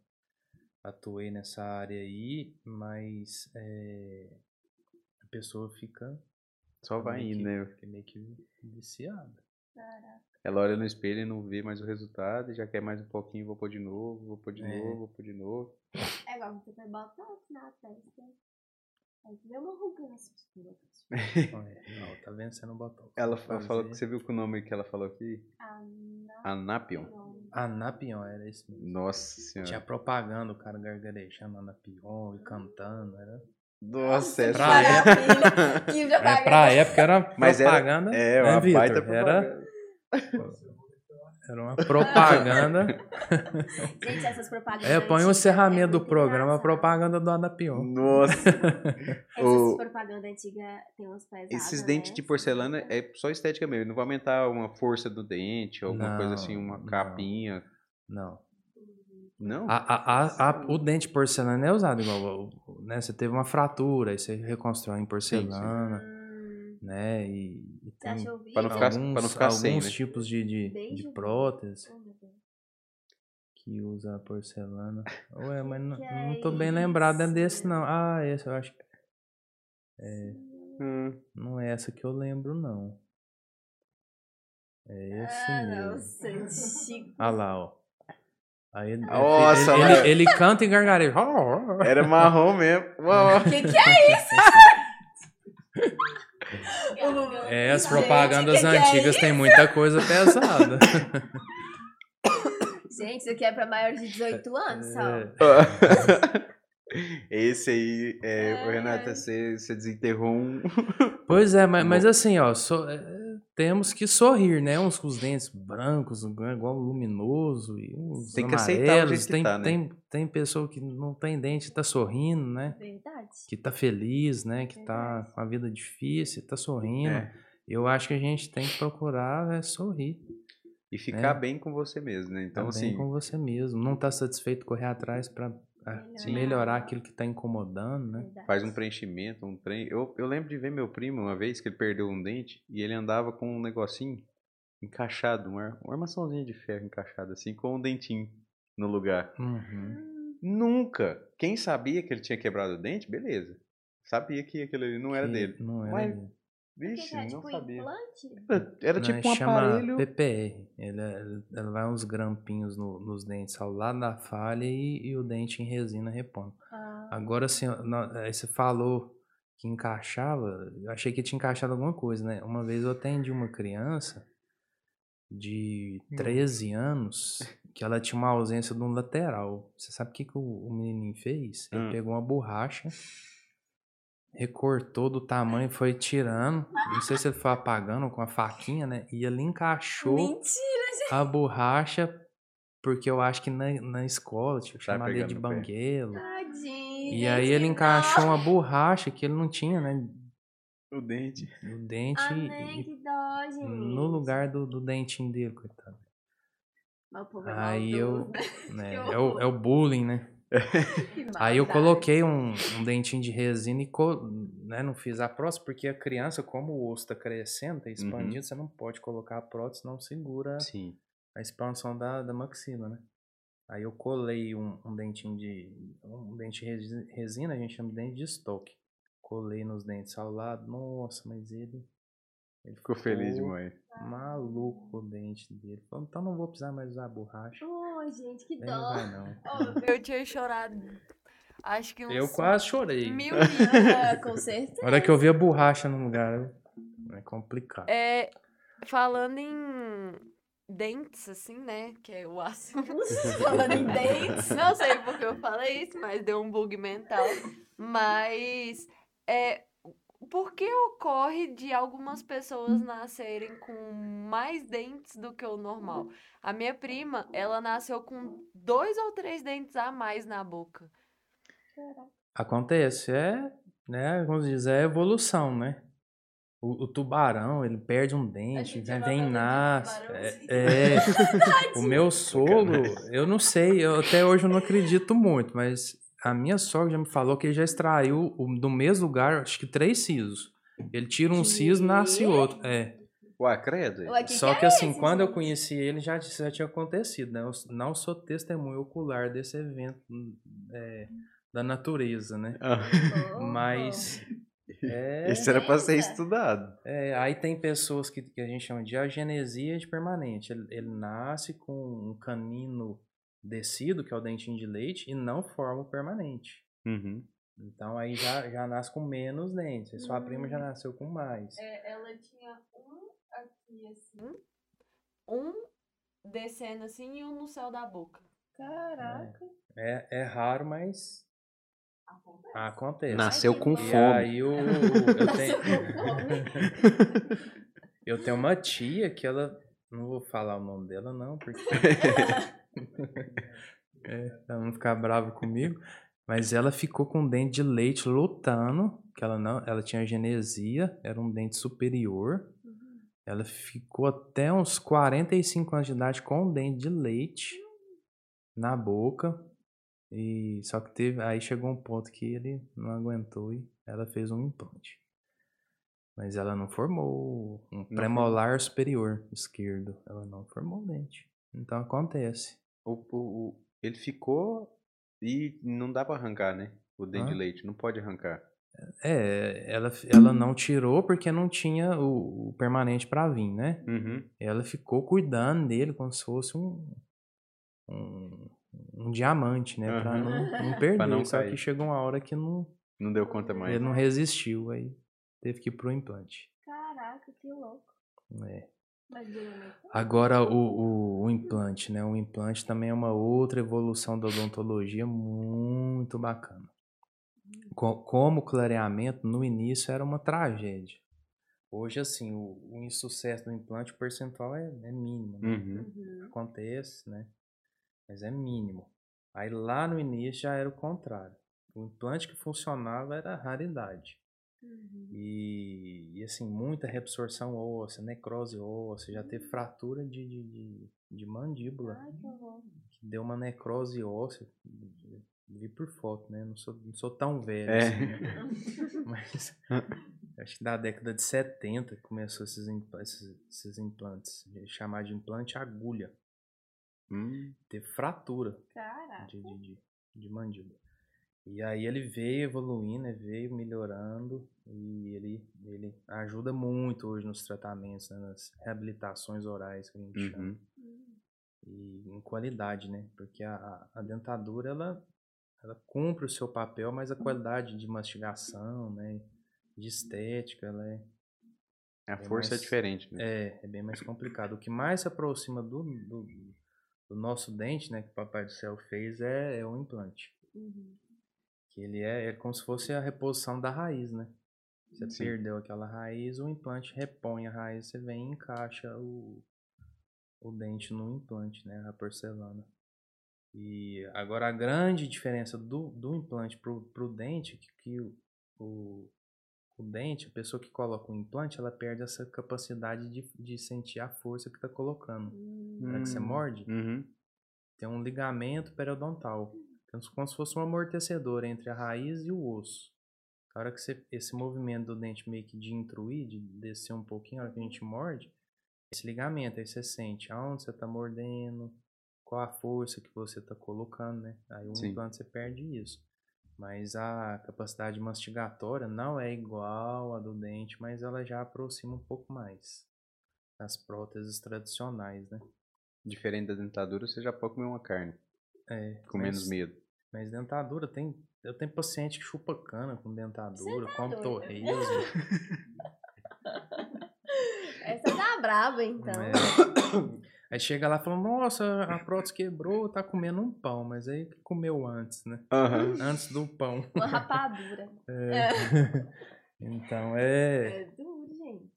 [SPEAKER 4] atuei nessa área aí, mas eh, a pessoa fica,
[SPEAKER 2] Só vai
[SPEAKER 4] meio
[SPEAKER 2] indo,
[SPEAKER 4] que-
[SPEAKER 2] né?
[SPEAKER 4] fica meio que
[SPEAKER 1] (laughs)
[SPEAKER 4] viciada.
[SPEAKER 2] Ela olha no espelho e não vê mais o resultado, e já quer mais um pouquinho, vou pôr de novo, vou pôr de
[SPEAKER 4] É.
[SPEAKER 2] novo, vou pôr de novo.
[SPEAKER 1] É igual você põe botox na testa. Aí tu vê uma ruga nessa espinha.
[SPEAKER 4] É, não, tá vencendo o botão.
[SPEAKER 2] Ela fa- falou que você viu que o nome que ela falou aqui?
[SPEAKER 1] Ah, não.
[SPEAKER 2] Anapion.
[SPEAKER 4] Anapion Ah, era isso mesmo.
[SPEAKER 2] Nossa senhora.
[SPEAKER 4] Tinha propaganda, o cara gargarejando Anapion e cantando, era...
[SPEAKER 1] Que
[SPEAKER 2] Nossa, essa
[SPEAKER 4] pra
[SPEAKER 2] é.
[SPEAKER 1] maravilha. Que
[SPEAKER 4] (laughs) É, pra
[SPEAKER 1] propaganda.
[SPEAKER 4] época era
[SPEAKER 2] Mas era-
[SPEAKER 4] propaganda.
[SPEAKER 2] É,
[SPEAKER 4] né,
[SPEAKER 2] uma
[SPEAKER 4] Vitor?
[SPEAKER 2] baita
[SPEAKER 4] era,
[SPEAKER 2] propaganda.
[SPEAKER 4] era uma propaganda.
[SPEAKER 1] Gente, essas propagandas.
[SPEAKER 4] é, põe o
[SPEAKER 1] antigas
[SPEAKER 4] cerramento
[SPEAKER 1] é
[SPEAKER 4] do
[SPEAKER 1] muito
[SPEAKER 4] programa, a
[SPEAKER 1] engraçado.
[SPEAKER 4] propaganda do Anapion.
[SPEAKER 2] Hum. (laughs) Nossa.
[SPEAKER 1] Essas
[SPEAKER 2] O-
[SPEAKER 1] propaganda antiga tem uns né? pesados.
[SPEAKER 2] Esses dentes de porcelana é só estética mesmo. Não vai aumentar uma força do dente, alguma coisa
[SPEAKER 4] Não,
[SPEAKER 2] assim, uma
[SPEAKER 4] não. Ah.
[SPEAKER 2] capinha.
[SPEAKER 4] Não.
[SPEAKER 2] Não?
[SPEAKER 4] A, a, a, a- o dente de porcelana é usado igual. o- o- Né, você teve uma fratura, aí você reconstrói em porcelana,
[SPEAKER 1] Hum,
[SPEAKER 4] né? E, e
[SPEAKER 1] você
[SPEAKER 4] tem
[SPEAKER 1] achou
[SPEAKER 2] pra não
[SPEAKER 1] vídeo?
[SPEAKER 2] ficar- ficar
[SPEAKER 4] alguns
[SPEAKER 2] sem, né?
[SPEAKER 4] tipos de, de, de
[SPEAKER 1] Beijo.
[SPEAKER 4] prótese.
[SPEAKER 1] Oh, meu Deus.
[SPEAKER 4] que usa porcelana. Ué, mas não,
[SPEAKER 1] Que
[SPEAKER 4] não tô
[SPEAKER 1] é
[SPEAKER 4] bem lembrada
[SPEAKER 1] isso?
[SPEAKER 4] desse, não. Ah, esse eu acho que.
[SPEAKER 2] Hum.
[SPEAKER 4] Não é essa que eu lembro, não. É esse
[SPEAKER 1] Ah,
[SPEAKER 4] mesmo.
[SPEAKER 1] nossa, Chico.
[SPEAKER 4] Ah lá, ó. Aí ele,
[SPEAKER 2] Nossa,
[SPEAKER 4] ele,
[SPEAKER 2] olha.
[SPEAKER 4] ele- ele canta e gargareja.
[SPEAKER 2] Era marrom
[SPEAKER 4] (laughs)
[SPEAKER 2] mesmo. Uau.
[SPEAKER 1] (laughs) Que que é (laughs) isso?
[SPEAKER 4] É, as
[SPEAKER 1] Gente,
[SPEAKER 4] propagandas
[SPEAKER 1] que que é
[SPEAKER 4] antigas tem muita coisa
[SPEAKER 2] (laughs)
[SPEAKER 4] pesada.
[SPEAKER 1] Gente, isso aqui é pra maior de 18 anos, só.
[SPEAKER 4] É,
[SPEAKER 2] Esse aí, é,
[SPEAKER 1] É.
[SPEAKER 2] ô, Renata, você, você desenterrou um.
[SPEAKER 4] Pois é, mas, mas assim, ó, so- é, temos que sorrir, né? Uns com os dentes brancos, um igual luminoso, e uns
[SPEAKER 2] Tem que aceitar o jeito
[SPEAKER 4] amarelos.
[SPEAKER 2] que
[SPEAKER 4] Tem,
[SPEAKER 2] tá, né?
[SPEAKER 4] tem, tem pessoa que não tem dente e tá sorrindo, né?
[SPEAKER 1] É Verdade.
[SPEAKER 4] que tá feliz, né? Que tá
[SPEAKER 1] Verdade.
[SPEAKER 4] com a vida difícil, tá sorrindo.
[SPEAKER 2] É.
[SPEAKER 4] Eu acho que a gente tem que procurar é, sorrir.
[SPEAKER 2] E ficar
[SPEAKER 4] É.
[SPEAKER 2] bem com você mesmo, né? Então,
[SPEAKER 4] Então,
[SPEAKER 2] assim,
[SPEAKER 4] com você mesmo. Não tá satisfeito, correr atrás pra ah,
[SPEAKER 1] Melhorar.
[SPEAKER 4] se
[SPEAKER 2] é.
[SPEAKER 4] melhorar aquilo que tá incomodando, né?
[SPEAKER 1] Verdade.
[SPEAKER 2] faz um preenchimento, um trem. Eu, eu lembro de ver meu primo uma vez que ele perdeu um dente e ele andava com um negocinho encaixado, uma, ar- uma armaçãozinha de ferro encaixada, assim, com um dentinho no lugar.
[SPEAKER 4] Uhum.
[SPEAKER 2] Nunca! Quem sabia que ele tinha quebrado o dente, beleza. Sabia que aquele ali não era
[SPEAKER 4] Que
[SPEAKER 2] dele.
[SPEAKER 4] Não era
[SPEAKER 2] Mas-
[SPEAKER 4] dele.
[SPEAKER 1] Porque
[SPEAKER 2] Vixe,
[SPEAKER 1] era,
[SPEAKER 2] não
[SPEAKER 1] tipo,
[SPEAKER 2] sabia.
[SPEAKER 1] implante?
[SPEAKER 2] Era, era
[SPEAKER 4] Não,
[SPEAKER 2] tipo um
[SPEAKER 4] chama
[SPEAKER 2] aparelho.
[SPEAKER 4] PPR. Ele, é- ela vai uns grampinhos no- nos dentes ao lado da falha e, e o dente em resina repondo.
[SPEAKER 1] Ah,
[SPEAKER 4] Agora, assim, ó, na- aí você falou que encaixava, eu achei que tinha encaixado alguma coisa, né? Uma vez eu atendi uma criança de
[SPEAKER 2] Hum.
[SPEAKER 4] 13 anos que ela tinha uma ausência de um lateral. Você sabe o que, que o, o menininho fez? Ele
[SPEAKER 2] Hum.
[SPEAKER 4] pegou uma borracha, recortou do tamanho, foi tirando. Não sei se ele foi apagando com a faquinha, né? E ele encaixou
[SPEAKER 1] mentira!
[SPEAKER 4] a borracha, porque eu acho que na, na escola, tipo,
[SPEAKER 2] Tá
[SPEAKER 4] chamava ele de
[SPEAKER 2] pegando no pé.
[SPEAKER 4] banguelo.
[SPEAKER 1] Tadinho!
[SPEAKER 4] E aí ele encaixou uma borracha que ele não tinha, né?
[SPEAKER 2] O dente.
[SPEAKER 4] No dente
[SPEAKER 1] Amém,
[SPEAKER 4] e-
[SPEAKER 1] Ah, né, que dó,
[SPEAKER 4] e
[SPEAKER 1] gente!
[SPEAKER 4] no lugar do, do dentinho
[SPEAKER 1] (laughs)
[SPEAKER 4] dele, coitado.
[SPEAKER 1] Mas o povo é
[SPEAKER 4] Aí eu.
[SPEAKER 1] maldoso,
[SPEAKER 4] né,
[SPEAKER 1] Que
[SPEAKER 4] é, o, é o bullying, né?
[SPEAKER 1] (laughs) que
[SPEAKER 4] Aí eu
[SPEAKER 1] maldade.
[SPEAKER 4] coloquei um, um dentinho de resina e co- né, não fiz a prótese, porque a criança, como o osso tá crescendo, tá expandindo, você não pode colocar a prótese, não segura
[SPEAKER 2] Sim.
[SPEAKER 4] a expansão da, da maxila, né? Aí eu colei um, um dentinho de. Um dente de resi- resina, a gente chama de dente de estoque. Colei nos dentes ao lado. Nossa, mas ele. Ele
[SPEAKER 2] Ficou feliz
[SPEAKER 4] ficou
[SPEAKER 2] demais.
[SPEAKER 4] Maluco com o dente dele. Falou, então não vou precisar mais usar a borracha.
[SPEAKER 1] Ô, gente, que
[SPEAKER 4] Aí
[SPEAKER 5] Então,
[SPEAKER 4] não
[SPEAKER 1] dó!
[SPEAKER 4] vai, não.
[SPEAKER 5] Eu tinha chorado. Acho que uns
[SPEAKER 4] Eu quase chorei.
[SPEAKER 5] mil
[SPEAKER 3] (laughs)
[SPEAKER 5] dias.
[SPEAKER 1] Ah, (laughs) com certeza.
[SPEAKER 4] Na hora que eu vi a borracha no lugar, eu- é complicado.
[SPEAKER 5] É, falando em dentes, assim, né? Que é o (laughs) assunto.
[SPEAKER 1] Falando em dentes.
[SPEAKER 5] Não sei porque eu falei isso, mas deu um bug mental. Mas é, por que ocorre de algumas pessoas nascerem com mais dentes do que o normal? A minha prima, ela nasceu com dois ou três dentes a mais na boca.
[SPEAKER 4] Acontece, é, né? Vamos dizer, é evolução, né? O, o tubarão, ele perde um dente,
[SPEAKER 1] gente
[SPEAKER 4] vem,
[SPEAKER 1] já
[SPEAKER 4] vem
[SPEAKER 1] falou de
[SPEAKER 4] nasce.
[SPEAKER 1] tubarãozinho.
[SPEAKER 4] É, é.
[SPEAKER 1] (laughs)
[SPEAKER 4] o meu sogro, eu não sei, eu até hoje eu não acredito muito, mas a minha sogra já me falou que ele já extraiu o- do mesmo lugar, acho que três sisos. Ele tira um siso, nasce outro. É.
[SPEAKER 2] Ué, credo.
[SPEAKER 1] Ué, que
[SPEAKER 4] Só
[SPEAKER 1] que é
[SPEAKER 4] que assim,
[SPEAKER 1] esse, tipo
[SPEAKER 4] quando eu
[SPEAKER 1] gente?
[SPEAKER 4] conheci ele, já, já tinha acontecido, né? Eu não sou testemunho ocular desse evento é,
[SPEAKER 1] Hum.
[SPEAKER 4] da natureza, né?
[SPEAKER 2] Ah, (laughs)
[SPEAKER 1] Ô,
[SPEAKER 4] (laughs) Mas. É,
[SPEAKER 2] Isso era pra ser
[SPEAKER 1] Eita.
[SPEAKER 2] estudado.
[SPEAKER 4] é, aí tem pessoas que, que a gente chama de agenesia de permanente. Ele, ele nasce com um canino descido, que é o dentinho de leite, e não forma o permanente.
[SPEAKER 2] Uhum.
[SPEAKER 4] Então aí já, já nasce com menos dentes. E sua prima
[SPEAKER 1] Hum.
[SPEAKER 4] já nasceu com mais.
[SPEAKER 1] É, ela tinha um aqui, assim.
[SPEAKER 4] É.
[SPEAKER 5] Um descendo assim e um no céu da boca.
[SPEAKER 1] Caraca.
[SPEAKER 4] É, é raro, mas acontece.
[SPEAKER 2] Nasceu
[SPEAKER 1] que
[SPEAKER 2] com
[SPEAKER 1] bom.
[SPEAKER 4] E
[SPEAKER 2] fome.
[SPEAKER 4] aí o- eu
[SPEAKER 1] (laughs) Nasceu
[SPEAKER 4] tenho-
[SPEAKER 1] com fome.
[SPEAKER 4] Eu tenho uma tia que ela. Não vou falar o nome dela, não, porque. é, ela não ficar brava comigo. Mas ela ficou com o dente de leite lutando, que ela não. Ela tinha genesia, era um dente superior. Ela ficou até uns 45 anos de idade com um dente de leite na boca. E só que teve, aí chegou um ponto que ele não aguentou e ela fez um implante. Mas ela não formou um premolar superior esquerdo, ela não formou o dente. Então acontece.
[SPEAKER 2] O- o- o- ele ficou e não dá pra arrancar, né? O dente de
[SPEAKER 4] Hã?
[SPEAKER 2] leite, não pode arrancar.
[SPEAKER 4] É, ela, ela não tirou porque não tinha o, o permanente pra vir, né?
[SPEAKER 2] Uhum.
[SPEAKER 4] Ela ficou cuidando dele como se fosse um, um, um diamante, né? Pra
[SPEAKER 2] Aham.
[SPEAKER 4] não, não perder.
[SPEAKER 2] não
[SPEAKER 4] Só
[SPEAKER 2] cair.
[SPEAKER 4] que chegou uma hora que não,
[SPEAKER 2] Não deu conta
[SPEAKER 4] ele
[SPEAKER 2] mais.
[SPEAKER 4] não resistiu, aí teve que ir pro implante.
[SPEAKER 1] Caraca, que louco.
[SPEAKER 4] É.
[SPEAKER 1] Mas deu, né?
[SPEAKER 4] Agora, o, o, o implante, né? O implante também é uma outra evolução da odontologia muito bacana. Co- como o clareamento, no início, era uma tragédia. Hoje, assim, o, o insucesso do implante, o percentual é, é mínimo, né?
[SPEAKER 2] Uhum.
[SPEAKER 1] Uhum.
[SPEAKER 4] acontece, né? Mas é mínimo. Aí lá no início já era o contrário. O implante que funcionava era a raridade.
[SPEAKER 1] Uhum.
[SPEAKER 4] E, e, assim, muita reabsorção óssea, necrose óssea, já teve fratura de, de, de, de mandíbula,
[SPEAKER 1] Ai, que horror.
[SPEAKER 4] que deu uma necrose óssea. Vi por foto, né? Não sou, não sou tão velho
[SPEAKER 2] É.
[SPEAKER 4] assim, né? (laughs) Mas acho que da década de 70 que começou esses, impla- esses, esses implantes, chamar de implante agulha.
[SPEAKER 2] Hum,
[SPEAKER 4] Teve fratura
[SPEAKER 1] Caraca.
[SPEAKER 4] de, de, de, de mandíbula. E aí ele veio evoluindo, né, veio melhorando e ele, ele ajuda muito hoje nos tratamentos, né, nas reabilitações orais que a gente chama.
[SPEAKER 2] uhum.
[SPEAKER 4] E em qualidade, né? Porque a- a, a dentadura, ela, ela cumpre o seu papel, mas a qualidade de mastigação, né? De estética, ela é,
[SPEAKER 2] A
[SPEAKER 4] Tem
[SPEAKER 2] força é
[SPEAKER 4] mais-
[SPEAKER 2] diferente, né?
[SPEAKER 4] é, é bem mais complicado. O que mais se aproxima do, do, do nosso dente, né? Que o Papai do Céu fez é, é o implante.
[SPEAKER 1] Uhum.
[SPEAKER 4] Que ele é, é como se fosse a reposição da raiz, né? Você
[SPEAKER 2] Sim.
[SPEAKER 4] perdeu aquela raiz, o implante repõe a raiz, você vem e encaixa o, o dente no implante, né? A porcelana. E agora a grande diferença do, do implante pro, pro dente, que, que o, o, o dente, a pessoa que coloca o implante, ela perde essa capacidade de, de sentir a força que tá colocando.
[SPEAKER 1] Hum.
[SPEAKER 4] Na hora que você
[SPEAKER 2] Hum.
[SPEAKER 4] morde,
[SPEAKER 2] Uhum.
[SPEAKER 4] tem um ligamento periodontal. Então, como se fosse um amortecedor entre a raiz e o osso. A hora que você, esse movimento do dente meio que de intruir, de descer um pouquinho, a hora que a
[SPEAKER 2] Uhum.
[SPEAKER 4] gente morde, esse ligamento, aí você sente aonde você está mordendo, qual a força que você está colocando, né? Aí o
[SPEAKER 2] Sim.
[SPEAKER 4] implante você perde isso. Mas a capacidade mastigatória não é igual à do dente, mas ela já aproxima um pouco mais das próteses tradicionais, né?
[SPEAKER 2] Diferente da dentadura, você já pode comer uma carne
[SPEAKER 4] É,
[SPEAKER 2] com
[SPEAKER 4] mas-
[SPEAKER 2] menos medo.
[SPEAKER 4] Mas dentadura tem. Eu tenho paciente que chupa cana com dentadura,
[SPEAKER 1] Você tá
[SPEAKER 4] com
[SPEAKER 1] doido.
[SPEAKER 4] torresmo.
[SPEAKER 1] Essa tá brava, (laughs) então.
[SPEAKER 4] né? Aí chega lá e fala, nossa, a prótese quebrou, tá comendo um pão, mas aí que comeu antes, né?
[SPEAKER 2] (laughs) Aham.
[SPEAKER 4] Antes do pão. É.
[SPEAKER 1] Uma rapadura.
[SPEAKER 4] (laughs) Então é.
[SPEAKER 1] É duro, gente.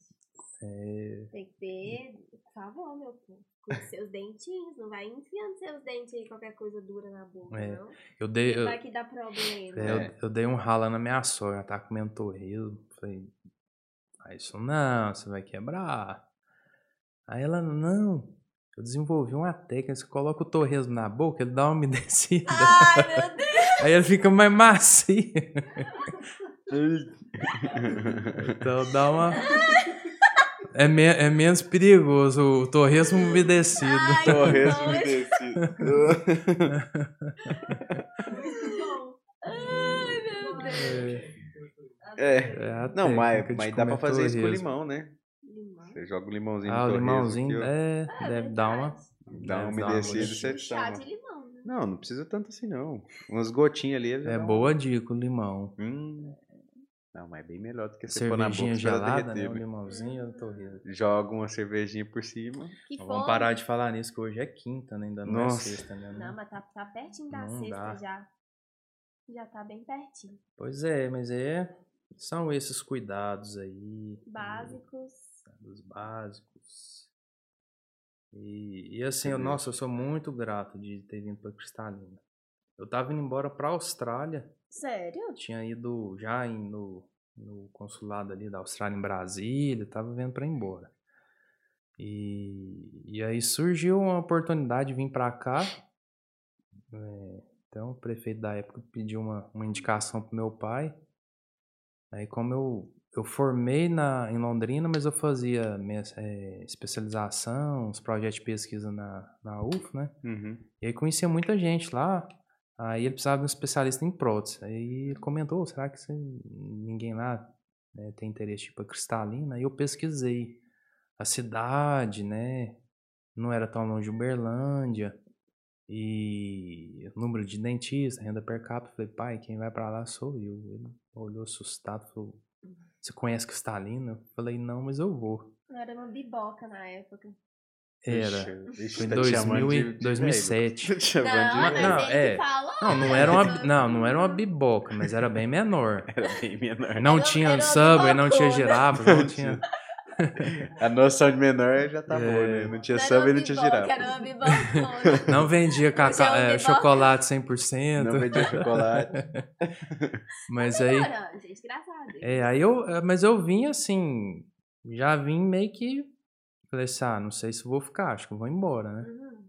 [SPEAKER 1] Tem que ter, por favor, meu povo. Cuide seus dentinhos, não vai enfiando seus dentes aí, qualquer coisa dura na boca,
[SPEAKER 4] É.
[SPEAKER 1] não.
[SPEAKER 4] Eu dei, eu,
[SPEAKER 1] Vai que dá problema.
[SPEAKER 4] é, eu- eu dei um rala na minha sogra, ela tá comendo torresmo. Falei, faz isso não, você vai quebrar. Aí ela, não. Eu desenvolvi uma técnica, você coloca o torresmo na boca, ele dá
[SPEAKER 2] (laughs)
[SPEAKER 4] uma umedecida.
[SPEAKER 1] Ai, meu Deus!
[SPEAKER 4] Aí ele fica mais macio. Então dá uma. É, me- é menos perigoso o torresmo
[SPEAKER 2] (laughs)
[SPEAKER 4] umedecido.
[SPEAKER 1] Ai, que
[SPEAKER 2] Torres
[SPEAKER 1] nojo.
[SPEAKER 2] umedecido.
[SPEAKER 1] Muito bom.
[SPEAKER 5] Ai, meu Deus.
[SPEAKER 4] É,
[SPEAKER 2] (laughs) É.
[SPEAKER 4] é a
[SPEAKER 2] Não, mas,
[SPEAKER 4] técnica de
[SPEAKER 2] mas dá pra
[SPEAKER 4] comer
[SPEAKER 2] fazer isso com
[SPEAKER 4] torresmo.
[SPEAKER 2] limão, né?
[SPEAKER 1] Limão.
[SPEAKER 2] Você joga o limãozinho
[SPEAKER 4] Ah,
[SPEAKER 2] no
[SPEAKER 4] o
[SPEAKER 2] torresmo
[SPEAKER 4] limãozinho
[SPEAKER 2] aqui,
[SPEAKER 4] é,
[SPEAKER 1] É
[SPEAKER 4] deve dar uma.
[SPEAKER 1] verdade.
[SPEAKER 2] ó, dá uma
[SPEAKER 4] deve dar uma
[SPEAKER 2] umedecida e
[SPEAKER 4] mudada.
[SPEAKER 2] você
[SPEAKER 1] Um chá de
[SPEAKER 2] chama.
[SPEAKER 1] limão, né?
[SPEAKER 2] Não, não precisa tanto assim, não. Umas gotinhas ali. já
[SPEAKER 4] É
[SPEAKER 2] dá um-
[SPEAKER 4] boa dica o limão.
[SPEAKER 2] Hum. Não, mas é bem melhor do que você pôr na boca
[SPEAKER 4] Cervejinha
[SPEAKER 2] e esperar
[SPEAKER 4] gelada, né?
[SPEAKER 2] derreter,
[SPEAKER 4] O
[SPEAKER 2] velho.
[SPEAKER 4] limãozinho e o torresmo.
[SPEAKER 2] Joga uma cervejinha por cima.
[SPEAKER 1] Que
[SPEAKER 4] Mas
[SPEAKER 1] fome.
[SPEAKER 4] Vamos Tá parar de falar nisso, que hoje é quinta, né? Ainda não
[SPEAKER 2] Nossa.
[SPEAKER 4] é sexta, né?
[SPEAKER 1] Não, mas tá, tá pertinho da
[SPEAKER 4] Não
[SPEAKER 1] sexta
[SPEAKER 4] dá.
[SPEAKER 1] já. Já tá bem pertinho.
[SPEAKER 4] Pois é, mas é. São esses cuidados aí.
[SPEAKER 1] Básicos.
[SPEAKER 4] dos básicos. E, e assim, eu,
[SPEAKER 2] Beleza.
[SPEAKER 4] nossa, eu sou muito grato de ter vindo para Cristalina. Eu tava indo embora para Austrália,
[SPEAKER 1] Sério?
[SPEAKER 4] tinha ido já em- no, no consulado ali da Austrália em Brasília, tava vendo para ir embora. E, e aí surgiu uma oportunidade de vir para cá. É, então, o prefeito da época pediu uma, uma indicação pro meu pai. Aí, como eu, eu formei na, em Londrina, mas eu fazia minha eh, especialização, uns projetos de pesquisa na, na UF, né?
[SPEAKER 2] Uhum.
[SPEAKER 4] E aí conhecia muita gente lá. Aí ele precisava de um especialista em prótese. Aí ele comentou, "Ô, será que você- ninguém lá né, tem interesse tipo cristalina? Aí eu pesquisei a cidade, né? Não era tão longe de Uberlândia. E o número de dentistas, renda per capita. Falei, pai, quem vai pra lá sou eu. Ele olhou assustado, falou, você conhece cristalina? Eu falei, não, mas eu vou.
[SPEAKER 1] Eu era uma biboca na época.
[SPEAKER 4] Era.
[SPEAKER 2] Ixi, ixi,
[SPEAKER 4] Foi em
[SPEAKER 2] tá te chamando
[SPEAKER 4] 2000 e-
[SPEAKER 2] de- de
[SPEAKER 4] 2007.
[SPEAKER 2] velho. (laughs) Tá te chamando de
[SPEAKER 4] mas-
[SPEAKER 2] velho.
[SPEAKER 4] não, é.
[SPEAKER 1] fala.
[SPEAKER 4] Não, não era uma, não, não era uma biboca, mas era bem menor.
[SPEAKER 2] Era bem menor.
[SPEAKER 4] Não
[SPEAKER 1] Era-
[SPEAKER 4] tinha
[SPEAKER 1] era
[SPEAKER 4] Subway, É. não tinha (laughs)
[SPEAKER 1] bibocona.
[SPEAKER 4] girafa, não tinha.
[SPEAKER 2] A noção de menor já tá boa, né? Não tinha samba e não tinha
[SPEAKER 1] girado.
[SPEAKER 2] girafa.
[SPEAKER 1] Era uma
[SPEAKER 4] (laughs)
[SPEAKER 1] bibolona.
[SPEAKER 4] Não vendia cacau,
[SPEAKER 1] Já
[SPEAKER 4] é,
[SPEAKER 1] ouvi
[SPEAKER 4] chocolate
[SPEAKER 2] Não
[SPEAKER 4] 100%,
[SPEAKER 2] vendia
[SPEAKER 4] (laughs)
[SPEAKER 2] chocolate.
[SPEAKER 4] mas aí...
[SPEAKER 1] Melhorando, gente, graças a Deus.
[SPEAKER 4] É, aí eu, eh, mas eu vim assim, já vim meio que, falei assim, ah, não sei se eu vou ficar, acho que eu vou embora, né?
[SPEAKER 1] Uhum.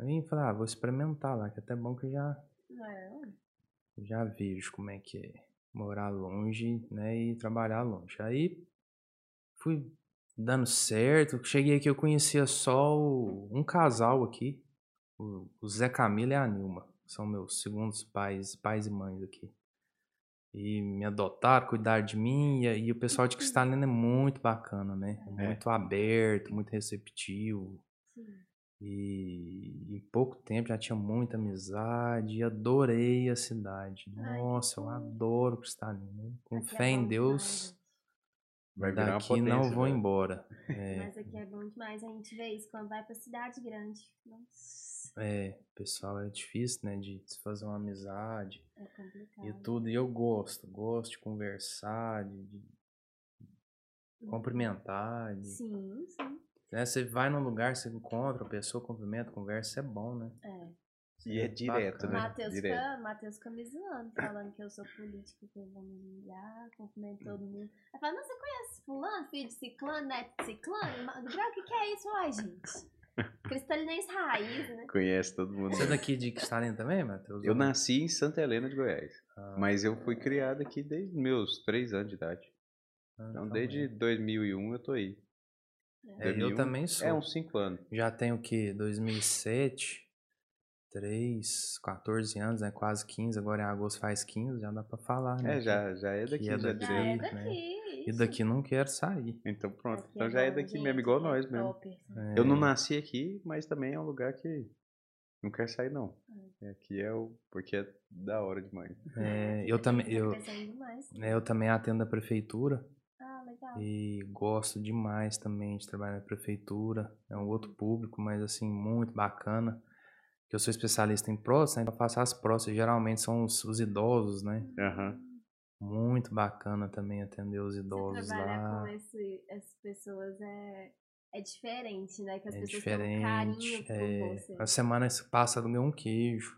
[SPEAKER 4] Aí eu falei, ah, vou experimentar lá, que é até bom que eu já,
[SPEAKER 1] É.
[SPEAKER 4] já vejo como é que é morar longe, né, e trabalhar longe. Aí fui dando certo, cheguei aqui, eu conhecia só o- um casal aqui, o, o Zé Camilo e a Nilma, são meus segundos pais, pais e mães aqui. E me adotaram, cuidaram de mim, e, aí o pessoal de Cristalina é muito bacana, né? É
[SPEAKER 2] É.
[SPEAKER 4] Muito aberto, muito receptivo.
[SPEAKER 1] Sim.
[SPEAKER 4] E em pouco tempo já tinha muita amizade, e adorei a cidade.
[SPEAKER 1] Ai, que
[SPEAKER 4] Nossa, eu
[SPEAKER 1] bom. adoro
[SPEAKER 4] adoro Cristalina.
[SPEAKER 1] Aqui
[SPEAKER 4] Com
[SPEAKER 1] é
[SPEAKER 4] Um fé em
[SPEAKER 1] bom
[SPEAKER 4] Deus,
[SPEAKER 1] demais,
[SPEAKER 2] Vai virar uma
[SPEAKER 4] daqui
[SPEAKER 2] potência.
[SPEAKER 4] não vou
[SPEAKER 2] né?
[SPEAKER 4] embora.
[SPEAKER 2] (laughs)
[SPEAKER 1] gente.
[SPEAKER 4] É,
[SPEAKER 1] Mas aqui é bom demais. A gente vê isso quando vai pra cidade grande. Nossa,
[SPEAKER 4] é, pessoal, é difícil, né, de se fazer uma amizade
[SPEAKER 1] é complicado.
[SPEAKER 4] e tudo. E eu gosto, gosto de conversar, de, de cumprimentar. De,
[SPEAKER 1] Sim, sim.
[SPEAKER 4] né, você vai num lugar, você encontra a pessoa, cumprimenta, conversa, é bom, né?
[SPEAKER 1] É.
[SPEAKER 2] E é direto,
[SPEAKER 1] O
[SPEAKER 4] Bacana.
[SPEAKER 2] né?
[SPEAKER 1] Matheus
[SPEAKER 2] Direto.
[SPEAKER 1] fica, Matheus fica me zoando, falando que eu sou político, que eu vou me ligar, cumprimento todo
[SPEAKER 2] Uhum.
[SPEAKER 1] mundo. Aí fala, mas você conhece fulano, filho de ciclano, neto de ciclano? Ma- Gabriel, o que, que é isso? Uai, gente.
[SPEAKER 2] (laughs)
[SPEAKER 1] Cristalinense raiz, né?
[SPEAKER 2] Conhece todo mundo.
[SPEAKER 4] Você é daqui de Cristalina também, Matheus?
[SPEAKER 2] Eu
[SPEAKER 4] Ou não?
[SPEAKER 2] nasci em Santa Helena de Goiás,
[SPEAKER 4] Ah,
[SPEAKER 2] mas eu fui criado aqui desde meus 3 anos de idade.
[SPEAKER 4] ah,
[SPEAKER 2] Então,
[SPEAKER 4] então
[SPEAKER 2] desde 2001 eu tô aí.
[SPEAKER 4] É, eu
[SPEAKER 2] 2001.
[SPEAKER 4] também sou.
[SPEAKER 2] É uns 5 anos.
[SPEAKER 4] Já tem o que? 2007, 3, 14 anos, né? Quase 15. Agora em agosto faz 15, já dá pra falar, né?
[SPEAKER 2] É,
[SPEAKER 4] que-
[SPEAKER 2] já, já é daqui,
[SPEAKER 4] é
[SPEAKER 2] já é
[SPEAKER 4] daqui.
[SPEAKER 1] Já é
[SPEAKER 2] direto.
[SPEAKER 4] Direito, né?
[SPEAKER 1] daqui.
[SPEAKER 4] E
[SPEAKER 1] isso.
[SPEAKER 4] daqui não quero sair.
[SPEAKER 2] Então pronto,
[SPEAKER 1] Aqui
[SPEAKER 2] é então já é
[SPEAKER 1] bom,
[SPEAKER 2] daqui
[SPEAKER 1] gente,
[SPEAKER 2] mesmo, igual
[SPEAKER 1] aqui é
[SPEAKER 2] nós mesmo.
[SPEAKER 1] top.
[SPEAKER 2] Eu não
[SPEAKER 4] É,
[SPEAKER 2] nasci aqui, mas também é um lugar que não quero sair não. E Aqui é o... porque é da hora demais.
[SPEAKER 4] é, eu também, eu,
[SPEAKER 1] Tá crescendo demais.
[SPEAKER 4] né, eu também atendo a prefeitura
[SPEAKER 1] Ah, legal.
[SPEAKER 4] e gosto demais também de trabalhar na prefeitura. É um outro público, mas assim, muito bacana. Que eu sou especialista em próstata, né? Eu faço as próstatas, geralmente são os, os idosos, né?
[SPEAKER 1] Uhum.
[SPEAKER 2] Aham.
[SPEAKER 4] Muito bacana também atender os idosos
[SPEAKER 1] Você trabalhar
[SPEAKER 4] lá.
[SPEAKER 1] com esse, essas pessoas é, é diferente, né? Que as
[SPEAKER 4] É
[SPEAKER 1] pessoas têm um carinho
[SPEAKER 4] diferente.
[SPEAKER 1] por
[SPEAKER 4] É...
[SPEAKER 1] você.
[SPEAKER 2] então
[SPEAKER 4] A semana passada eu ganhei um queijo.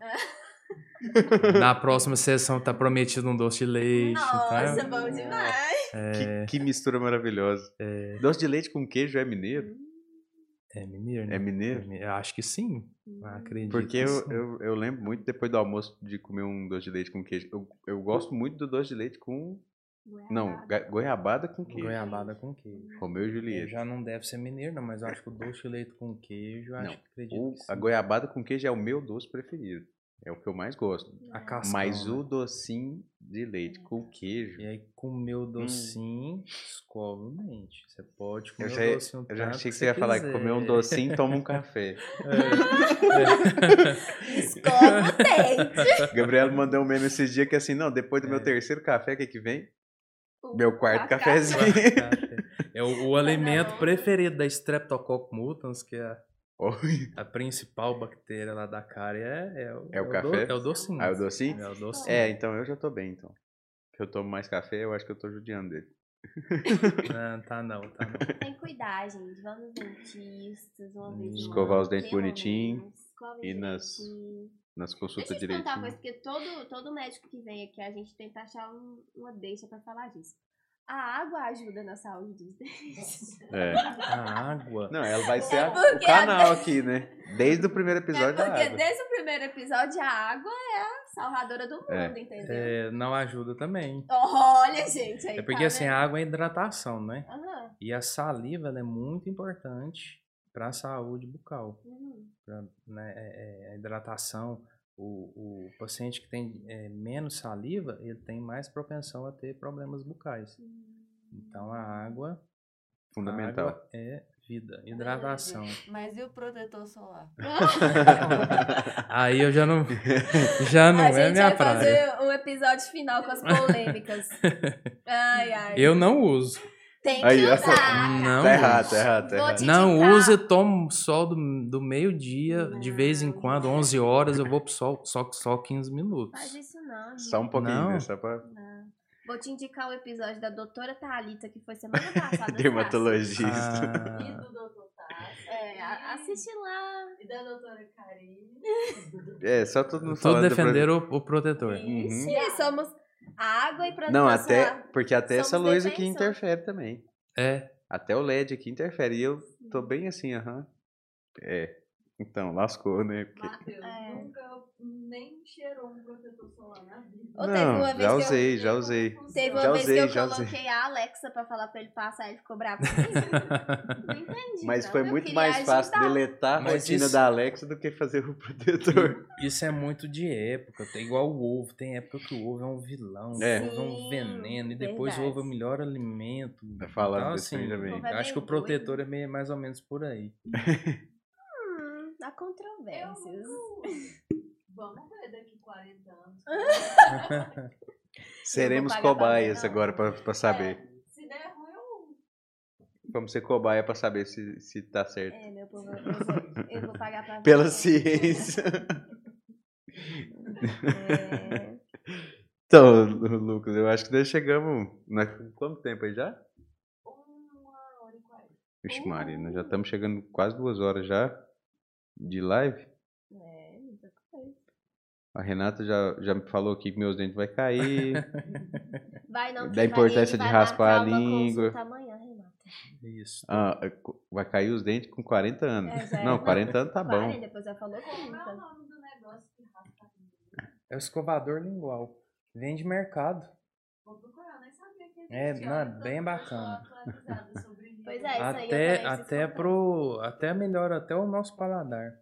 [SPEAKER 1] É.
[SPEAKER 4] Na próxima sessão tá prometido um doce de
[SPEAKER 2] é
[SPEAKER 4] leite.
[SPEAKER 1] Nossa,
[SPEAKER 4] tá? É,
[SPEAKER 1] bom demais!
[SPEAKER 2] Que, que mistura maravilhosa. Doce de leite com queijo é mineiro?
[SPEAKER 4] É mineiro, né?
[SPEAKER 2] É mineiro?
[SPEAKER 4] Eu acho que sim.
[SPEAKER 1] Hum,
[SPEAKER 4] Eu Acredito.
[SPEAKER 2] Porque
[SPEAKER 4] que
[SPEAKER 2] eu,
[SPEAKER 4] sim.
[SPEAKER 2] eu, eu lembro muito depois do almoço de comer um doce de leite com queijo. Eu, eu gosto muito do doce de leite com. Não, ga- goiabada com queijo.
[SPEAKER 4] Goiabada com queijo.
[SPEAKER 2] Romeu e
[SPEAKER 4] Ele
[SPEAKER 2] Julieta.
[SPEAKER 4] já não deve ser mineiro, não, mas eu acho que o doce de leite com queijo, eu acho
[SPEAKER 2] Não,
[SPEAKER 4] que acredito.
[SPEAKER 2] O-
[SPEAKER 4] que sim.
[SPEAKER 2] a goiabada com queijo é o meu doce preferido. É o que eu mais gosto.
[SPEAKER 4] A cascão,
[SPEAKER 2] Mas
[SPEAKER 4] né?
[SPEAKER 2] o docinho de leite com queijo.
[SPEAKER 4] E aí comeu o
[SPEAKER 2] Hum.
[SPEAKER 4] docinho, escova o dente. Você pode comer
[SPEAKER 2] Eu
[SPEAKER 4] o
[SPEAKER 2] já,
[SPEAKER 4] docinho.
[SPEAKER 2] eu
[SPEAKER 4] tanto
[SPEAKER 2] já achei que você ia falar que comer um
[SPEAKER 4] quiser.
[SPEAKER 2] docinho e toma um
[SPEAKER 4] (laughs)
[SPEAKER 2] café. (laughs)
[SPEAKER 1] Escova tem!
[SPEAKER 2] Gabriela mandou um meme esses dias que assim, não, depois do
[SPEAKER 4] É.
[SPEAKER 2] meu terceiro café, o que que vem? Meu quarto
[SPEAKER 1] quarto
[SPEAKER 2] cafezinho. (laughs)
[SPEAKER 4] É o, o alimento preferido da Streptococcus mutans, que é
[SPEAKER 2] Oi.
[SPEAKER 4] a principal bactéria lá da cárie, é, é, o,
[SPEAKER 2] É o café?
[SPEAKER 4] do- é o docinho.
[SPEAKER 2] Ah, é o docinho?
[SPEAKER 4] É o docinho.
[SPEAKER 2] É, então eu já tô bem, então. Que eu tomo mais café, eu acho que eu tô judiando dele.
[SPEAKER 4] Não, tá não, tá não.
[SPEAKER 1] Tem que cuidar, gente. Vamos nos dentistas, uma vez no
[SPEAKER 2] Hum, Escovar
[SPEAKER 1] ano,
[SPEAKER 2] os dentes
[SPEAKER 1] pelo
[SPEAKER 2] bonitinho
[SPEAKER 1] menos. Escova
[SPEAKER 2] e nas-
[SPEAKER 1] direitinho.
[SPEAKER 2] Nas
[SPEAKER 1] Deixa
[SPEAKER 2] consultas
[SPEAKER 1] eu te perguntar uma coisa, porque
[SPEAKER 2] direitinho.
[SPEAKER 1] todo, todo médico que vem aqui, a gente tenta achar um- uma deixa pra falar disso. A água ajuda na saúde dos (laughs) dentes.
[SPEAKER 2] É.
[SPEAKER 4] A água.
[SPEAKER 2] Não, ela
[SPEAKER 1] (laughs)
[SPEAKER 2] vai ser a- o
[SPEAKER 1] É porque a-
[SPEAKER 2] canal aqui, né? Desde o
[SPEAKER 1] (laughs)
[SPEAKER 2] primeiro
[SPEAKER 1] É
[SPEAKER 2] episódio
[SPEAKER 1] porque
[SPEAKER 2] da água.
[SPEAKER 1] desde o primeiro episódio a água é a salvadora do mundo,
[SPEAKER 2] É.
[SPEAKER 1] entendeu?
[SPEAKER 4] é, não ajuda também.
[SPEAKER 1] Olha, gente, aí
[SPEAKER 4] É porque
[SPEAKER 1] tá,
[SPEAKER 4] assim,
[SPEAKER 1] né?
[SPEAKER 4] a água é hidratação, né?
[SPEAKER 1] Aham,
[SPEAKER 4] E a saliva ela é muito importante para a saúde bucal. (laughs)
[SPEAKER 1] uhum.
[SPEAKER 4] pra, né, é- é, a hidratação. O, o paciente que tem é, menos saliva, ele tem mais propensão a ter problemas bucais.
[SPEAKER 1] uhum.
[SPEAKER 4] Então a água,
[SPEAKER 2] Fundamental.
[SPEAKER 4] água é vida, hidratação.
[SPEAKER 5] Mas e o protetor solar?
[SPEAKER 4] Aí eu já não, já não
[SPEAKER 1] a
[SPEAKER 4] é
[SPEAKER 1] gente
[SPEAKER 4] minha
[SPEAKER 1] vai
[SPEAKER 4] praia.
[SPEAKER 1] fazer o episódio final com as polêmicas.
[SPEAKER 4] (laughs)
[SPEAKER 1] ai, ai.
[SPEAKER 4] Eu não uso.
[SPEAKER 1] Tem que
[SPEAKER 2] Aí, ó.
[SPEAKER 1] usar.
[SPEAKER 2] Tá
[SPEAKER 4] Não uso.
[SPEAKER 2] errado, tá errado, tá
[SPEAKER 1] Vou
[SPEAKER 2] errado.
[SPEAKER 1] te
[SPEAKER 4] Não
[SPEAKER 1] indicar.
[SPEAKER 4] use, tomo sol do, do meio-dia, de vez em
[SPEAKER 1] Não.
[SPEAKER 4] quando, 11 horas, eu vou pro sol, só, só 15 minutos.
[SPEAKER 1] Faz isso não, gente.
[SPEAKER 2] (laughs) Só um pouquinho,
[SPEAKER 4] Não.
[SPEAKER 2] né? Só pra...
[SPEAKER 1] Não. Vou te indicar o episódio da doutora Thalita, que foi semana passada.
[SPEAKER 2] (laughs) Dermatologista.
[SPEAKER 6] E
[SPEAKER 2] (laughs)
[SPEAKER 4] Ah,
[SPEAKER 6] do doutor Tassi.
[SPEAKER 1] Tassi. É, a- assiste lá.
[SPEAKER 6] E da doutora Karine.
[SPEAKER 2] É, só todo mundo
[SPEAKER 4] tudo
[SPEAKER 2] falando. do
[SPEAKER 4] defender o, o protetor.
[SPEAKER 2] Uhum.
[SPEAKER 1] E somos água e
[SPEAKER 2] pro-
[SPEAKER 1] proteção.
[SPEAKER 2] Não, até. Porque até essa
[SPEAKER 1] Somos
[SPEAKER 2] luz aqui
[SPEAKER 1] defensores.
[SPEAKER 2] interfere também.
[SPEAKER 4] É,
[SPEAKER 2] Até o LED aqui interfere. E eu tô bem assim, aham. É. Então, lascou, né? Porque...
[SPEAKER 6] Matheus.
[SPEAKER 1] É.
[SPEAKER 6] Nunca nem cheirou um protetor solar na vida.
[SPEAKER 1] Ou teve uma
[SPEAKER 2] Não,
[SPEAKER 1] vez que
[SPEAKER 2] já
[SPEAKER 1] eu-
[SPEAKER 2] usei, já usei.
[SPEAKER 1] Teve uma
[SPEAKER 2] Já
[SPEAKER 1] vez
[SPEAKER 2] usei,
[SPEAKER 1] que
[SPEAKER 2] já
[SPEAKER 1] eu
[SPEAKER 2] usei.
[SPEAKER 1] coloquei a Alexa pra falar pra ele passar, ele ficou
[SPEAKER 2] (laughs)
[SPEAKER 1] bravo. comigo. Não entendi.
[SPEAKER 2] Mas
[SPEAKER 1] não.
[SPEAKER 2] foi
[SPEAKER 1] Eu
[SPEAKER 2] muito
[SPEAKER 1] queria
[SPEAKER 2] mais fácil
[SPEAKER 1] ajudar.
[SPEAKER 2] deletar a
[SPEAKER 4] Mas
[SPEAKER 2] rotina
[SPEAKER 4] isso-
[SPEAKER 2] da Alexa do que fazer o (laughs) protetor.
[SPEAKER 4] isso é muito de época. Tem igual o ovo. Tem época que o ovo é um vilão,
[SPEAKER 2] É.
[SPEAKER 4] o ovo é um
[SPEAKER 1] Sim,
[SPEAKER 4] veneno, e depois
[SPEAKER 1] verdade.
[SPEAKER 4] o ovo é o melhor alimento.
[SPEAKER 2] Falando
[SPEAKER 4] Então,
[SPEAKER 2] desse
[SPEAKER 4] assim,
[SPEAKER 2] vídeo também.
[SPEAKER 1] Ovo é
[SPEAKER 4] acho
[SPEAKER 1] bem
[SPEAKER 4] que o
[SPEAKER 1] doido.
[SPEAKER 4] protetor é meio, mais ou menos por aí.
[SPEAKER 1] Hum, há
[SPEAKER 6] Eu
[SPEAKER 1] controvérsias.
[SPEAKER 6] não- Vamos ver daqui 40 anos.
[SPEAKER 2] Seremos
[SPEAKER 1] pagar pra ver,
[SPEAKER 2] cobaias
[SPEAKER 1] não.
[SPEAKER 2] agora pra, pra saber.
[SPEAKER 6] É, se der ruim, eu
[SPEAKER 2] Vamos ser cobaia pra saber se, se tá certo.
[SPEAKER 1] É, meu povo, eu vou, eu vou pagar pra ver.
[SPEAKER 2] Pela (laughs) ciência.
[SPEAKER 1] É,
[SPEAKER 2] Então, Lu- Lucas, eu acho que nós chegamos. Na... Quanto tempo aí já?
[SPEAKER 6] uma hora e quarenta.
[SPEAKER 2] Vixe, Maria, nós já estamos chegando quase duas horas já de live.
[SPEAKER 1] é, muita coisa.
[SPEAKER 2] A Renata já, já me falou aqui que meus dentes vai cair.
[SPEAKER 1] (laughs) Vai não,
[SPEAKER 2] Da
[SPEAKER 1] que vai-
[SPEAKER 2] importância
[SPEAKER 1] ele vai
[SPEAKER 2] de raspar a
[SPEAKER 1] marcar uma
[SPEAKER 2] língua.
[SPEAKER 1] consulta Amanhã, Renata.
[SPEAKER 4] Isso.
[SPEAKER 2] Ah, é, co- vai cair os dentes com 40 anos.
[SPEAKER 1] É, já é.
[SPEAKER 2] Hum. Não, 40 anos tá
[SPEAKER 1] Quarenta,
[SPEAKER 2] bom.
[SPEAKER 1] depois ela falou
[SPEAKER 6] Como é o
[SPEAKER 1] 30.
[SPEAKER 6] nome do negócio que raspa a língua?
[SPEAKER 4] É o escovador lingual. Vende mercado.
[SPEAKER 6] Vou procurar, nem sabia que
[SPEAKER 4] É,
[SPEAKER 6] existia.
[SPEAKER 4] não, é
[SPEAKER 6] Olha, tanto
[SPEAKER 4] bem
[SPEAKER 6] que eu
[SPEAKER 4] bacana. Ah,
[SPEAKER 6] sou atualizada
[SPEAKER 5] (laughs)
[SPEAKER 6] sobre isso.
[SPEAKER 1] Pois é, isso aí eu
[SPEAKER 4] até
[SPEAKER 1] também preciso
[SPEAKER 4] até
[SPEAKER 1] comprar.
[SPEAKER 4] pro até melhora até o nosso paladar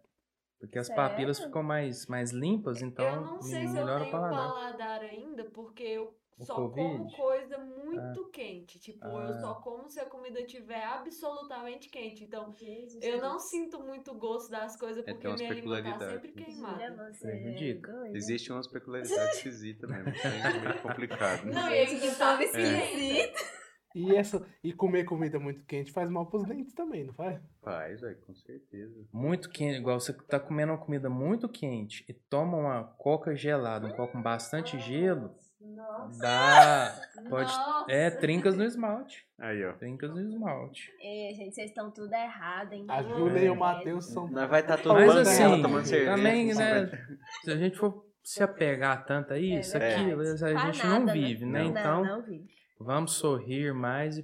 [SPEAKER 4] porque as papilas
[SPEAKER 1] Sério?
[SPEAKER 4] ficam mais mais limpas então
[SPEAKER 5] eu não sei se eu
[SPEAKER 4] melhora
[SPEAKER 5] tenho
[SPEAKER 4] o paladar
[SPEAKER 5] paladar ainda, porque eu
[SPEAKER 4] O
[SPEAKER 5] só como
[SPEAKER 4] Covid?
[SPEAKER 5] coisa muito quente. Tipo, eu
[SPEAKER 4] Ah.
[SPEAKER 5] só como se a comida tiver absolutamente quente. Então,
[SPEAKER 1] Jesus,
[SPEAKER 5] eu não sinto muito gosto das coisas
[SPEAKER 2] É, tem
[SPEAKER 5] porque
[SPEAKER 2] umas
[SPEAKER 5] minha língua tá
[SPEAKER 2] peculiaridades,
[SPEAKER 5] sempre
[SPEAKER 2] né?
[SPEAKER 1] Mentira,
[SPEAKER 5] queimada.
[SPEAKER 1] você
[SPEAKER 4] É ridículo.
[SPEAKER 1] doida.
[SPEAKER 2] Existem umas peculiaridades esquisitas mesmo. É meio complicado. né?
[SPEAKER 5] Não, e aí
[SPEAKER 1] Gente,
[SPEAKER 5] que tá
[SPEAKER 6] É.
[SPEAKER 1] que
[SPEAKER 5] esquisito.
[SPEAKER 3] E, essa, e comer comida muito quente faz mal pros dentes também, não faz?
[SPEAKER 2] Faz, velho, com certeza.
[SPEAKER 4] muito quente igual você tá comendo uma comida muito quente e toma uma coca gelada um coca com
[SPEAKER 1] Hum.
[SPEAKER 4] bastante gelo
[SPEAKER 6] Nossa,
[SPEAKER 4] dá pode
[SPEAKER 6] nossa.
[SPEAKER 4] é trincas no esmalte
[SPEAKER 2] Aí, ó.
[SPEAKER 4] trincas no esmalte
[SPEAKER 1] É, gente, vocês estão tudo errado, hein?
[SPEAKER 3] A Júlia
[SPEAKER 1] é.
[SPEAKER 3] e o Matheus são.
[SPEAKER 2] Nós vai estar tá
[SPEAKER 4] mas
[SPEAKER 2] tomando
[SPEAKER 4] assim
[SPEAKER 2] ela, tomando cerveja.
[SPEAKER 4] também
[SPEAKER 2] com
[SPEAKER 4] né
[SPEAKER 2] 50.
[SPEAKER 4] se a gente for se apegar tanto a isso
[SPEAKER 1] É
[SPEAKER 2] É,
[SPEAKER 1] verdade.
[SPEAKER 4] aquilo a
[SPEAKER 1] Pra
[SPEAKER 4] gente
[SPEAKER 1] nada,
[SPEAKER 4] não vive né,
[SPEAKER 1] Não,
[SPEAKER 4] então
[SPEAKER 1] não vive.
[SPEAKER 4] vamos sorrir mais e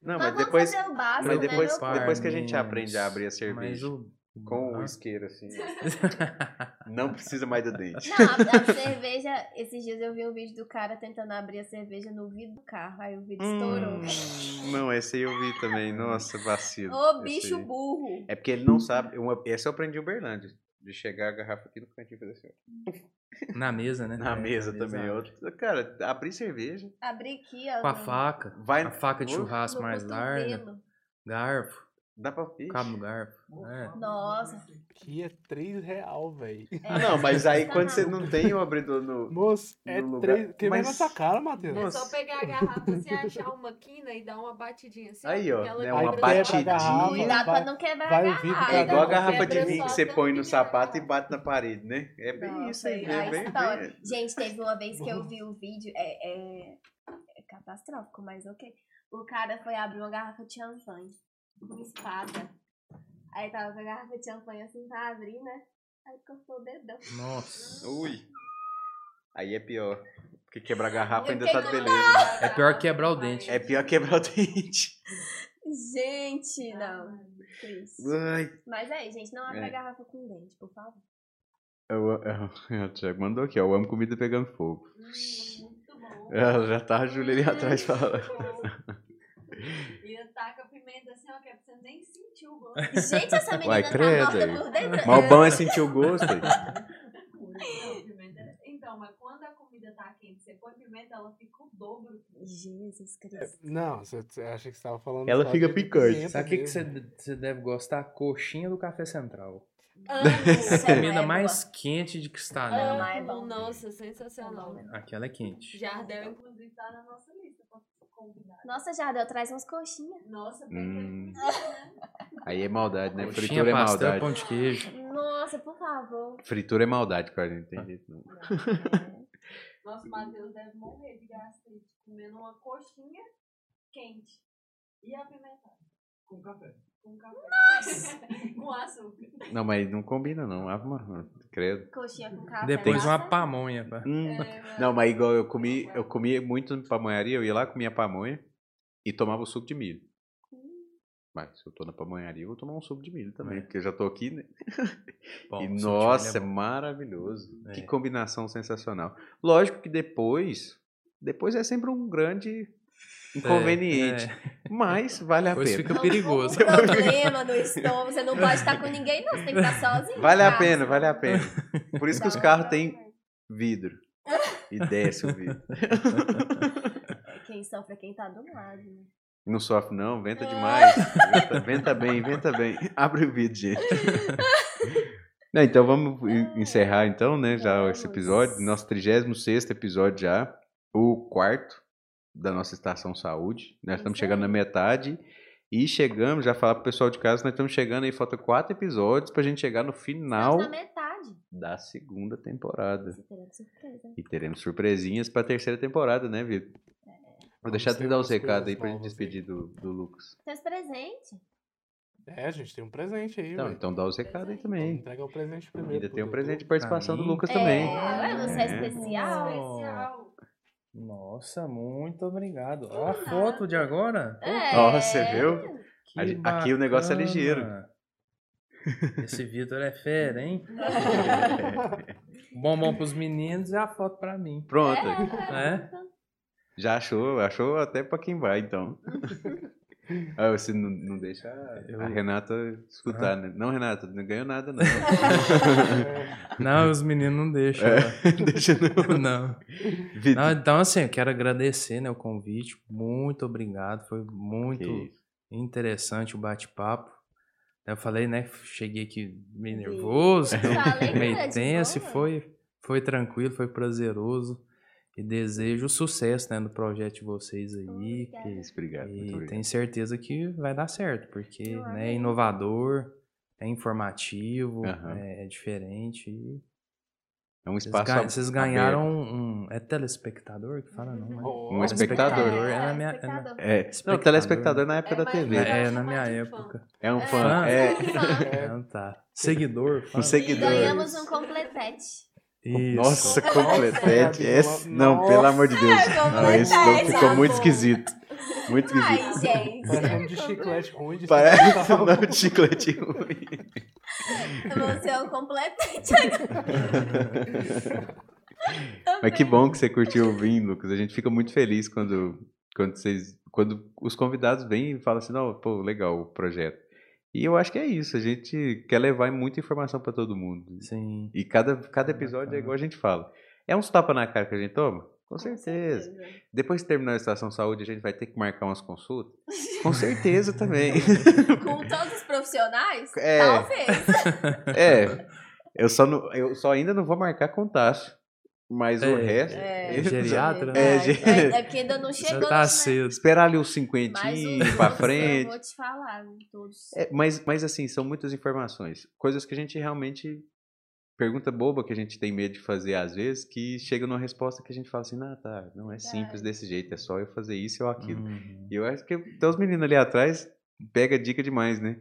[SPEAKER 2] Não,
[SPEAKER 1] Mas
[SPEAKER 2] mas
[SPEAKER 1] vamos
[SPEAKER 2] depois,
[SPEAKER 1] fazer o básico,
[SPEAKER 2] mas
[SPEAKER 1] né,
[SPEAKER 2] depois-
[SPEAKER 1] meu povo?
[SPEAKER 2] depois que a gente
[SPEAKER 4] menos.
[SPEAKER 2] aprende a abrir a
[SPEAKER 4] Mas
[SPEAKER 2] cerveja
[SPEAKER 4] o-
[SPEAKER 1] um
[SPEAKER 2] com o
[SPEAKER 4] Ah.
[SPEAKER 2] isqueiro, assim. Não precisa mais do dente.
[SPEAKER 1] Não, a, (laughs) a cerveja. Esses dias eu vi um vídeo do cara tentando abrir a cerveja no vidro do carro. Aí o vidro estourou.
[SPEAKER 2] Hum, não, esse aí eu vi também. Nossa, vacilo.
[SPEAKER 1] Ô,
[SPEAKER 2] Esse
[SPEAKER 1] bicho
[SPEAKER 2] aí.
[SPEAKER 1] burro.
[SPEAKER 2] É porque ele não sabe. Uma, essa eu aprendi em Uberlândia. De chegar a garrafa aqui no cantinho e fazer assim. ó.
[SPEAKER 4] (laughs) Na mesa, né?
[SPEAKER 2] Na
[SPEAKER 4] É,
[SPEAKER 2] mesa também.
[SPEAKER 4] abre.
[SPEAKER 2] Outra. Cara, abrir cerveja.
[SPEAKER 1] Abri aqui, ó.
[SPEAKER 4] Com a
[SPEAKER 1] no-
[SPEAKER 4] faca.
[SPEAKER 2] Vai
[SPEAKER 4] A faca de
[SPEAKER 2] no-
[SPEAKER 4] churrasco
[SPEAKER 1] no
[SPEAKER 4] mais larga.
[SPEAKER 1] cotovelo.
[SPEAKER 4] Garfo.
[SPEAKER 2] Dá pra. Ixi.
[SPEAKER 4] Cabo no garfo. É.
[SPEAKER 1] Nossa.
[SPEAKER 3] Que é 3 real, velho.
[SPEAKER 1] É,
[SPEAKER 2] Não, mas aí quando você
[SPEAKER 1] tá
[SPEAKER 2] não tem o abridor no.
[SPEAKER 3] Moço, é
[SPEAKER 2] No um lugar-
[SPEAKER 3] 3. Que
[SPEAKER 2] Mas-
[SPEAKER 3] mais na sua cara, Matheus.
[SPEAKER 5] É
[SPEAKER 2] Nossa.
[SPEAKER 5] só pegar a garrafa e achar uma quina e dar uma batidinha assim.
[SPEAKER 2] Aí, ó,
[SPEAKER 5] porque ela
[SPEAKER 2] né,
[SPEAKER 6] é
[SPEAKER 5] quebra
[SPEAKER 2] uma
[SPEAKER 5] só-
[SPEAKER 3] batidinha.
[SPEAKER 1] mal.
[SPEAKER 2] batidinha.
[SPEAKER 1] Cuidado
[SPEAKER 3] Vai-
[SPEAKER 1] pra não quebrar
[SPEAKER 3] vai
[SPEAKER 1] a
[SPEAKER 3] o vidro
[SPEAKER 1] garrafa.
[SPEAKER 2] É igual a
[SPEAKER 3] Cada um
[SPEAKER 2] garrafa de
[SPEAKER 5] quebra
[SPEAKER 2] vinho que
[SPEAKER 5] só
[SPEAKER 2] você
[SPEAKER 5] até um
[SPEAKER 2] põe no
[SPEAKER 5] milhar.
[SPEAKER 2] sapato e bate na parede, né? É bem
[SPEAKER 1] Nossa,
[SPEAKER 2] isso aí.
[SPEAKER 1] a
[SPEAKER 2] É bem,
[SPEAKER 1] história.
[SPEAKER 2] bem-
[SPEAKER 1] Gente, teve uma vez que eu vi o vídeo, é, é, é catastrófico, mas ok. O cara foi abrir uma garrafa de champanhe com espada. Aí tava com a garrafa de champanhe assim pra abrir, né? Aí cortou o dedão.
[SPEAKER 4] Nossa.
[SPEAKER 2] Ui. Aí é pior. Porque quebrar a garrafa
[SPEAKER 1] Eu
[SPEAKER 2] ainda
[SPEAKER 1] fiquei
[SPEAKER 2] tá de
[SPEAKER 1] com
[SPEAKER 2] beleza. né?
[SPEAKER 4] É pior que quebrar o dente.
[SPEAKER 2] É pior quebrar o dente. (laughs)
[SPEAKER 1] Gente, não. Ah, Triste.
[SPEAKER 2] Ai.
[SPEAKER 1] Mas é, gente, não abra
[SPEAKER 2] É.
[SPEAKER 1] a garrafa com dente, por favor.
[SPEAKER 2] Eu, eu, o Thiago mandou aqui, ó. Eu amo comida pegando fogo.
[SPEAKER 6] Hum, muito bom.
[SPEAKER 2] Ela já tá (laughs) a Júlia ali atrás
[SPEAKER 6] Muito
[SPEAKER 2] falando.
[SPEAKER 6] bom. E ataca a pimenta assim, ó, que é pra você nem sentir o gosto.
[SPEAKER 1] Gente, essa menina
[SPEAKER 2] Uai,
[SPEAKER 1] tá
[SPEAKER 2] credo
[SPEAKER 1] morta
[SPEAKER 2] aí.
[SPEAKER 1] por dentro.
[SPEAKER 2] Mas o bom é sentir o gosto. aí.
[SPEAKER 6] Não, pimenta- Então, mas quando a comida tá quente, você põe pimenta, ela fica o dobro.
[SPEAKER 4] (laughs)
[SPEAKER 1] Jesus Cristo.
[SPEAKER 3] Não, você você acha que você tava falando.
[SPEAKER 2] Ela
[SPEAKER 3] só
[SPEAKER 2] fica
[SPEAKER 3] de
[SPEAKER 2] picante.
[SPEAKER 3] pimenta
[SPEAKER 4] Sabe o que, que você,
[SPEAKER 3] mesmo.
[SPEAKER 4] você deve gostar? Coxinha do Café Central.
[SPEAKER 1] Isso é
[SPEAKER 4] Comida
[SPEAKER 1] boa.
[SPEAKER 4] mais quente de que está, né?
[SPEAKER 1] Ah. é
[SPEAKER 5] Amo,
[SPEAKER 1] bom. Tá
[SPEAKER 5] nossa,
[SPEAKER 1] bom,
[SPEAKER 5] sensacional.
[SPEAKER 1] né?
[SPEAKER 4] Aquela é quente.
[SPEAKER 5] Jardel,
[SPEAKER 6] Inclusive, tá na nossa lista pra convidar.
[SPEAKER 1] Nossa, Jardel, traz umas coxinhas.
[SPEAKER 6] Nossa,
[SPEAKER 2] Hum.
[SPEAKER 6] hum.
[SPEAKER 2] Aí é maldade, né?
[SPEAKER 4] Coxinha,
[SPEAKER 2] Fritura é
[SPEAKER 4] pastel,
[SPEAKER 2] maldade.
[SPEAKER 4] pão de queijo.
[SPEAKER 1] Nossa, por favor.
[SPEAKER 2] Fritura é maldade, cara. Não tem jeito, não.
[SPEAKER 6] Nosso né? Matheus deve morrer de gastrite comendo uma coxinha quente e apimentada
[SPEAKER 7] Com café.
[SPEAKER 6] com café. (laughs) com açúcar.
[SPEAKER 2] Não, mas não combina, não. Ave Maria, credo.
[SPEAKER 1] Coxinha com café.
[SPEAKER 4] Depois uma
[SPEAKER 1] massa.
[SPEAKER 4] pamonha, pá.
[SPEAKER 2] Hum.
[SPEAKER 6] É,
[SPEAKER 2] Não, mas igual eu comi, eu comia muito na pamonharia, eu ia lá, comia pamonha e tomava o suco de milho. Mas se eu tô na pamonharia, eu vou tomar um suco de milho também,
[SPEAKER 4] É.
[SPEAKER 2] porque eu já tô aqui, né? e
[SPEAKER 4] Bom, suco de milho
[SPEAKER 2] nossa, é
[SPEAKER 4] é bom.
[SPEAKER 2] maravilhoso.
[SPEAKER 4] É.
[SPEAKER 2] Que combinação sensacional. Lógico que depois, depois é sempre um grande inconveniente, né,
[SPEAKER 4] É,
[SPEAKER 2] mas vale a
[SPEAKER 4] Depois
[SPEAKER 2] pena.
[SPEAKER 4] fica perigoso.
[SPEAKER 1] Um problema no estômago, você não pode estar com ninguém, não. Você tem que estar sozinho.
[SPEAKER 2] Vale
[SPEAKER 1] em
[SPEAKER 2] a
[SPEAKER 1] casa.
[SPEAKER 2] pena, vale a pena. Por isso que os
[SPEAKER 1] Dá um
[SPEAKER 2] carros
[SPEAKER 1] problema.
[SPEAKER 2] têm vidro. E desce o vidro.
[SPEAKER 1] É Quem são pra quem tá do lado. né?
[SPEAKER 2] Não sofre, não. Venta demais. Venta, venta bem, venta bem. Abre o vídeo, gente. Não, então vamos en- encerrar, então, né? Já esse
[SPEAKER 1] Vamos.
[SPEAKER 2] episódio. Nosso 36 episódio já. O quarto da nossa estação saúde. Nós
[SPEAKER 1] Isso
[SPEAKER 2] estamos chegando na
[SPEAKER 1] aí.
[SPEAKER 2] metade. E chegamos, já falar pro pessoal de casa, nós estamos chegando aí, falta quatro episódios pra gente chegar no final
[SPEAKER 1] Estamos na metade.
[SPEAKER 2] da segunda temporada.
[SPEAKER 1] Você terá que surpresa.
[SPEAKER 2] E teremos surpresinhas pra terceira temporada, né, Vitor? Vou
[SPEAKER 3] Vamos
[SPEAKER 2] deixar tu
[SPEAKER 3] ter
[SPEAKER 2] dar os
[SPEAKER 3] umas
[SPEAKER 2] recados
[SPEAKER 3] coisas
[SPEAKER 2] aí pra gente
[SPEAKER 3] novas aí.
[SPEAKER 2] despedir do, do Lucas.
[SPEAKER 1] Faz presente.
[SPEAKER 3] É, gente, tem um presente aí,
[SPEAKER 2] Então,
[SPEAKER 3] velho.
[SPEAKER 2] então dá os recados aí também.
[SPEAKER 3] Entrega o presente primeiro.
[SPEAKER 2] Ainda
[SPEAKER 3] pro
[SPEAKER 2] tem um
[SPEAKER 3] Dudu.
[SPEAKER 2] presente de (laughs) participação do
[SPEAKER 4] mim?
[SPEAKER 2] Lucas
[SPEAKER 1] É,
[SPEAKER 2] também.
[SPEAKER 1] ué, você é especial.
[SPEAKER 6] Especial.
[SPEAKER 4] Nossa, muito obrigado. Ó a foto de agora.
[SPEAKER 1] É.
[SPEAKER 2] Ó, você viu?
[SPEAKER 4] Que
[SPEAKER 2] Ali- aqui o negócio é
[SPEAKER 4] bacana.
[SPEAKER 2] ligeiro.
[SPEAKER 4] (laughs) Esse Vitor é fera,
[SPEAKER 2] (laughs)
[SPEAKER 4] hein? Bombom pros meninos e a foto pra mim.
[SPEAKER 2] Pronto.
[SPEAKER 4] É?
[SPEAKER 2] Já achou, achou até pra quem vai, então. Ah, você não, não deixa
[SPEAKER 4] Eu-
[SPEAKER 2] a Renata escutar, né? Não, Renata, não ganhou nada, não.
[SPEAKER 3] É,
[SPEAKER 4] Não, os meninos não deixam.
[SPEAKER 2] É.
[SPEAKER 4] né? (laughs)
[SPEAKER 2] deixa não.
[SPEAKER 4] Não.
[SPEAKER 2] (laughs) Vitor.
[SPEAKER 4] Não, Então, assim, eu quero agradecer né, o convite. Muito obrigado. Foi muito
[SPEAKER 2] Que isso.
[SPEAKER 4] interessante o bate-papo. Eu falei, né? Cheguei aqui meio
[SPEAKER 1] Sim.
[SPEAKER 4] nervoso,
[SPEAKER 1] Falei que era
[SPEAKER 4] (laughs) meio
[SPEAKER 1] de
[SPEAKER 4] tenso, e
[SPEAKER 1] boa.
[SPEAKER 4] foi, foi tranquilo, foi prazeroso. E desejo sucesso né, no projeto de vocês aí.
[SPEAKER 1] Obrigada.
[SPEAKER 2] Que isso, obrigado. É, Muito
[SPEAKER 4] E
[SPEAKER 2] obrigado.
[SPEAKER 4] tenho certeza que vai dar certo, porque
[SPEAKER 1] Eu
[SPEAKER 4] né, é
[SPEAKER 1] amei.
[SPEAKER 4] inovador, é informativo,
[SPEAKER 2] Aham.
[SPEAKER 4] é, é diferente. e
[SPEAKER 2] É um
[SPEAKER 4] Vocês,
[SPEAKER 2] espaço
[SPEAKER 4] ga-
[SPEAKER 2] ab-
[SPEAKER 4] vocês
[SPEAKER 2] aberto.
[SPEAKER 4] ganharam um. É telespectador que fala, não? né?
[SPEAKER 3] Ó,
[SPEAKER 2] Um
[SPEAKER 4] É
[SPEAKER 2] espectador.
[SPEAKER 4] É, na minha- é (laughs) na-
[SPEAKER 1] espectador.
[SPEAKER 2] É, não,
[SPEAKER 4] Espectador.
[SPEAKER 2] telespectador na época
[SPEAKER 5] É,
[SPEAKER 2] da
[SPEAKER 5] mas-
[SPEAKER 2] TV.
[SPEAKER 5] Eu
[SPEAKER 4] é,
[SPEAKER 5] acho
[SPEAKER 4] na minha
[SPEAKER 5] mais um
[SPEAKER 4] época.
[SPEAKER 2] É um
[SPEAKER 1] É,
[SPEAKER 2] fã. É, (laughs) um
[SPEAKER 1] um fã.
[SPEAKER 4] Então tá. Seguidor. fã.
[SPEAKER 1] E
[SPEAKER 2] seguidor.
[SPEAKER 1] ganhamos um completete.
[SPEAKER 4] Isso.
[SPEAKER 2] Nossa,
[SPEAKER 3] Nossa,
[SPEAKER 2] completete.
[SPEAKER 3] Gabi,
[SPEAKER 2] Esse... Não, pelo
[SPEAKER 3] nossa.
[SPEAKER 2] amor de
[SPEAKER 1] (laughs)
[SPEAKER 2] Deus. Não,
[SPEAKER 1] Um completete,
[SPEAKER 2] esse não ficou
[SPEAKER 1] amor.
[SPEAKER 2] muito esquisito. Muito
[SPEAKER 1] Ai,
[SPEAKER 2] esquisito.
[SPEAKER 1] gente.
[SPEAKER 3] Parece nome tá
[SPEAKER 2] (laughs)
[SPEAKER 3] de chiclete tá ruim de
[SPEAKER 2] Parece um
[SPEAKER 3] sabor.
[SPEAKER 2] nome de chiclete ruim.
[SPEAKER 1] Você é um completete.
[SPEAKER 2] (laughs) Mas que bom que você curtiu vir, Lucas. A gente fica muito feliz quando, quando, vocês, quando os convidados vêm e falam assim: não, pô, legal o projeto. E eu acho que é isso. A gente quer levar muita informação para todo mundo.
[SPEAKER 4] Sim.
[SPEAKER 2] E cada, cada episódio é igual a gente fala. É uns tapa na cara que a gente toma? Com certeza. Depois que terminar a estação saúde, a gente vai ter que marcar umas consultas? Com certeza também.
[SPEAKER 1] Com todos os profissionais?
[SPEAKER 2] É.
[SPEAKER 1] Talvez.
[SPEAKER 2] (laughs) É. Eu só, não, eu só ainda não vou marcar com taxa. Mas o
[SPEAKER 4] É.
[SPEAKER 2] resto.
[SPEAKER 1] É.
[SPEAKER 4] É geriatra, né?
[SPEAKER 2] É,
[SPEAKER 1] É,
[SPEAKER 2] gente.
[SPEAKER 1] é, é que ainda não
[SPEAKER 4] Já
[SPEAKER 1] chegou
[SPEAKER 4] tá
[SPEAKER 1] nesse
[SPEAKER 2] (laughs)
[SPEAKER 4] cedo.
[SPEAKER 2] Esperar ali uns
[SPEAKER 1] Mas os
[SPEAKER 2] cinquentinhos
[SPEAKER 1] outros,
[SPEAKER 2] pra
[SPEAKER 1] Eu (laughs)
[SPEAKER 2] frente.
[SPEAKER 1] vou te falar, todos.
[SPEAKER 2] É, mas, mas assim, são muitas informações. Coisas que a gente realmente. Pergunta boba que a gente tem medo de fazer às vezes, que chega numa resposta que a gente fala assim: ah, tá, não é simples desse jeito, é só eu fazer isso ou aquilo.
[SPEAKER 4] Uhum.
[SPEAKER 2] E eu acho que até os meninos ali atrás pega dica demais, né?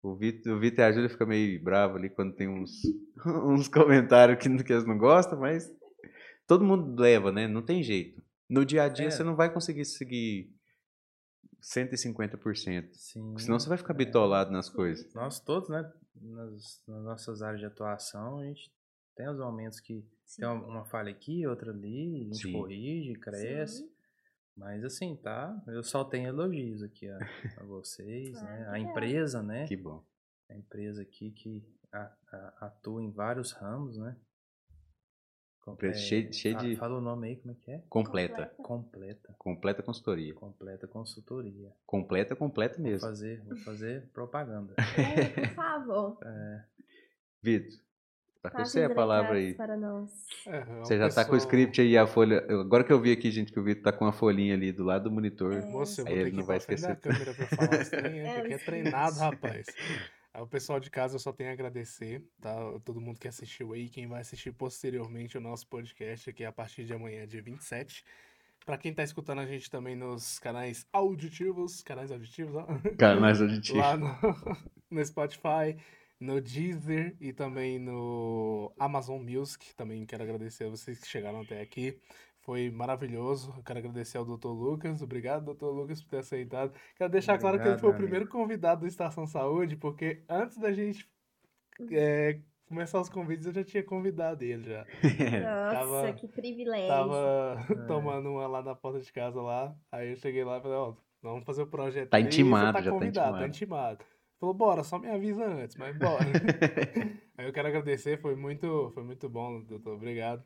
[SPEAKER 2] O Vitor, o Vitor e a Júlia ficam meio bravo ali quando tem uns, (laughs) uns comentários que, que eles não gostam, mas todo mundo leva, né? Não tem jeito. No dia a dia
[SPEAKER 4] É.
[SPEAKER 2] você não vai conseguir seguir 150%. Porque
[SPEAKER 4] Sim.
[SPEAKER 2] senão você vai ficar bitolado nas coisas.
[SPEAKER 4] Nós todos, né? Nas, nas nossas áreas de atuação, a gente tem os momentos que
[SPEAKER 1] Sim.
[SPEAKER 4] tem uma, uma falha aqui, outra ali, a gente
[SPEAKER 2] Sim.
[SPEAKER 4] corrige, cresce.
[SPEAKER 1] Sim.
[SPEAKER 4] Mas assim, tá? Eu só tenho elogios aqui a,
[SPEAKER 2] (laughs)
[SPEAKER 4] a vocês,
[SPEAKER 1] Ah,
[SPEAKER 4] né? A
[SPEAKER 1] legal.
[SPEAKER 4] empresa, né?
[SPEAKER 2] Que bom.
[SPEAKER 4] A empresa aqui que a- a- atua em vários ramos, né? Com- é,
[SPEAKER 2] Empresa cheia- cheia
[SPEAKER 4] fa-
[SPEAKER 2] de-
[SPEAKER 4] Fala o nome aí, como é que é?
[SPEAKER 2] Completa.
[SPEAKER 4] Completa.
[SPEAKER 2] Completa consultoria.
[SPEAKER 4] Completa consultoria.
[SPEAKER 2] Completa, completa
[SPEAKER 4] Vou
[SPEAKER 2] mesmo.
[SPEAKER 4] fazer, vou fazer propaganda.
[SPEAKER 1] É, por favor.
[SPEAKER 2] Vitor, tá com
[SPEAKER 1] faça
[SPEAKER 2] você a
[SPEAKER 1] os
[SPEAKER 2] palavra
[SPEAKER 1] recados
[SPEAKER 2] aí.
[SPEAKER 1] Para nós.
[SPEAKER 3] (laughs) É, é uma
[SPEAKER 2] Você já tá com o
[SPEAKER 3] pessoa-
[SPEAKER 2] script aí, a folha. eu- Agora que eu vi aqui, gente, que o Vitor tá com a folhinha ali do lado do monitor.
[SPEAKER 3] Moça, eu
[SPEAKER 2] Aí
[SPEAKER 3] vou ter
[SPEAKER 2] ele
[SPEAKER 3] que
[SPEAKER 2] não
[SPEAKER 3] ir
[SPEAKER 2] vai
[SPEAKER 3] pra frente da
[SPEAKER 2] esquecer.
[SPEAKER 3] câmera pra falar isso, tem- tem que é treinado, rapaz. Ao pessoal de casa eu só tenho a agradecer, tá? Todo mundo que assistiu aí, quem vai assistir posteriormente o nosso podcast aqui a partir de amanhã, dia 27. Pra quem tá escutando a gente também nos canais auditivos, canais auditivos, ó.
[SPEAKER 1] É.
[SPEAKER 2] Cara, mais auditivo. (laughs)
[SPEAKER 3] (laughs) lá no, no Spotify, no Deezer e também no Amazon Music. Também quero agradecer a vocês que chegaram até aqui. Foi maravilhoso. Eu quero agradecer ao Dr. Lucas. Obrigado, Dr. Lucas, por ter aceitado. Quero deixar claro que ele
[SPEAKER 4] Obrigado,
[SPEAKER 3] foi o
[SPEAKER 4] meu
[SPEAKER 3] primeiro convidado do Estação Saúde, porque antes da gente é, começar os convites, eu já tinha convidado ele já.
[SPEAKER 2] É.
[SPEAKER 1] Nossa,
[SPEAKER 3] Tava-
[SPEAKER 1] que privilégio.
[SPEAKER 3] Tava (laughs) tomando uma lá na porta de casa lá. Aí eu cheguei lá e falei, ó, vamos fazer o projeto.
[SPEAKER 2] Tá
[SPEAKER 3] aí, você
[SPEAKER 2] intimado,
[SPEAKER 3] tá
[SPEAKER 2] já tá
[SPEAKER 3] convidado,
[SPEAKER 2] intimado.
[SPEAKER 3] tá intimado. Falou, bora, só me avisa antes, mas bora.
[SPEAKER 2] (laughs)
[SPEAKER 3] aí eu quero agradecer, foi muito, foi muito bom, doutor. Obrigado.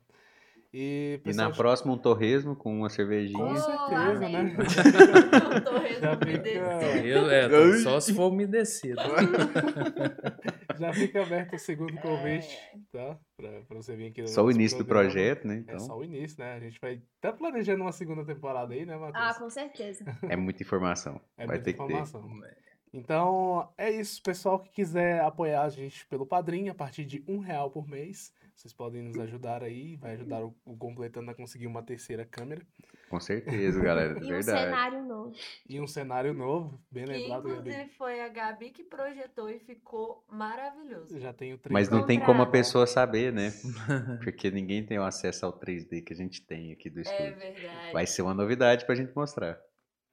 [SPEAKER 3] E,
[SPEAKER 2] E na
[SPEAKER 3] pessoal,
[SPEAKER 2] próxima, um torresmo com uma cervejinha.
[SPEAKER 3] Com
[SPEAKER 5] Ô,
[SPEAKER 3] certeza, né?
[SPEAKER 5] amém. Eu tô
[SPEAKER 3] (laughs) já
[SPEAKER 5] respondendo.
[SPEAKER 3] fica,
[SPEAKER 4] Eu, é, tô- só se for tá? umedecido.
[SPEAKER 3] já fica aberto o segundo convite, tá? Pra, pra você vir aqui
[SPEAKER 2] (laughs)
[SPEAKER 3] no
[SPEAKER 2] É. Só o
[SPEAKER 3] nosso
[SPEAKER 2] início do
[SPEAKER 3] programa.
[SPEAKER 2] projeto, né?
[SPEAKER 3] É só
[SPEAKER 2] Então,
[SPEAKER 3] o início, né? A gente vai. Tá planejando uma segunda temporada aí, né, Matheus?
[SPEAKER 1] Ah, com certeza.
[SPEAKER 2] é muita informação.
[SPEAKER 3] É
[SPEAKER 2] Vai
[SPEAKER 3] muita
[SPEAKER 2] ter que ter.
[SPEAKER 3] informação. Então, é isso, pessoal que quiser apoiar a gente pelo Padrim, a partir de um real por mês, vocês podem nos ajudar aí, vai ajudar o, o Completando a conseguir uma terceira câmera
[SPEAKER 2] Com certeza, galera. É
[SPEAKER 1] E um
[SPEAKER 2] verdade.
[SPEAKER 1] cenário novo.
[SPEAKER 3] e um cenário novo, bem
[SPEAKER 5] Que
[SPEAKER 3] lembrado, Gabi.
[SPEAKER 5] inclusive foi a Gabi que projetou e ficou maravilhoso.
[SPEAKER 3] já tenho três
[SPEAKER 2] Mas não
[SPEAKER 3] anos.
[SPEAKER 2] tem como a
[SPEAKER 1] Comprado.
[SPEAKER 2] pessoa saber, né? (laughs)
[SPEAKER 3] (laughs)
[SPEAKER 2] Porque ninguém tem o acesso ao 3D que a gente tem aqui do
[SPEAKER 5] É
[SPEAKER 2] estúdio.
[SPEAKER 5] verdade.
[SPEAKER 2] Vai ser uma novidade pra gente mostrar.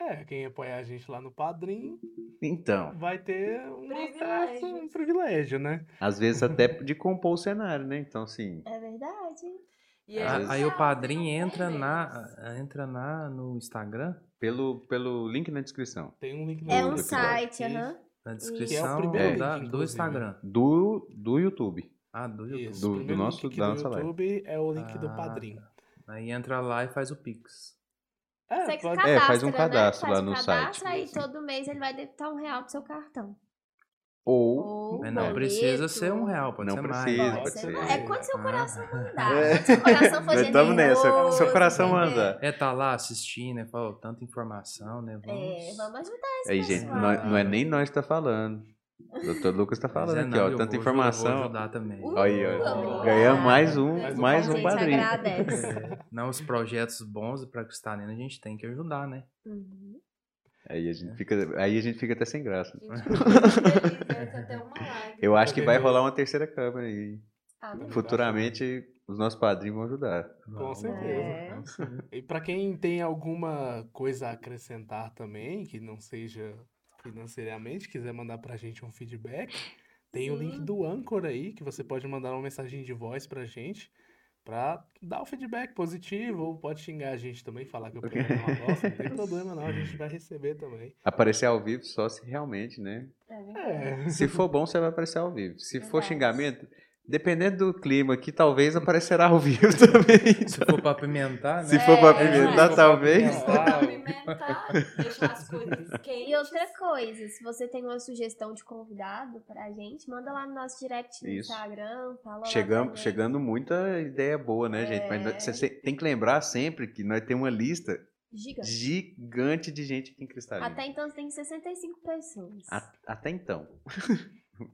[SPEAKER 3] É, quem apoiar a gente lá no Padrim
[SPEAKER 2] Então,
[SPEAKER 3] vai ter um
[SPEAKER 5] Privilégios.
[SPEAKER 3] acesso, um privilégio, né?
[SPEAKER 2] às vezes até (laughs) de compor o cenário, né? Então, assim,
[SPEAKER 1] É verdade.
[SPEAKER 2] Um
[SPEAKER 5] E
[SPEAKER 4] A-
[SPEAKER 5] é
[SPEAKER 2] vezes-
[SPEAKER 4] Aí o
[SPEAKER 5] real,
[SPEAKER 4] padrinho
[SPEAKER 5] não é
[SPEAKER 4] entra
[SPEAKER 5] menos.
[SPEAKER 4] na, entra na no Instagram,
[SPEAKER 2] pelo, pelo link na descrição.
[SPEAKER 3] Tem um link no
[SPEAKER 1] É
[SPEAKER 2] Novo
[SPEAKER 1] um
[SPEAKER 2] episódio.
[SPEAKER 1] site,
[SPEAKER 3] Isso.
[SPEAKER 1] aham.
[SPEAKER 4] na
[SPEAKER 1] Isso. Que é o
[SPEAKER 4] descrição
[SPEAKER 3] primeiro
[SPEAKER 4] da-
[SPEAKER 3] link,
[SPEAKER 4] do
[SPEAKER 3] inclusive.
[SPEAKER 4] Instagram.
[SPEAKER 2] Do, do YouTube.
[SPEAKER 4] Ah, do YouTube.
[SPEAKER 3] Isso,
[SPEAKER 2] Do-
[SPEAKER 3] o
[SPEAKER 2] do
[SPEAKER 3] primeiro link
[SPEAKER 2] nosso-
[SPEAKER 3] aqui
[SPEAKER 2] da
[SPEAKER 3] do
[SPEAKER 2] nossa live.
[SPEAKER 3] YouTube é o link do
[SPEAKER 4] Ah,
[SPEAKER 3] Padrim.
[SPEAKER 4] Aí entra lá e faz o Pix.
[SPEAKER 3] É,
[SPEAKER 1] Você que
[SPEAKER 3] pode-
[SPEAKER 1] cadastra,
[SPEAKER 2] É, faz um cadastro
[SPEAKER 1] né?
[SPEAKER 2] lá
[SPEAKER 1] Faz
[SPEAKER 2] no
[SPEAKER 1] um cadastro,
[SPEAKER 2] site,
[SPEAKER 1] Aí
[SPEAKER 2] isso.
[SPEAKER 1] todo mês ele vai debitar um real pro seu cartão.
[SPEAKER 2] Ou.
[SPEAKER 1] Ou
[SPEAKER 4] Mas É, não
[SPEAKER 1] boleto.
[SPEAKER 4] precisa ser um real, pode
[SPEAKER 2] Não
[SPEAKER 4] ser
[SPEAKER 2] precisa,
[SPEAKER 4] mais.
[SPEAKER 1] Pode
[SPEAKER 2] Hum? pode
[SPEAKER 1] ser
[SPEAKER 2] ser.
[SPEAKER 1] mais. É quando seu
[SPEAKER 4] Ah.
[SPEAKER 1] coração mandar.
[SPEAKER 2] é.
[SPEAKER 1] Quando seu coração for
[SPEAKER 2] Nós tamo nessa,
[SPEAKER 1] generoso,
[SPEAKER 2] seu coração
[SPEAKER 1] entendeu?
[SPEAKER 2] anda.
[SPEAKER 4] É, tá lá assistindo, né? Falou tanta informação, né? Vamos.
[SPEAKER 1] É, vamos ajudar esse
[SPEAKER 2] Aí, gente,
[SPEAKER 1] pessoal.
[SPEAKER 2] nó- não, é nem nós que tá falando. O doutor Lucas tá
[SPEAKER 4] Mas
[SPEAKER 2] falando
[SPEAKER 4] é
[SPEAKER 2] aqui,
[SPEAKER 4] não,
[SPEAKER 2] ó.
[SPEAKER 4] eu
[SPEAKER 2] Tanta
[SPEAKER 4] vou- eu Vou
[SPEAKER 2] informação.
[SPEAKER 4] ajudar Ah, também.
[SPEAKER 1] Uh,
[SPEAKER 2] Aí, ó.
[SPEAKER 1] vamos
[SPEAKER 2] Ganhamos
[SPEAKER 1] lá.
[SPEAKER 2] mais um,
[SPEAKER 3] Mais
[SPEAKER 2] mais,
[SPEAKER 3] um
[SPEAKER 1] a
[SPEAKER 2] um
[SPEAKER 1] gente
[SPEAKER 2] padrinho. (laughs)
[SPEAKER 1] agradece.
[SPEAKER 4] É, não, os projetos bons pra Cristalina a gente tem que
[SPEAKER 2] (laughs)
[SPEAKER 4] ajudar, né?
[SPEAKER 1] Uhum.
[SPEAKER 2] Aí a
[SPEAKER 4] É.
[SPEAKER 2] gente fica, aí a gente fica até sem graça.
[SPEAKER 5] Gente, eu tô muito feliz, deve ser é até uma live.
[SPEAKER 2] Eu acho que vai rolar uma terceira câmera aí.
[SPEAKER 1] Amém.
[SPEAKER 2] Futuramente os nossos padrinhos vão ajudar.
[SPEAKER 1] né?
[SPEAKER 4] Vamos,
[SPEAKER 3] certeza.
[SPEAKER 2] É.
[SPEAKER 4] vamos, vamos sim.
[SPEAKER 3] E pra quem tem alguma coisa a acrescentar também, que não seja financeiramente, quiser mandar pra gente um feedback, tem o link
[SPEAKER 5] Sim.
[SPEAKER 3] do Anchor aí, que você pode mandar uma mensagem de voz pra gente, pra dar o feedback positivo, ou pode xingar a gente também, falar que o programa é uma bosta, não
[SPEAKER 1] (laughs)
[SPEAKER 3] tem problema não, a gente vai receber também.
[SPEAKER 2] Aparecer ao vivo só se realmente, né?
[SPEAKER 1] É verdade.
[SPEAKER 3] É,
[SPEAKER 2] Se for bom, você vai aparecer ao vivo. Se for
[SPEAKER 1] Verdade.
[SPEAKER 2] xingamento, dependendo do clima aqui, talvez aparecerá ao vivo (laughs) também.
[SPEAKER 4] Se for pra pimentar, né?
[SPEAKER 2] Se for pra
[SPEAKER 5] É,
[SPEAKER 2] apimentar,
[SPEAKER 4] se for pra
[SPEAKER 2] talvez.
[SPEAKER 4] apimentar.
[SPEAKER 5] Pra Pimentar, deixar
[SPEAKER 2] (laughs)
[SPEAKER 5] as coisas quentes.
[SPEAKER 1] E outra coisa, se você tem uma sugestão de convidado pra gente, manda lá no nosso direct no
[SPEAKER 2] Isso.
[SPEAKER 1] Instagram, fala lá
[SPEAKER 2] Chegam,
[SPEAKER 1] pra gente.
[SPEAKER 2] chegando muita ideia boa, né, gente? Mas
[SPEAKER 1] É,
[SPEAKER 2] nós- você se- tem que lembrar sempre que nós temos uma lista
[SPEAKER 1] Gigante.
[SPEAKER 2] gigante de gente aqui em Cristalina.
[SPEAKER 1] Até então tem 65 pessoas.
[SPEAKER 2] A-
[SPEAKER 1] (laughs)
[SPEAKER 2] até então.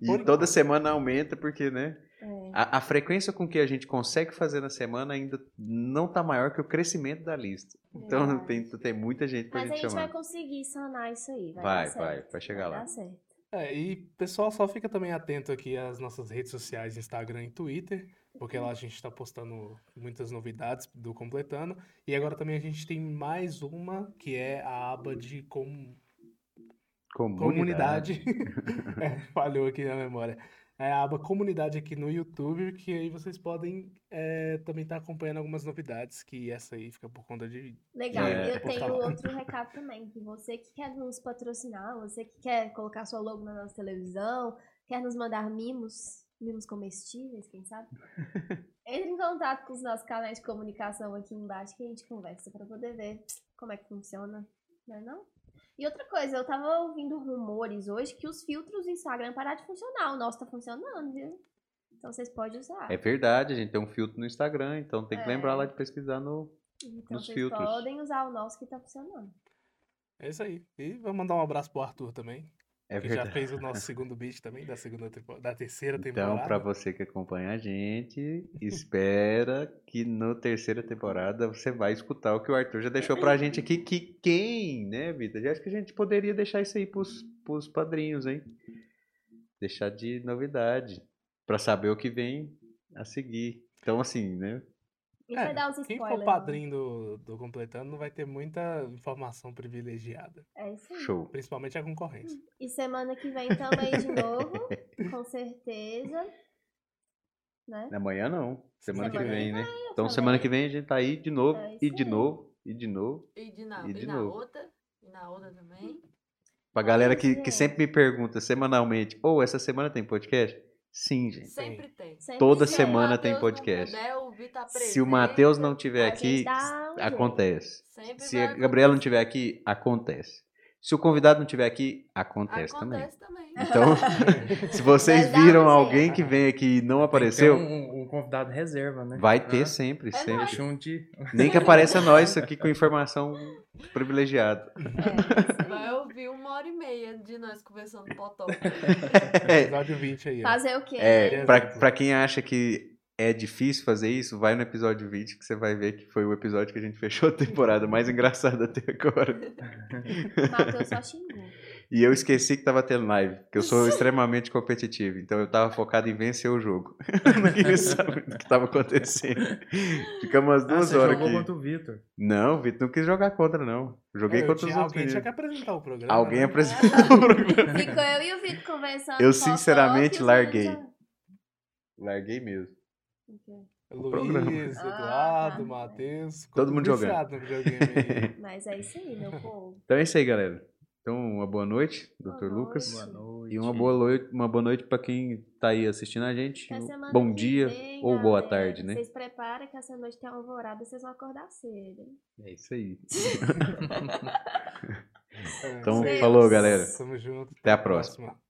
[SPEAKER 2] e
[SPEAKER 3] Por
[SPEAKER 2] toda
[SPEAKER 3] enquanto.
[SPEAKER 2] semana aumenta, porque, né?
[SPEAKER 1] É.
[SPEAKER 2] A, a frequência com que a gente consegue fazer na semana ainda não tá maior que o crescimento da lista. Então
[SPEAKER 1] Verdade.
[SPEAKER 2] tem, tem muita gente pra
[SPEAKER 1] Mas a
[SPEAKER 2] gente
[SPEAKER 1] gente vai
[SPEAKER 2] chamar.
[SPEAKER 1] conseguir sanar isso aí. Vai,
[SPEAKER 2] Vai,
[SPEAKER 1] dar certo.
[SPEAKER 2] vai, vai chegar lá.
[SPEAKER 1] Dar certo.
[SPEAKER 3] É, e pessoal, só fica também atento aqui às nossas redes sociais, Instagram e Twitter, porque
[SPEAKER 2] Uhum.
[SPEAKER 3] lá a gente está postando muitas novidades do Completando. E agora também a gente tem mais uma, que é a aba de com- comunidade. (laughs) É, falhou aqui na memória. É a aba comunidade aqui no YouTube, que aí vocês podem é, também estar acompanhando algumas novidades, que essa aí fica por conta de.
[SPEAKER 1] Legal.
[SPEAKER 2] É.
[SPEAKER 1] E eu
[SPEAKER 3] Vou
[SPEAKER 1] tenho
[SPEAKER 3] falar.
[SPEAKER 1] outro recado também, que você que quer nos patrocinar, você que quer colocar sua logo na nossa televisão, quer nos mandar mimos, mimos comestíveis, quem sabe? Entre em contato com os nossos canais de comunicação aqui embaixo que a gente conversa pra poder ver como é que funciona, não é não? E outra coisa, eu tava ouvindo rumores hoje que os filtros do Instagram pararam de funcionar. O nosso tá funcionando, viu? Então vocês podem usar.
[SPEAKER 2] É verdade, a gente tem um filtro no Instagram, então tem que
[SPEAKER 1] É.
[SPEAKER 2] lembrar lá de pesquisar no. é
[SPEAKER 1] Então
[SPEAKER 2] Nos
[SPEAKER 1] vocês
[SPEAKER 2] filtros.
[SPEAKER 1] podem usar o nosso que tá funcionando.
[SPEAKER 3] É isso aí. E vou mandar um abraço pro Arthur também.
[SPEAKER 2] É
[SPEAKER 3] que
[SPEAKER 2] verdade.
[SPEAKER 3] já fez o nosso segundo beat também, da, segunda, tempo- da terceira temporada.
[SPEAKER 2] Então, pra você que acompanha a gente, espera que na terceira temporada você vai escutar o que o Arthur já deixou pra gente aqui. Que quem, né, Vitor? Já acho que a gente poderia deixar isso aí pros, pros padrinhos, hein? Deixar de novidade. Pra saber o que vem a seguir. Então, assim, né?
[SPEAKER 1] Ele vai
[SPEAKER 3] É,
[SPEAKER 1] dar os
[SPEAKER 3] Quem
[SPEAKER 1] spoilers.
[SPEAKER 3] for
[SPEAKER 1] né?
[SPEAKER 3] padrinho do, do Completando não vai ter muita informação privilegiada,
[SPEAKER 1] É isso aí.
[SPEAKER 2] Show.
[SPEAKER 3] principalmente a concorrência.
[SPEAKER 1] E semana que vem também de novo, com certeza. Né?
[SPEAKER 2] Amanhã não. Semana, que
[SPEAKER 1] Semana
[SPEAKER 2] vem,
[SPEAKER 1] que
[SPEAKER 2] né? Então, semana que vem a gente tá aí de novo,
[SPEAKER 1] É
[SPEAKER 2] e
[SPEAKER 1] isso
[SPEAKER 2] de
[SPEAKER 1] aí.
[SPEAKER 2] novo, e de novo.
[SPEAKER 5] E, de na,
[SPEAKER 2] E
[SPEAKER 5] e,
[SPEAKER 2] de
[SPEAKER 5] na
[SPEAKER 2] novo.
[SPEAKER 5] outra. E na outra também.
[SPEAKER 2] Pra galera
[SPEAKER 1] isso,
[SPEAKER 2] que, que
[SPEAKER 1] gente.
[SPEAKER 2] sempre me pergunta semanalmente: ou essa semana tem podcast? Sim, gente.
[SPEAKER 5] Sempre tem.
[SPEAKER 1] Sempre
[SPEAKER 2] Toda
[SPEAKER 1] tem.
[SPEAKER 5] Se o
[SPEAKER 2] semana
[SPEAKER 5] Matheus
[SPEAKER 2] tem
[SPEAKER 5] não
[SPEAKER 2] podcast.
[SPEAKER 5] puder, o Vi tá
[SPEAKER 2] Se o
[SPEAKER 5] presente,
[SPEAKER 2] Matheus não tiver
[SPEAKER 1] A gente
[SPEAKER 2] aqui,
[SPEAKER 1] dá um jeito.
[SPEAKER 2] acontece.
[SPEAKER 5] sempre
[SPEAKER 2] Se
[SPEAKER 5] vai
[SPEAKER 2] a Gabriela não
[SPEAKER 5] acontecer.
[SPEAKER 2] tiver aqui, acontece. Se o convidado não tiver aqui, acontece, também.
[SPEAKER 5] acontece também.
[SPEAKER 2] Então,
[SPEAKER 5] (laughs)
[SPEAKER 2] se vocês
[SPEAKER 1] Vai dar um
[SPEAKER 2] viram
[SPEAKER 1] jeito.
[SPEAKER 2] alguém que vem aqui e não
[SPEAKER 4] Tem
[SPEAKER 2] apareceu,
[SPEAKER 4] que ter um, um- um convidado reserva, né?
[SPEAKER 2] vai ter
[SPEAKER 4] Ah,
[SPEAKER 2] sempre,
[SPEAKER 5] nóis.
[SPEAKER 2] sempre.
[SPEAKER 4] Deixa um de.
[SPEAKER 2] Nem que apareça nós aqui com informação
[SPEAKER 4] (laughs)
[SPEAKER 2] privilegiada.
[SPEAKER 5] (laughs) Vai ouvir uma hora e meia de nós
[SPEAKER 2] (laughs)
[SPEAKER 5] conversando potó.
[SPEAKER 3] (laughs)
[SPEAKER 4] É
[SPEAKER 3] Episódio 20 aí, ó.
[SPEAKER 1] Fazer o quê? né?
[SPEAKER 2] É, pra, pra quem acha que é difícil fazer isso, vai no episódio 20 que você vai ver que foi o episódio que a gente fechou a temporada mais engraçada até agora.
[SPEAKER 1] O Matheus só xingou.
[SPEAKER 2] E eu esqueci que tava tendo live, que eu sou extremamente competitivo, então eu tava focado em vencer o jogo. (laughs) Não queria saber do que tava acontecendo. Ficamos umas (laughs)
[SPEAKER 4] Ah,
[SPEAKER 2] duas
[SPEAKER 4] você
[SPEAKER 2] horas
[SPEAKER 4] jogou
[SPEAKER 2] aqui.
[SPEAKER 4] contra o Vitor.
[SPEAKER 2] Não, Vitor, não quis jogar contra, não. Joguei
[SPEAKER 3] É, Eu
[SPEAKER 2] contra
[SPEAKER 3] tinha-
[SPEAKER 2] os outros.
[SPEAKER 3] Alguém tinha que
[SPEAKER 2] meninos.
[SPEAKER 3] apresentar o programa.
[SPEAKER 2] Alguém
[SPEAKER 3] né?
[SPEAKER 2] apresentou o programa.
[SPEAKER 1] Ficou eu e o Vitor conversando.
[SPEAKER 2] Eu,
[SPEAKER 1] só falou
[SPEAKER 2] sinceramente,
[SPEAKER 1] que os
[SPEAKER 2] larguei.
[SPEAKER 1] meninos
[SPEAKER 2] Larguei mesmo. programa.
[SPEAKER 3] Luiz,
[SPEAKER 1] Ah,
[SPEAKER 3] Eduardo,
[SPEAKER 1] tá.
[SPEAKER 3] Matheus.
[SPEAKER 2] Todo mundo jogando.
[SPEAKER 3] jogando. Videogame
[SPEAKER 2] (laughs)
[SPEAKER 3] aí.
[SPEAKER 1] já- Mas é isso aí, meu povo.
[SPEAKER 2] Então é isso aí, galera. Então, uma boa noite, Dr.
[SPEAKER 1] noite.
[SPEAKER 2] Lucas.
[SPEAKER 1] Boa
[SPEAKER 4] noite.
[SPEAKER 2] E uma boa, noite, uma boa noite pra quem tá aí assistindo a gente. Um
[SPEAKER 1] Até semana
[SPEAKER 2] Bom
[SPEAKER 1] que
[SPEAKER 2] dia
[SPEAKER 1] vem,
[SPEAKER 2] ou boa
[SPEAKER 1] galera.
[SPEAKER 2] tarde, né?
[SPEAKER 1] Vocês preparem que essa noite tem alvorada, vocês vão acordar cedo. hein?
[SPEAKER 2] É isso aí.
[SPEAKER 3] É,
[SPEAKER 2] Então,
[SPEAKER 1] Deus.
[SPEAKER 2] falou, galera.
[SPEAKER 3] Tamo junto.
[SPEAKER 2] Até a próxima.
[SPEAKER 3] próxima.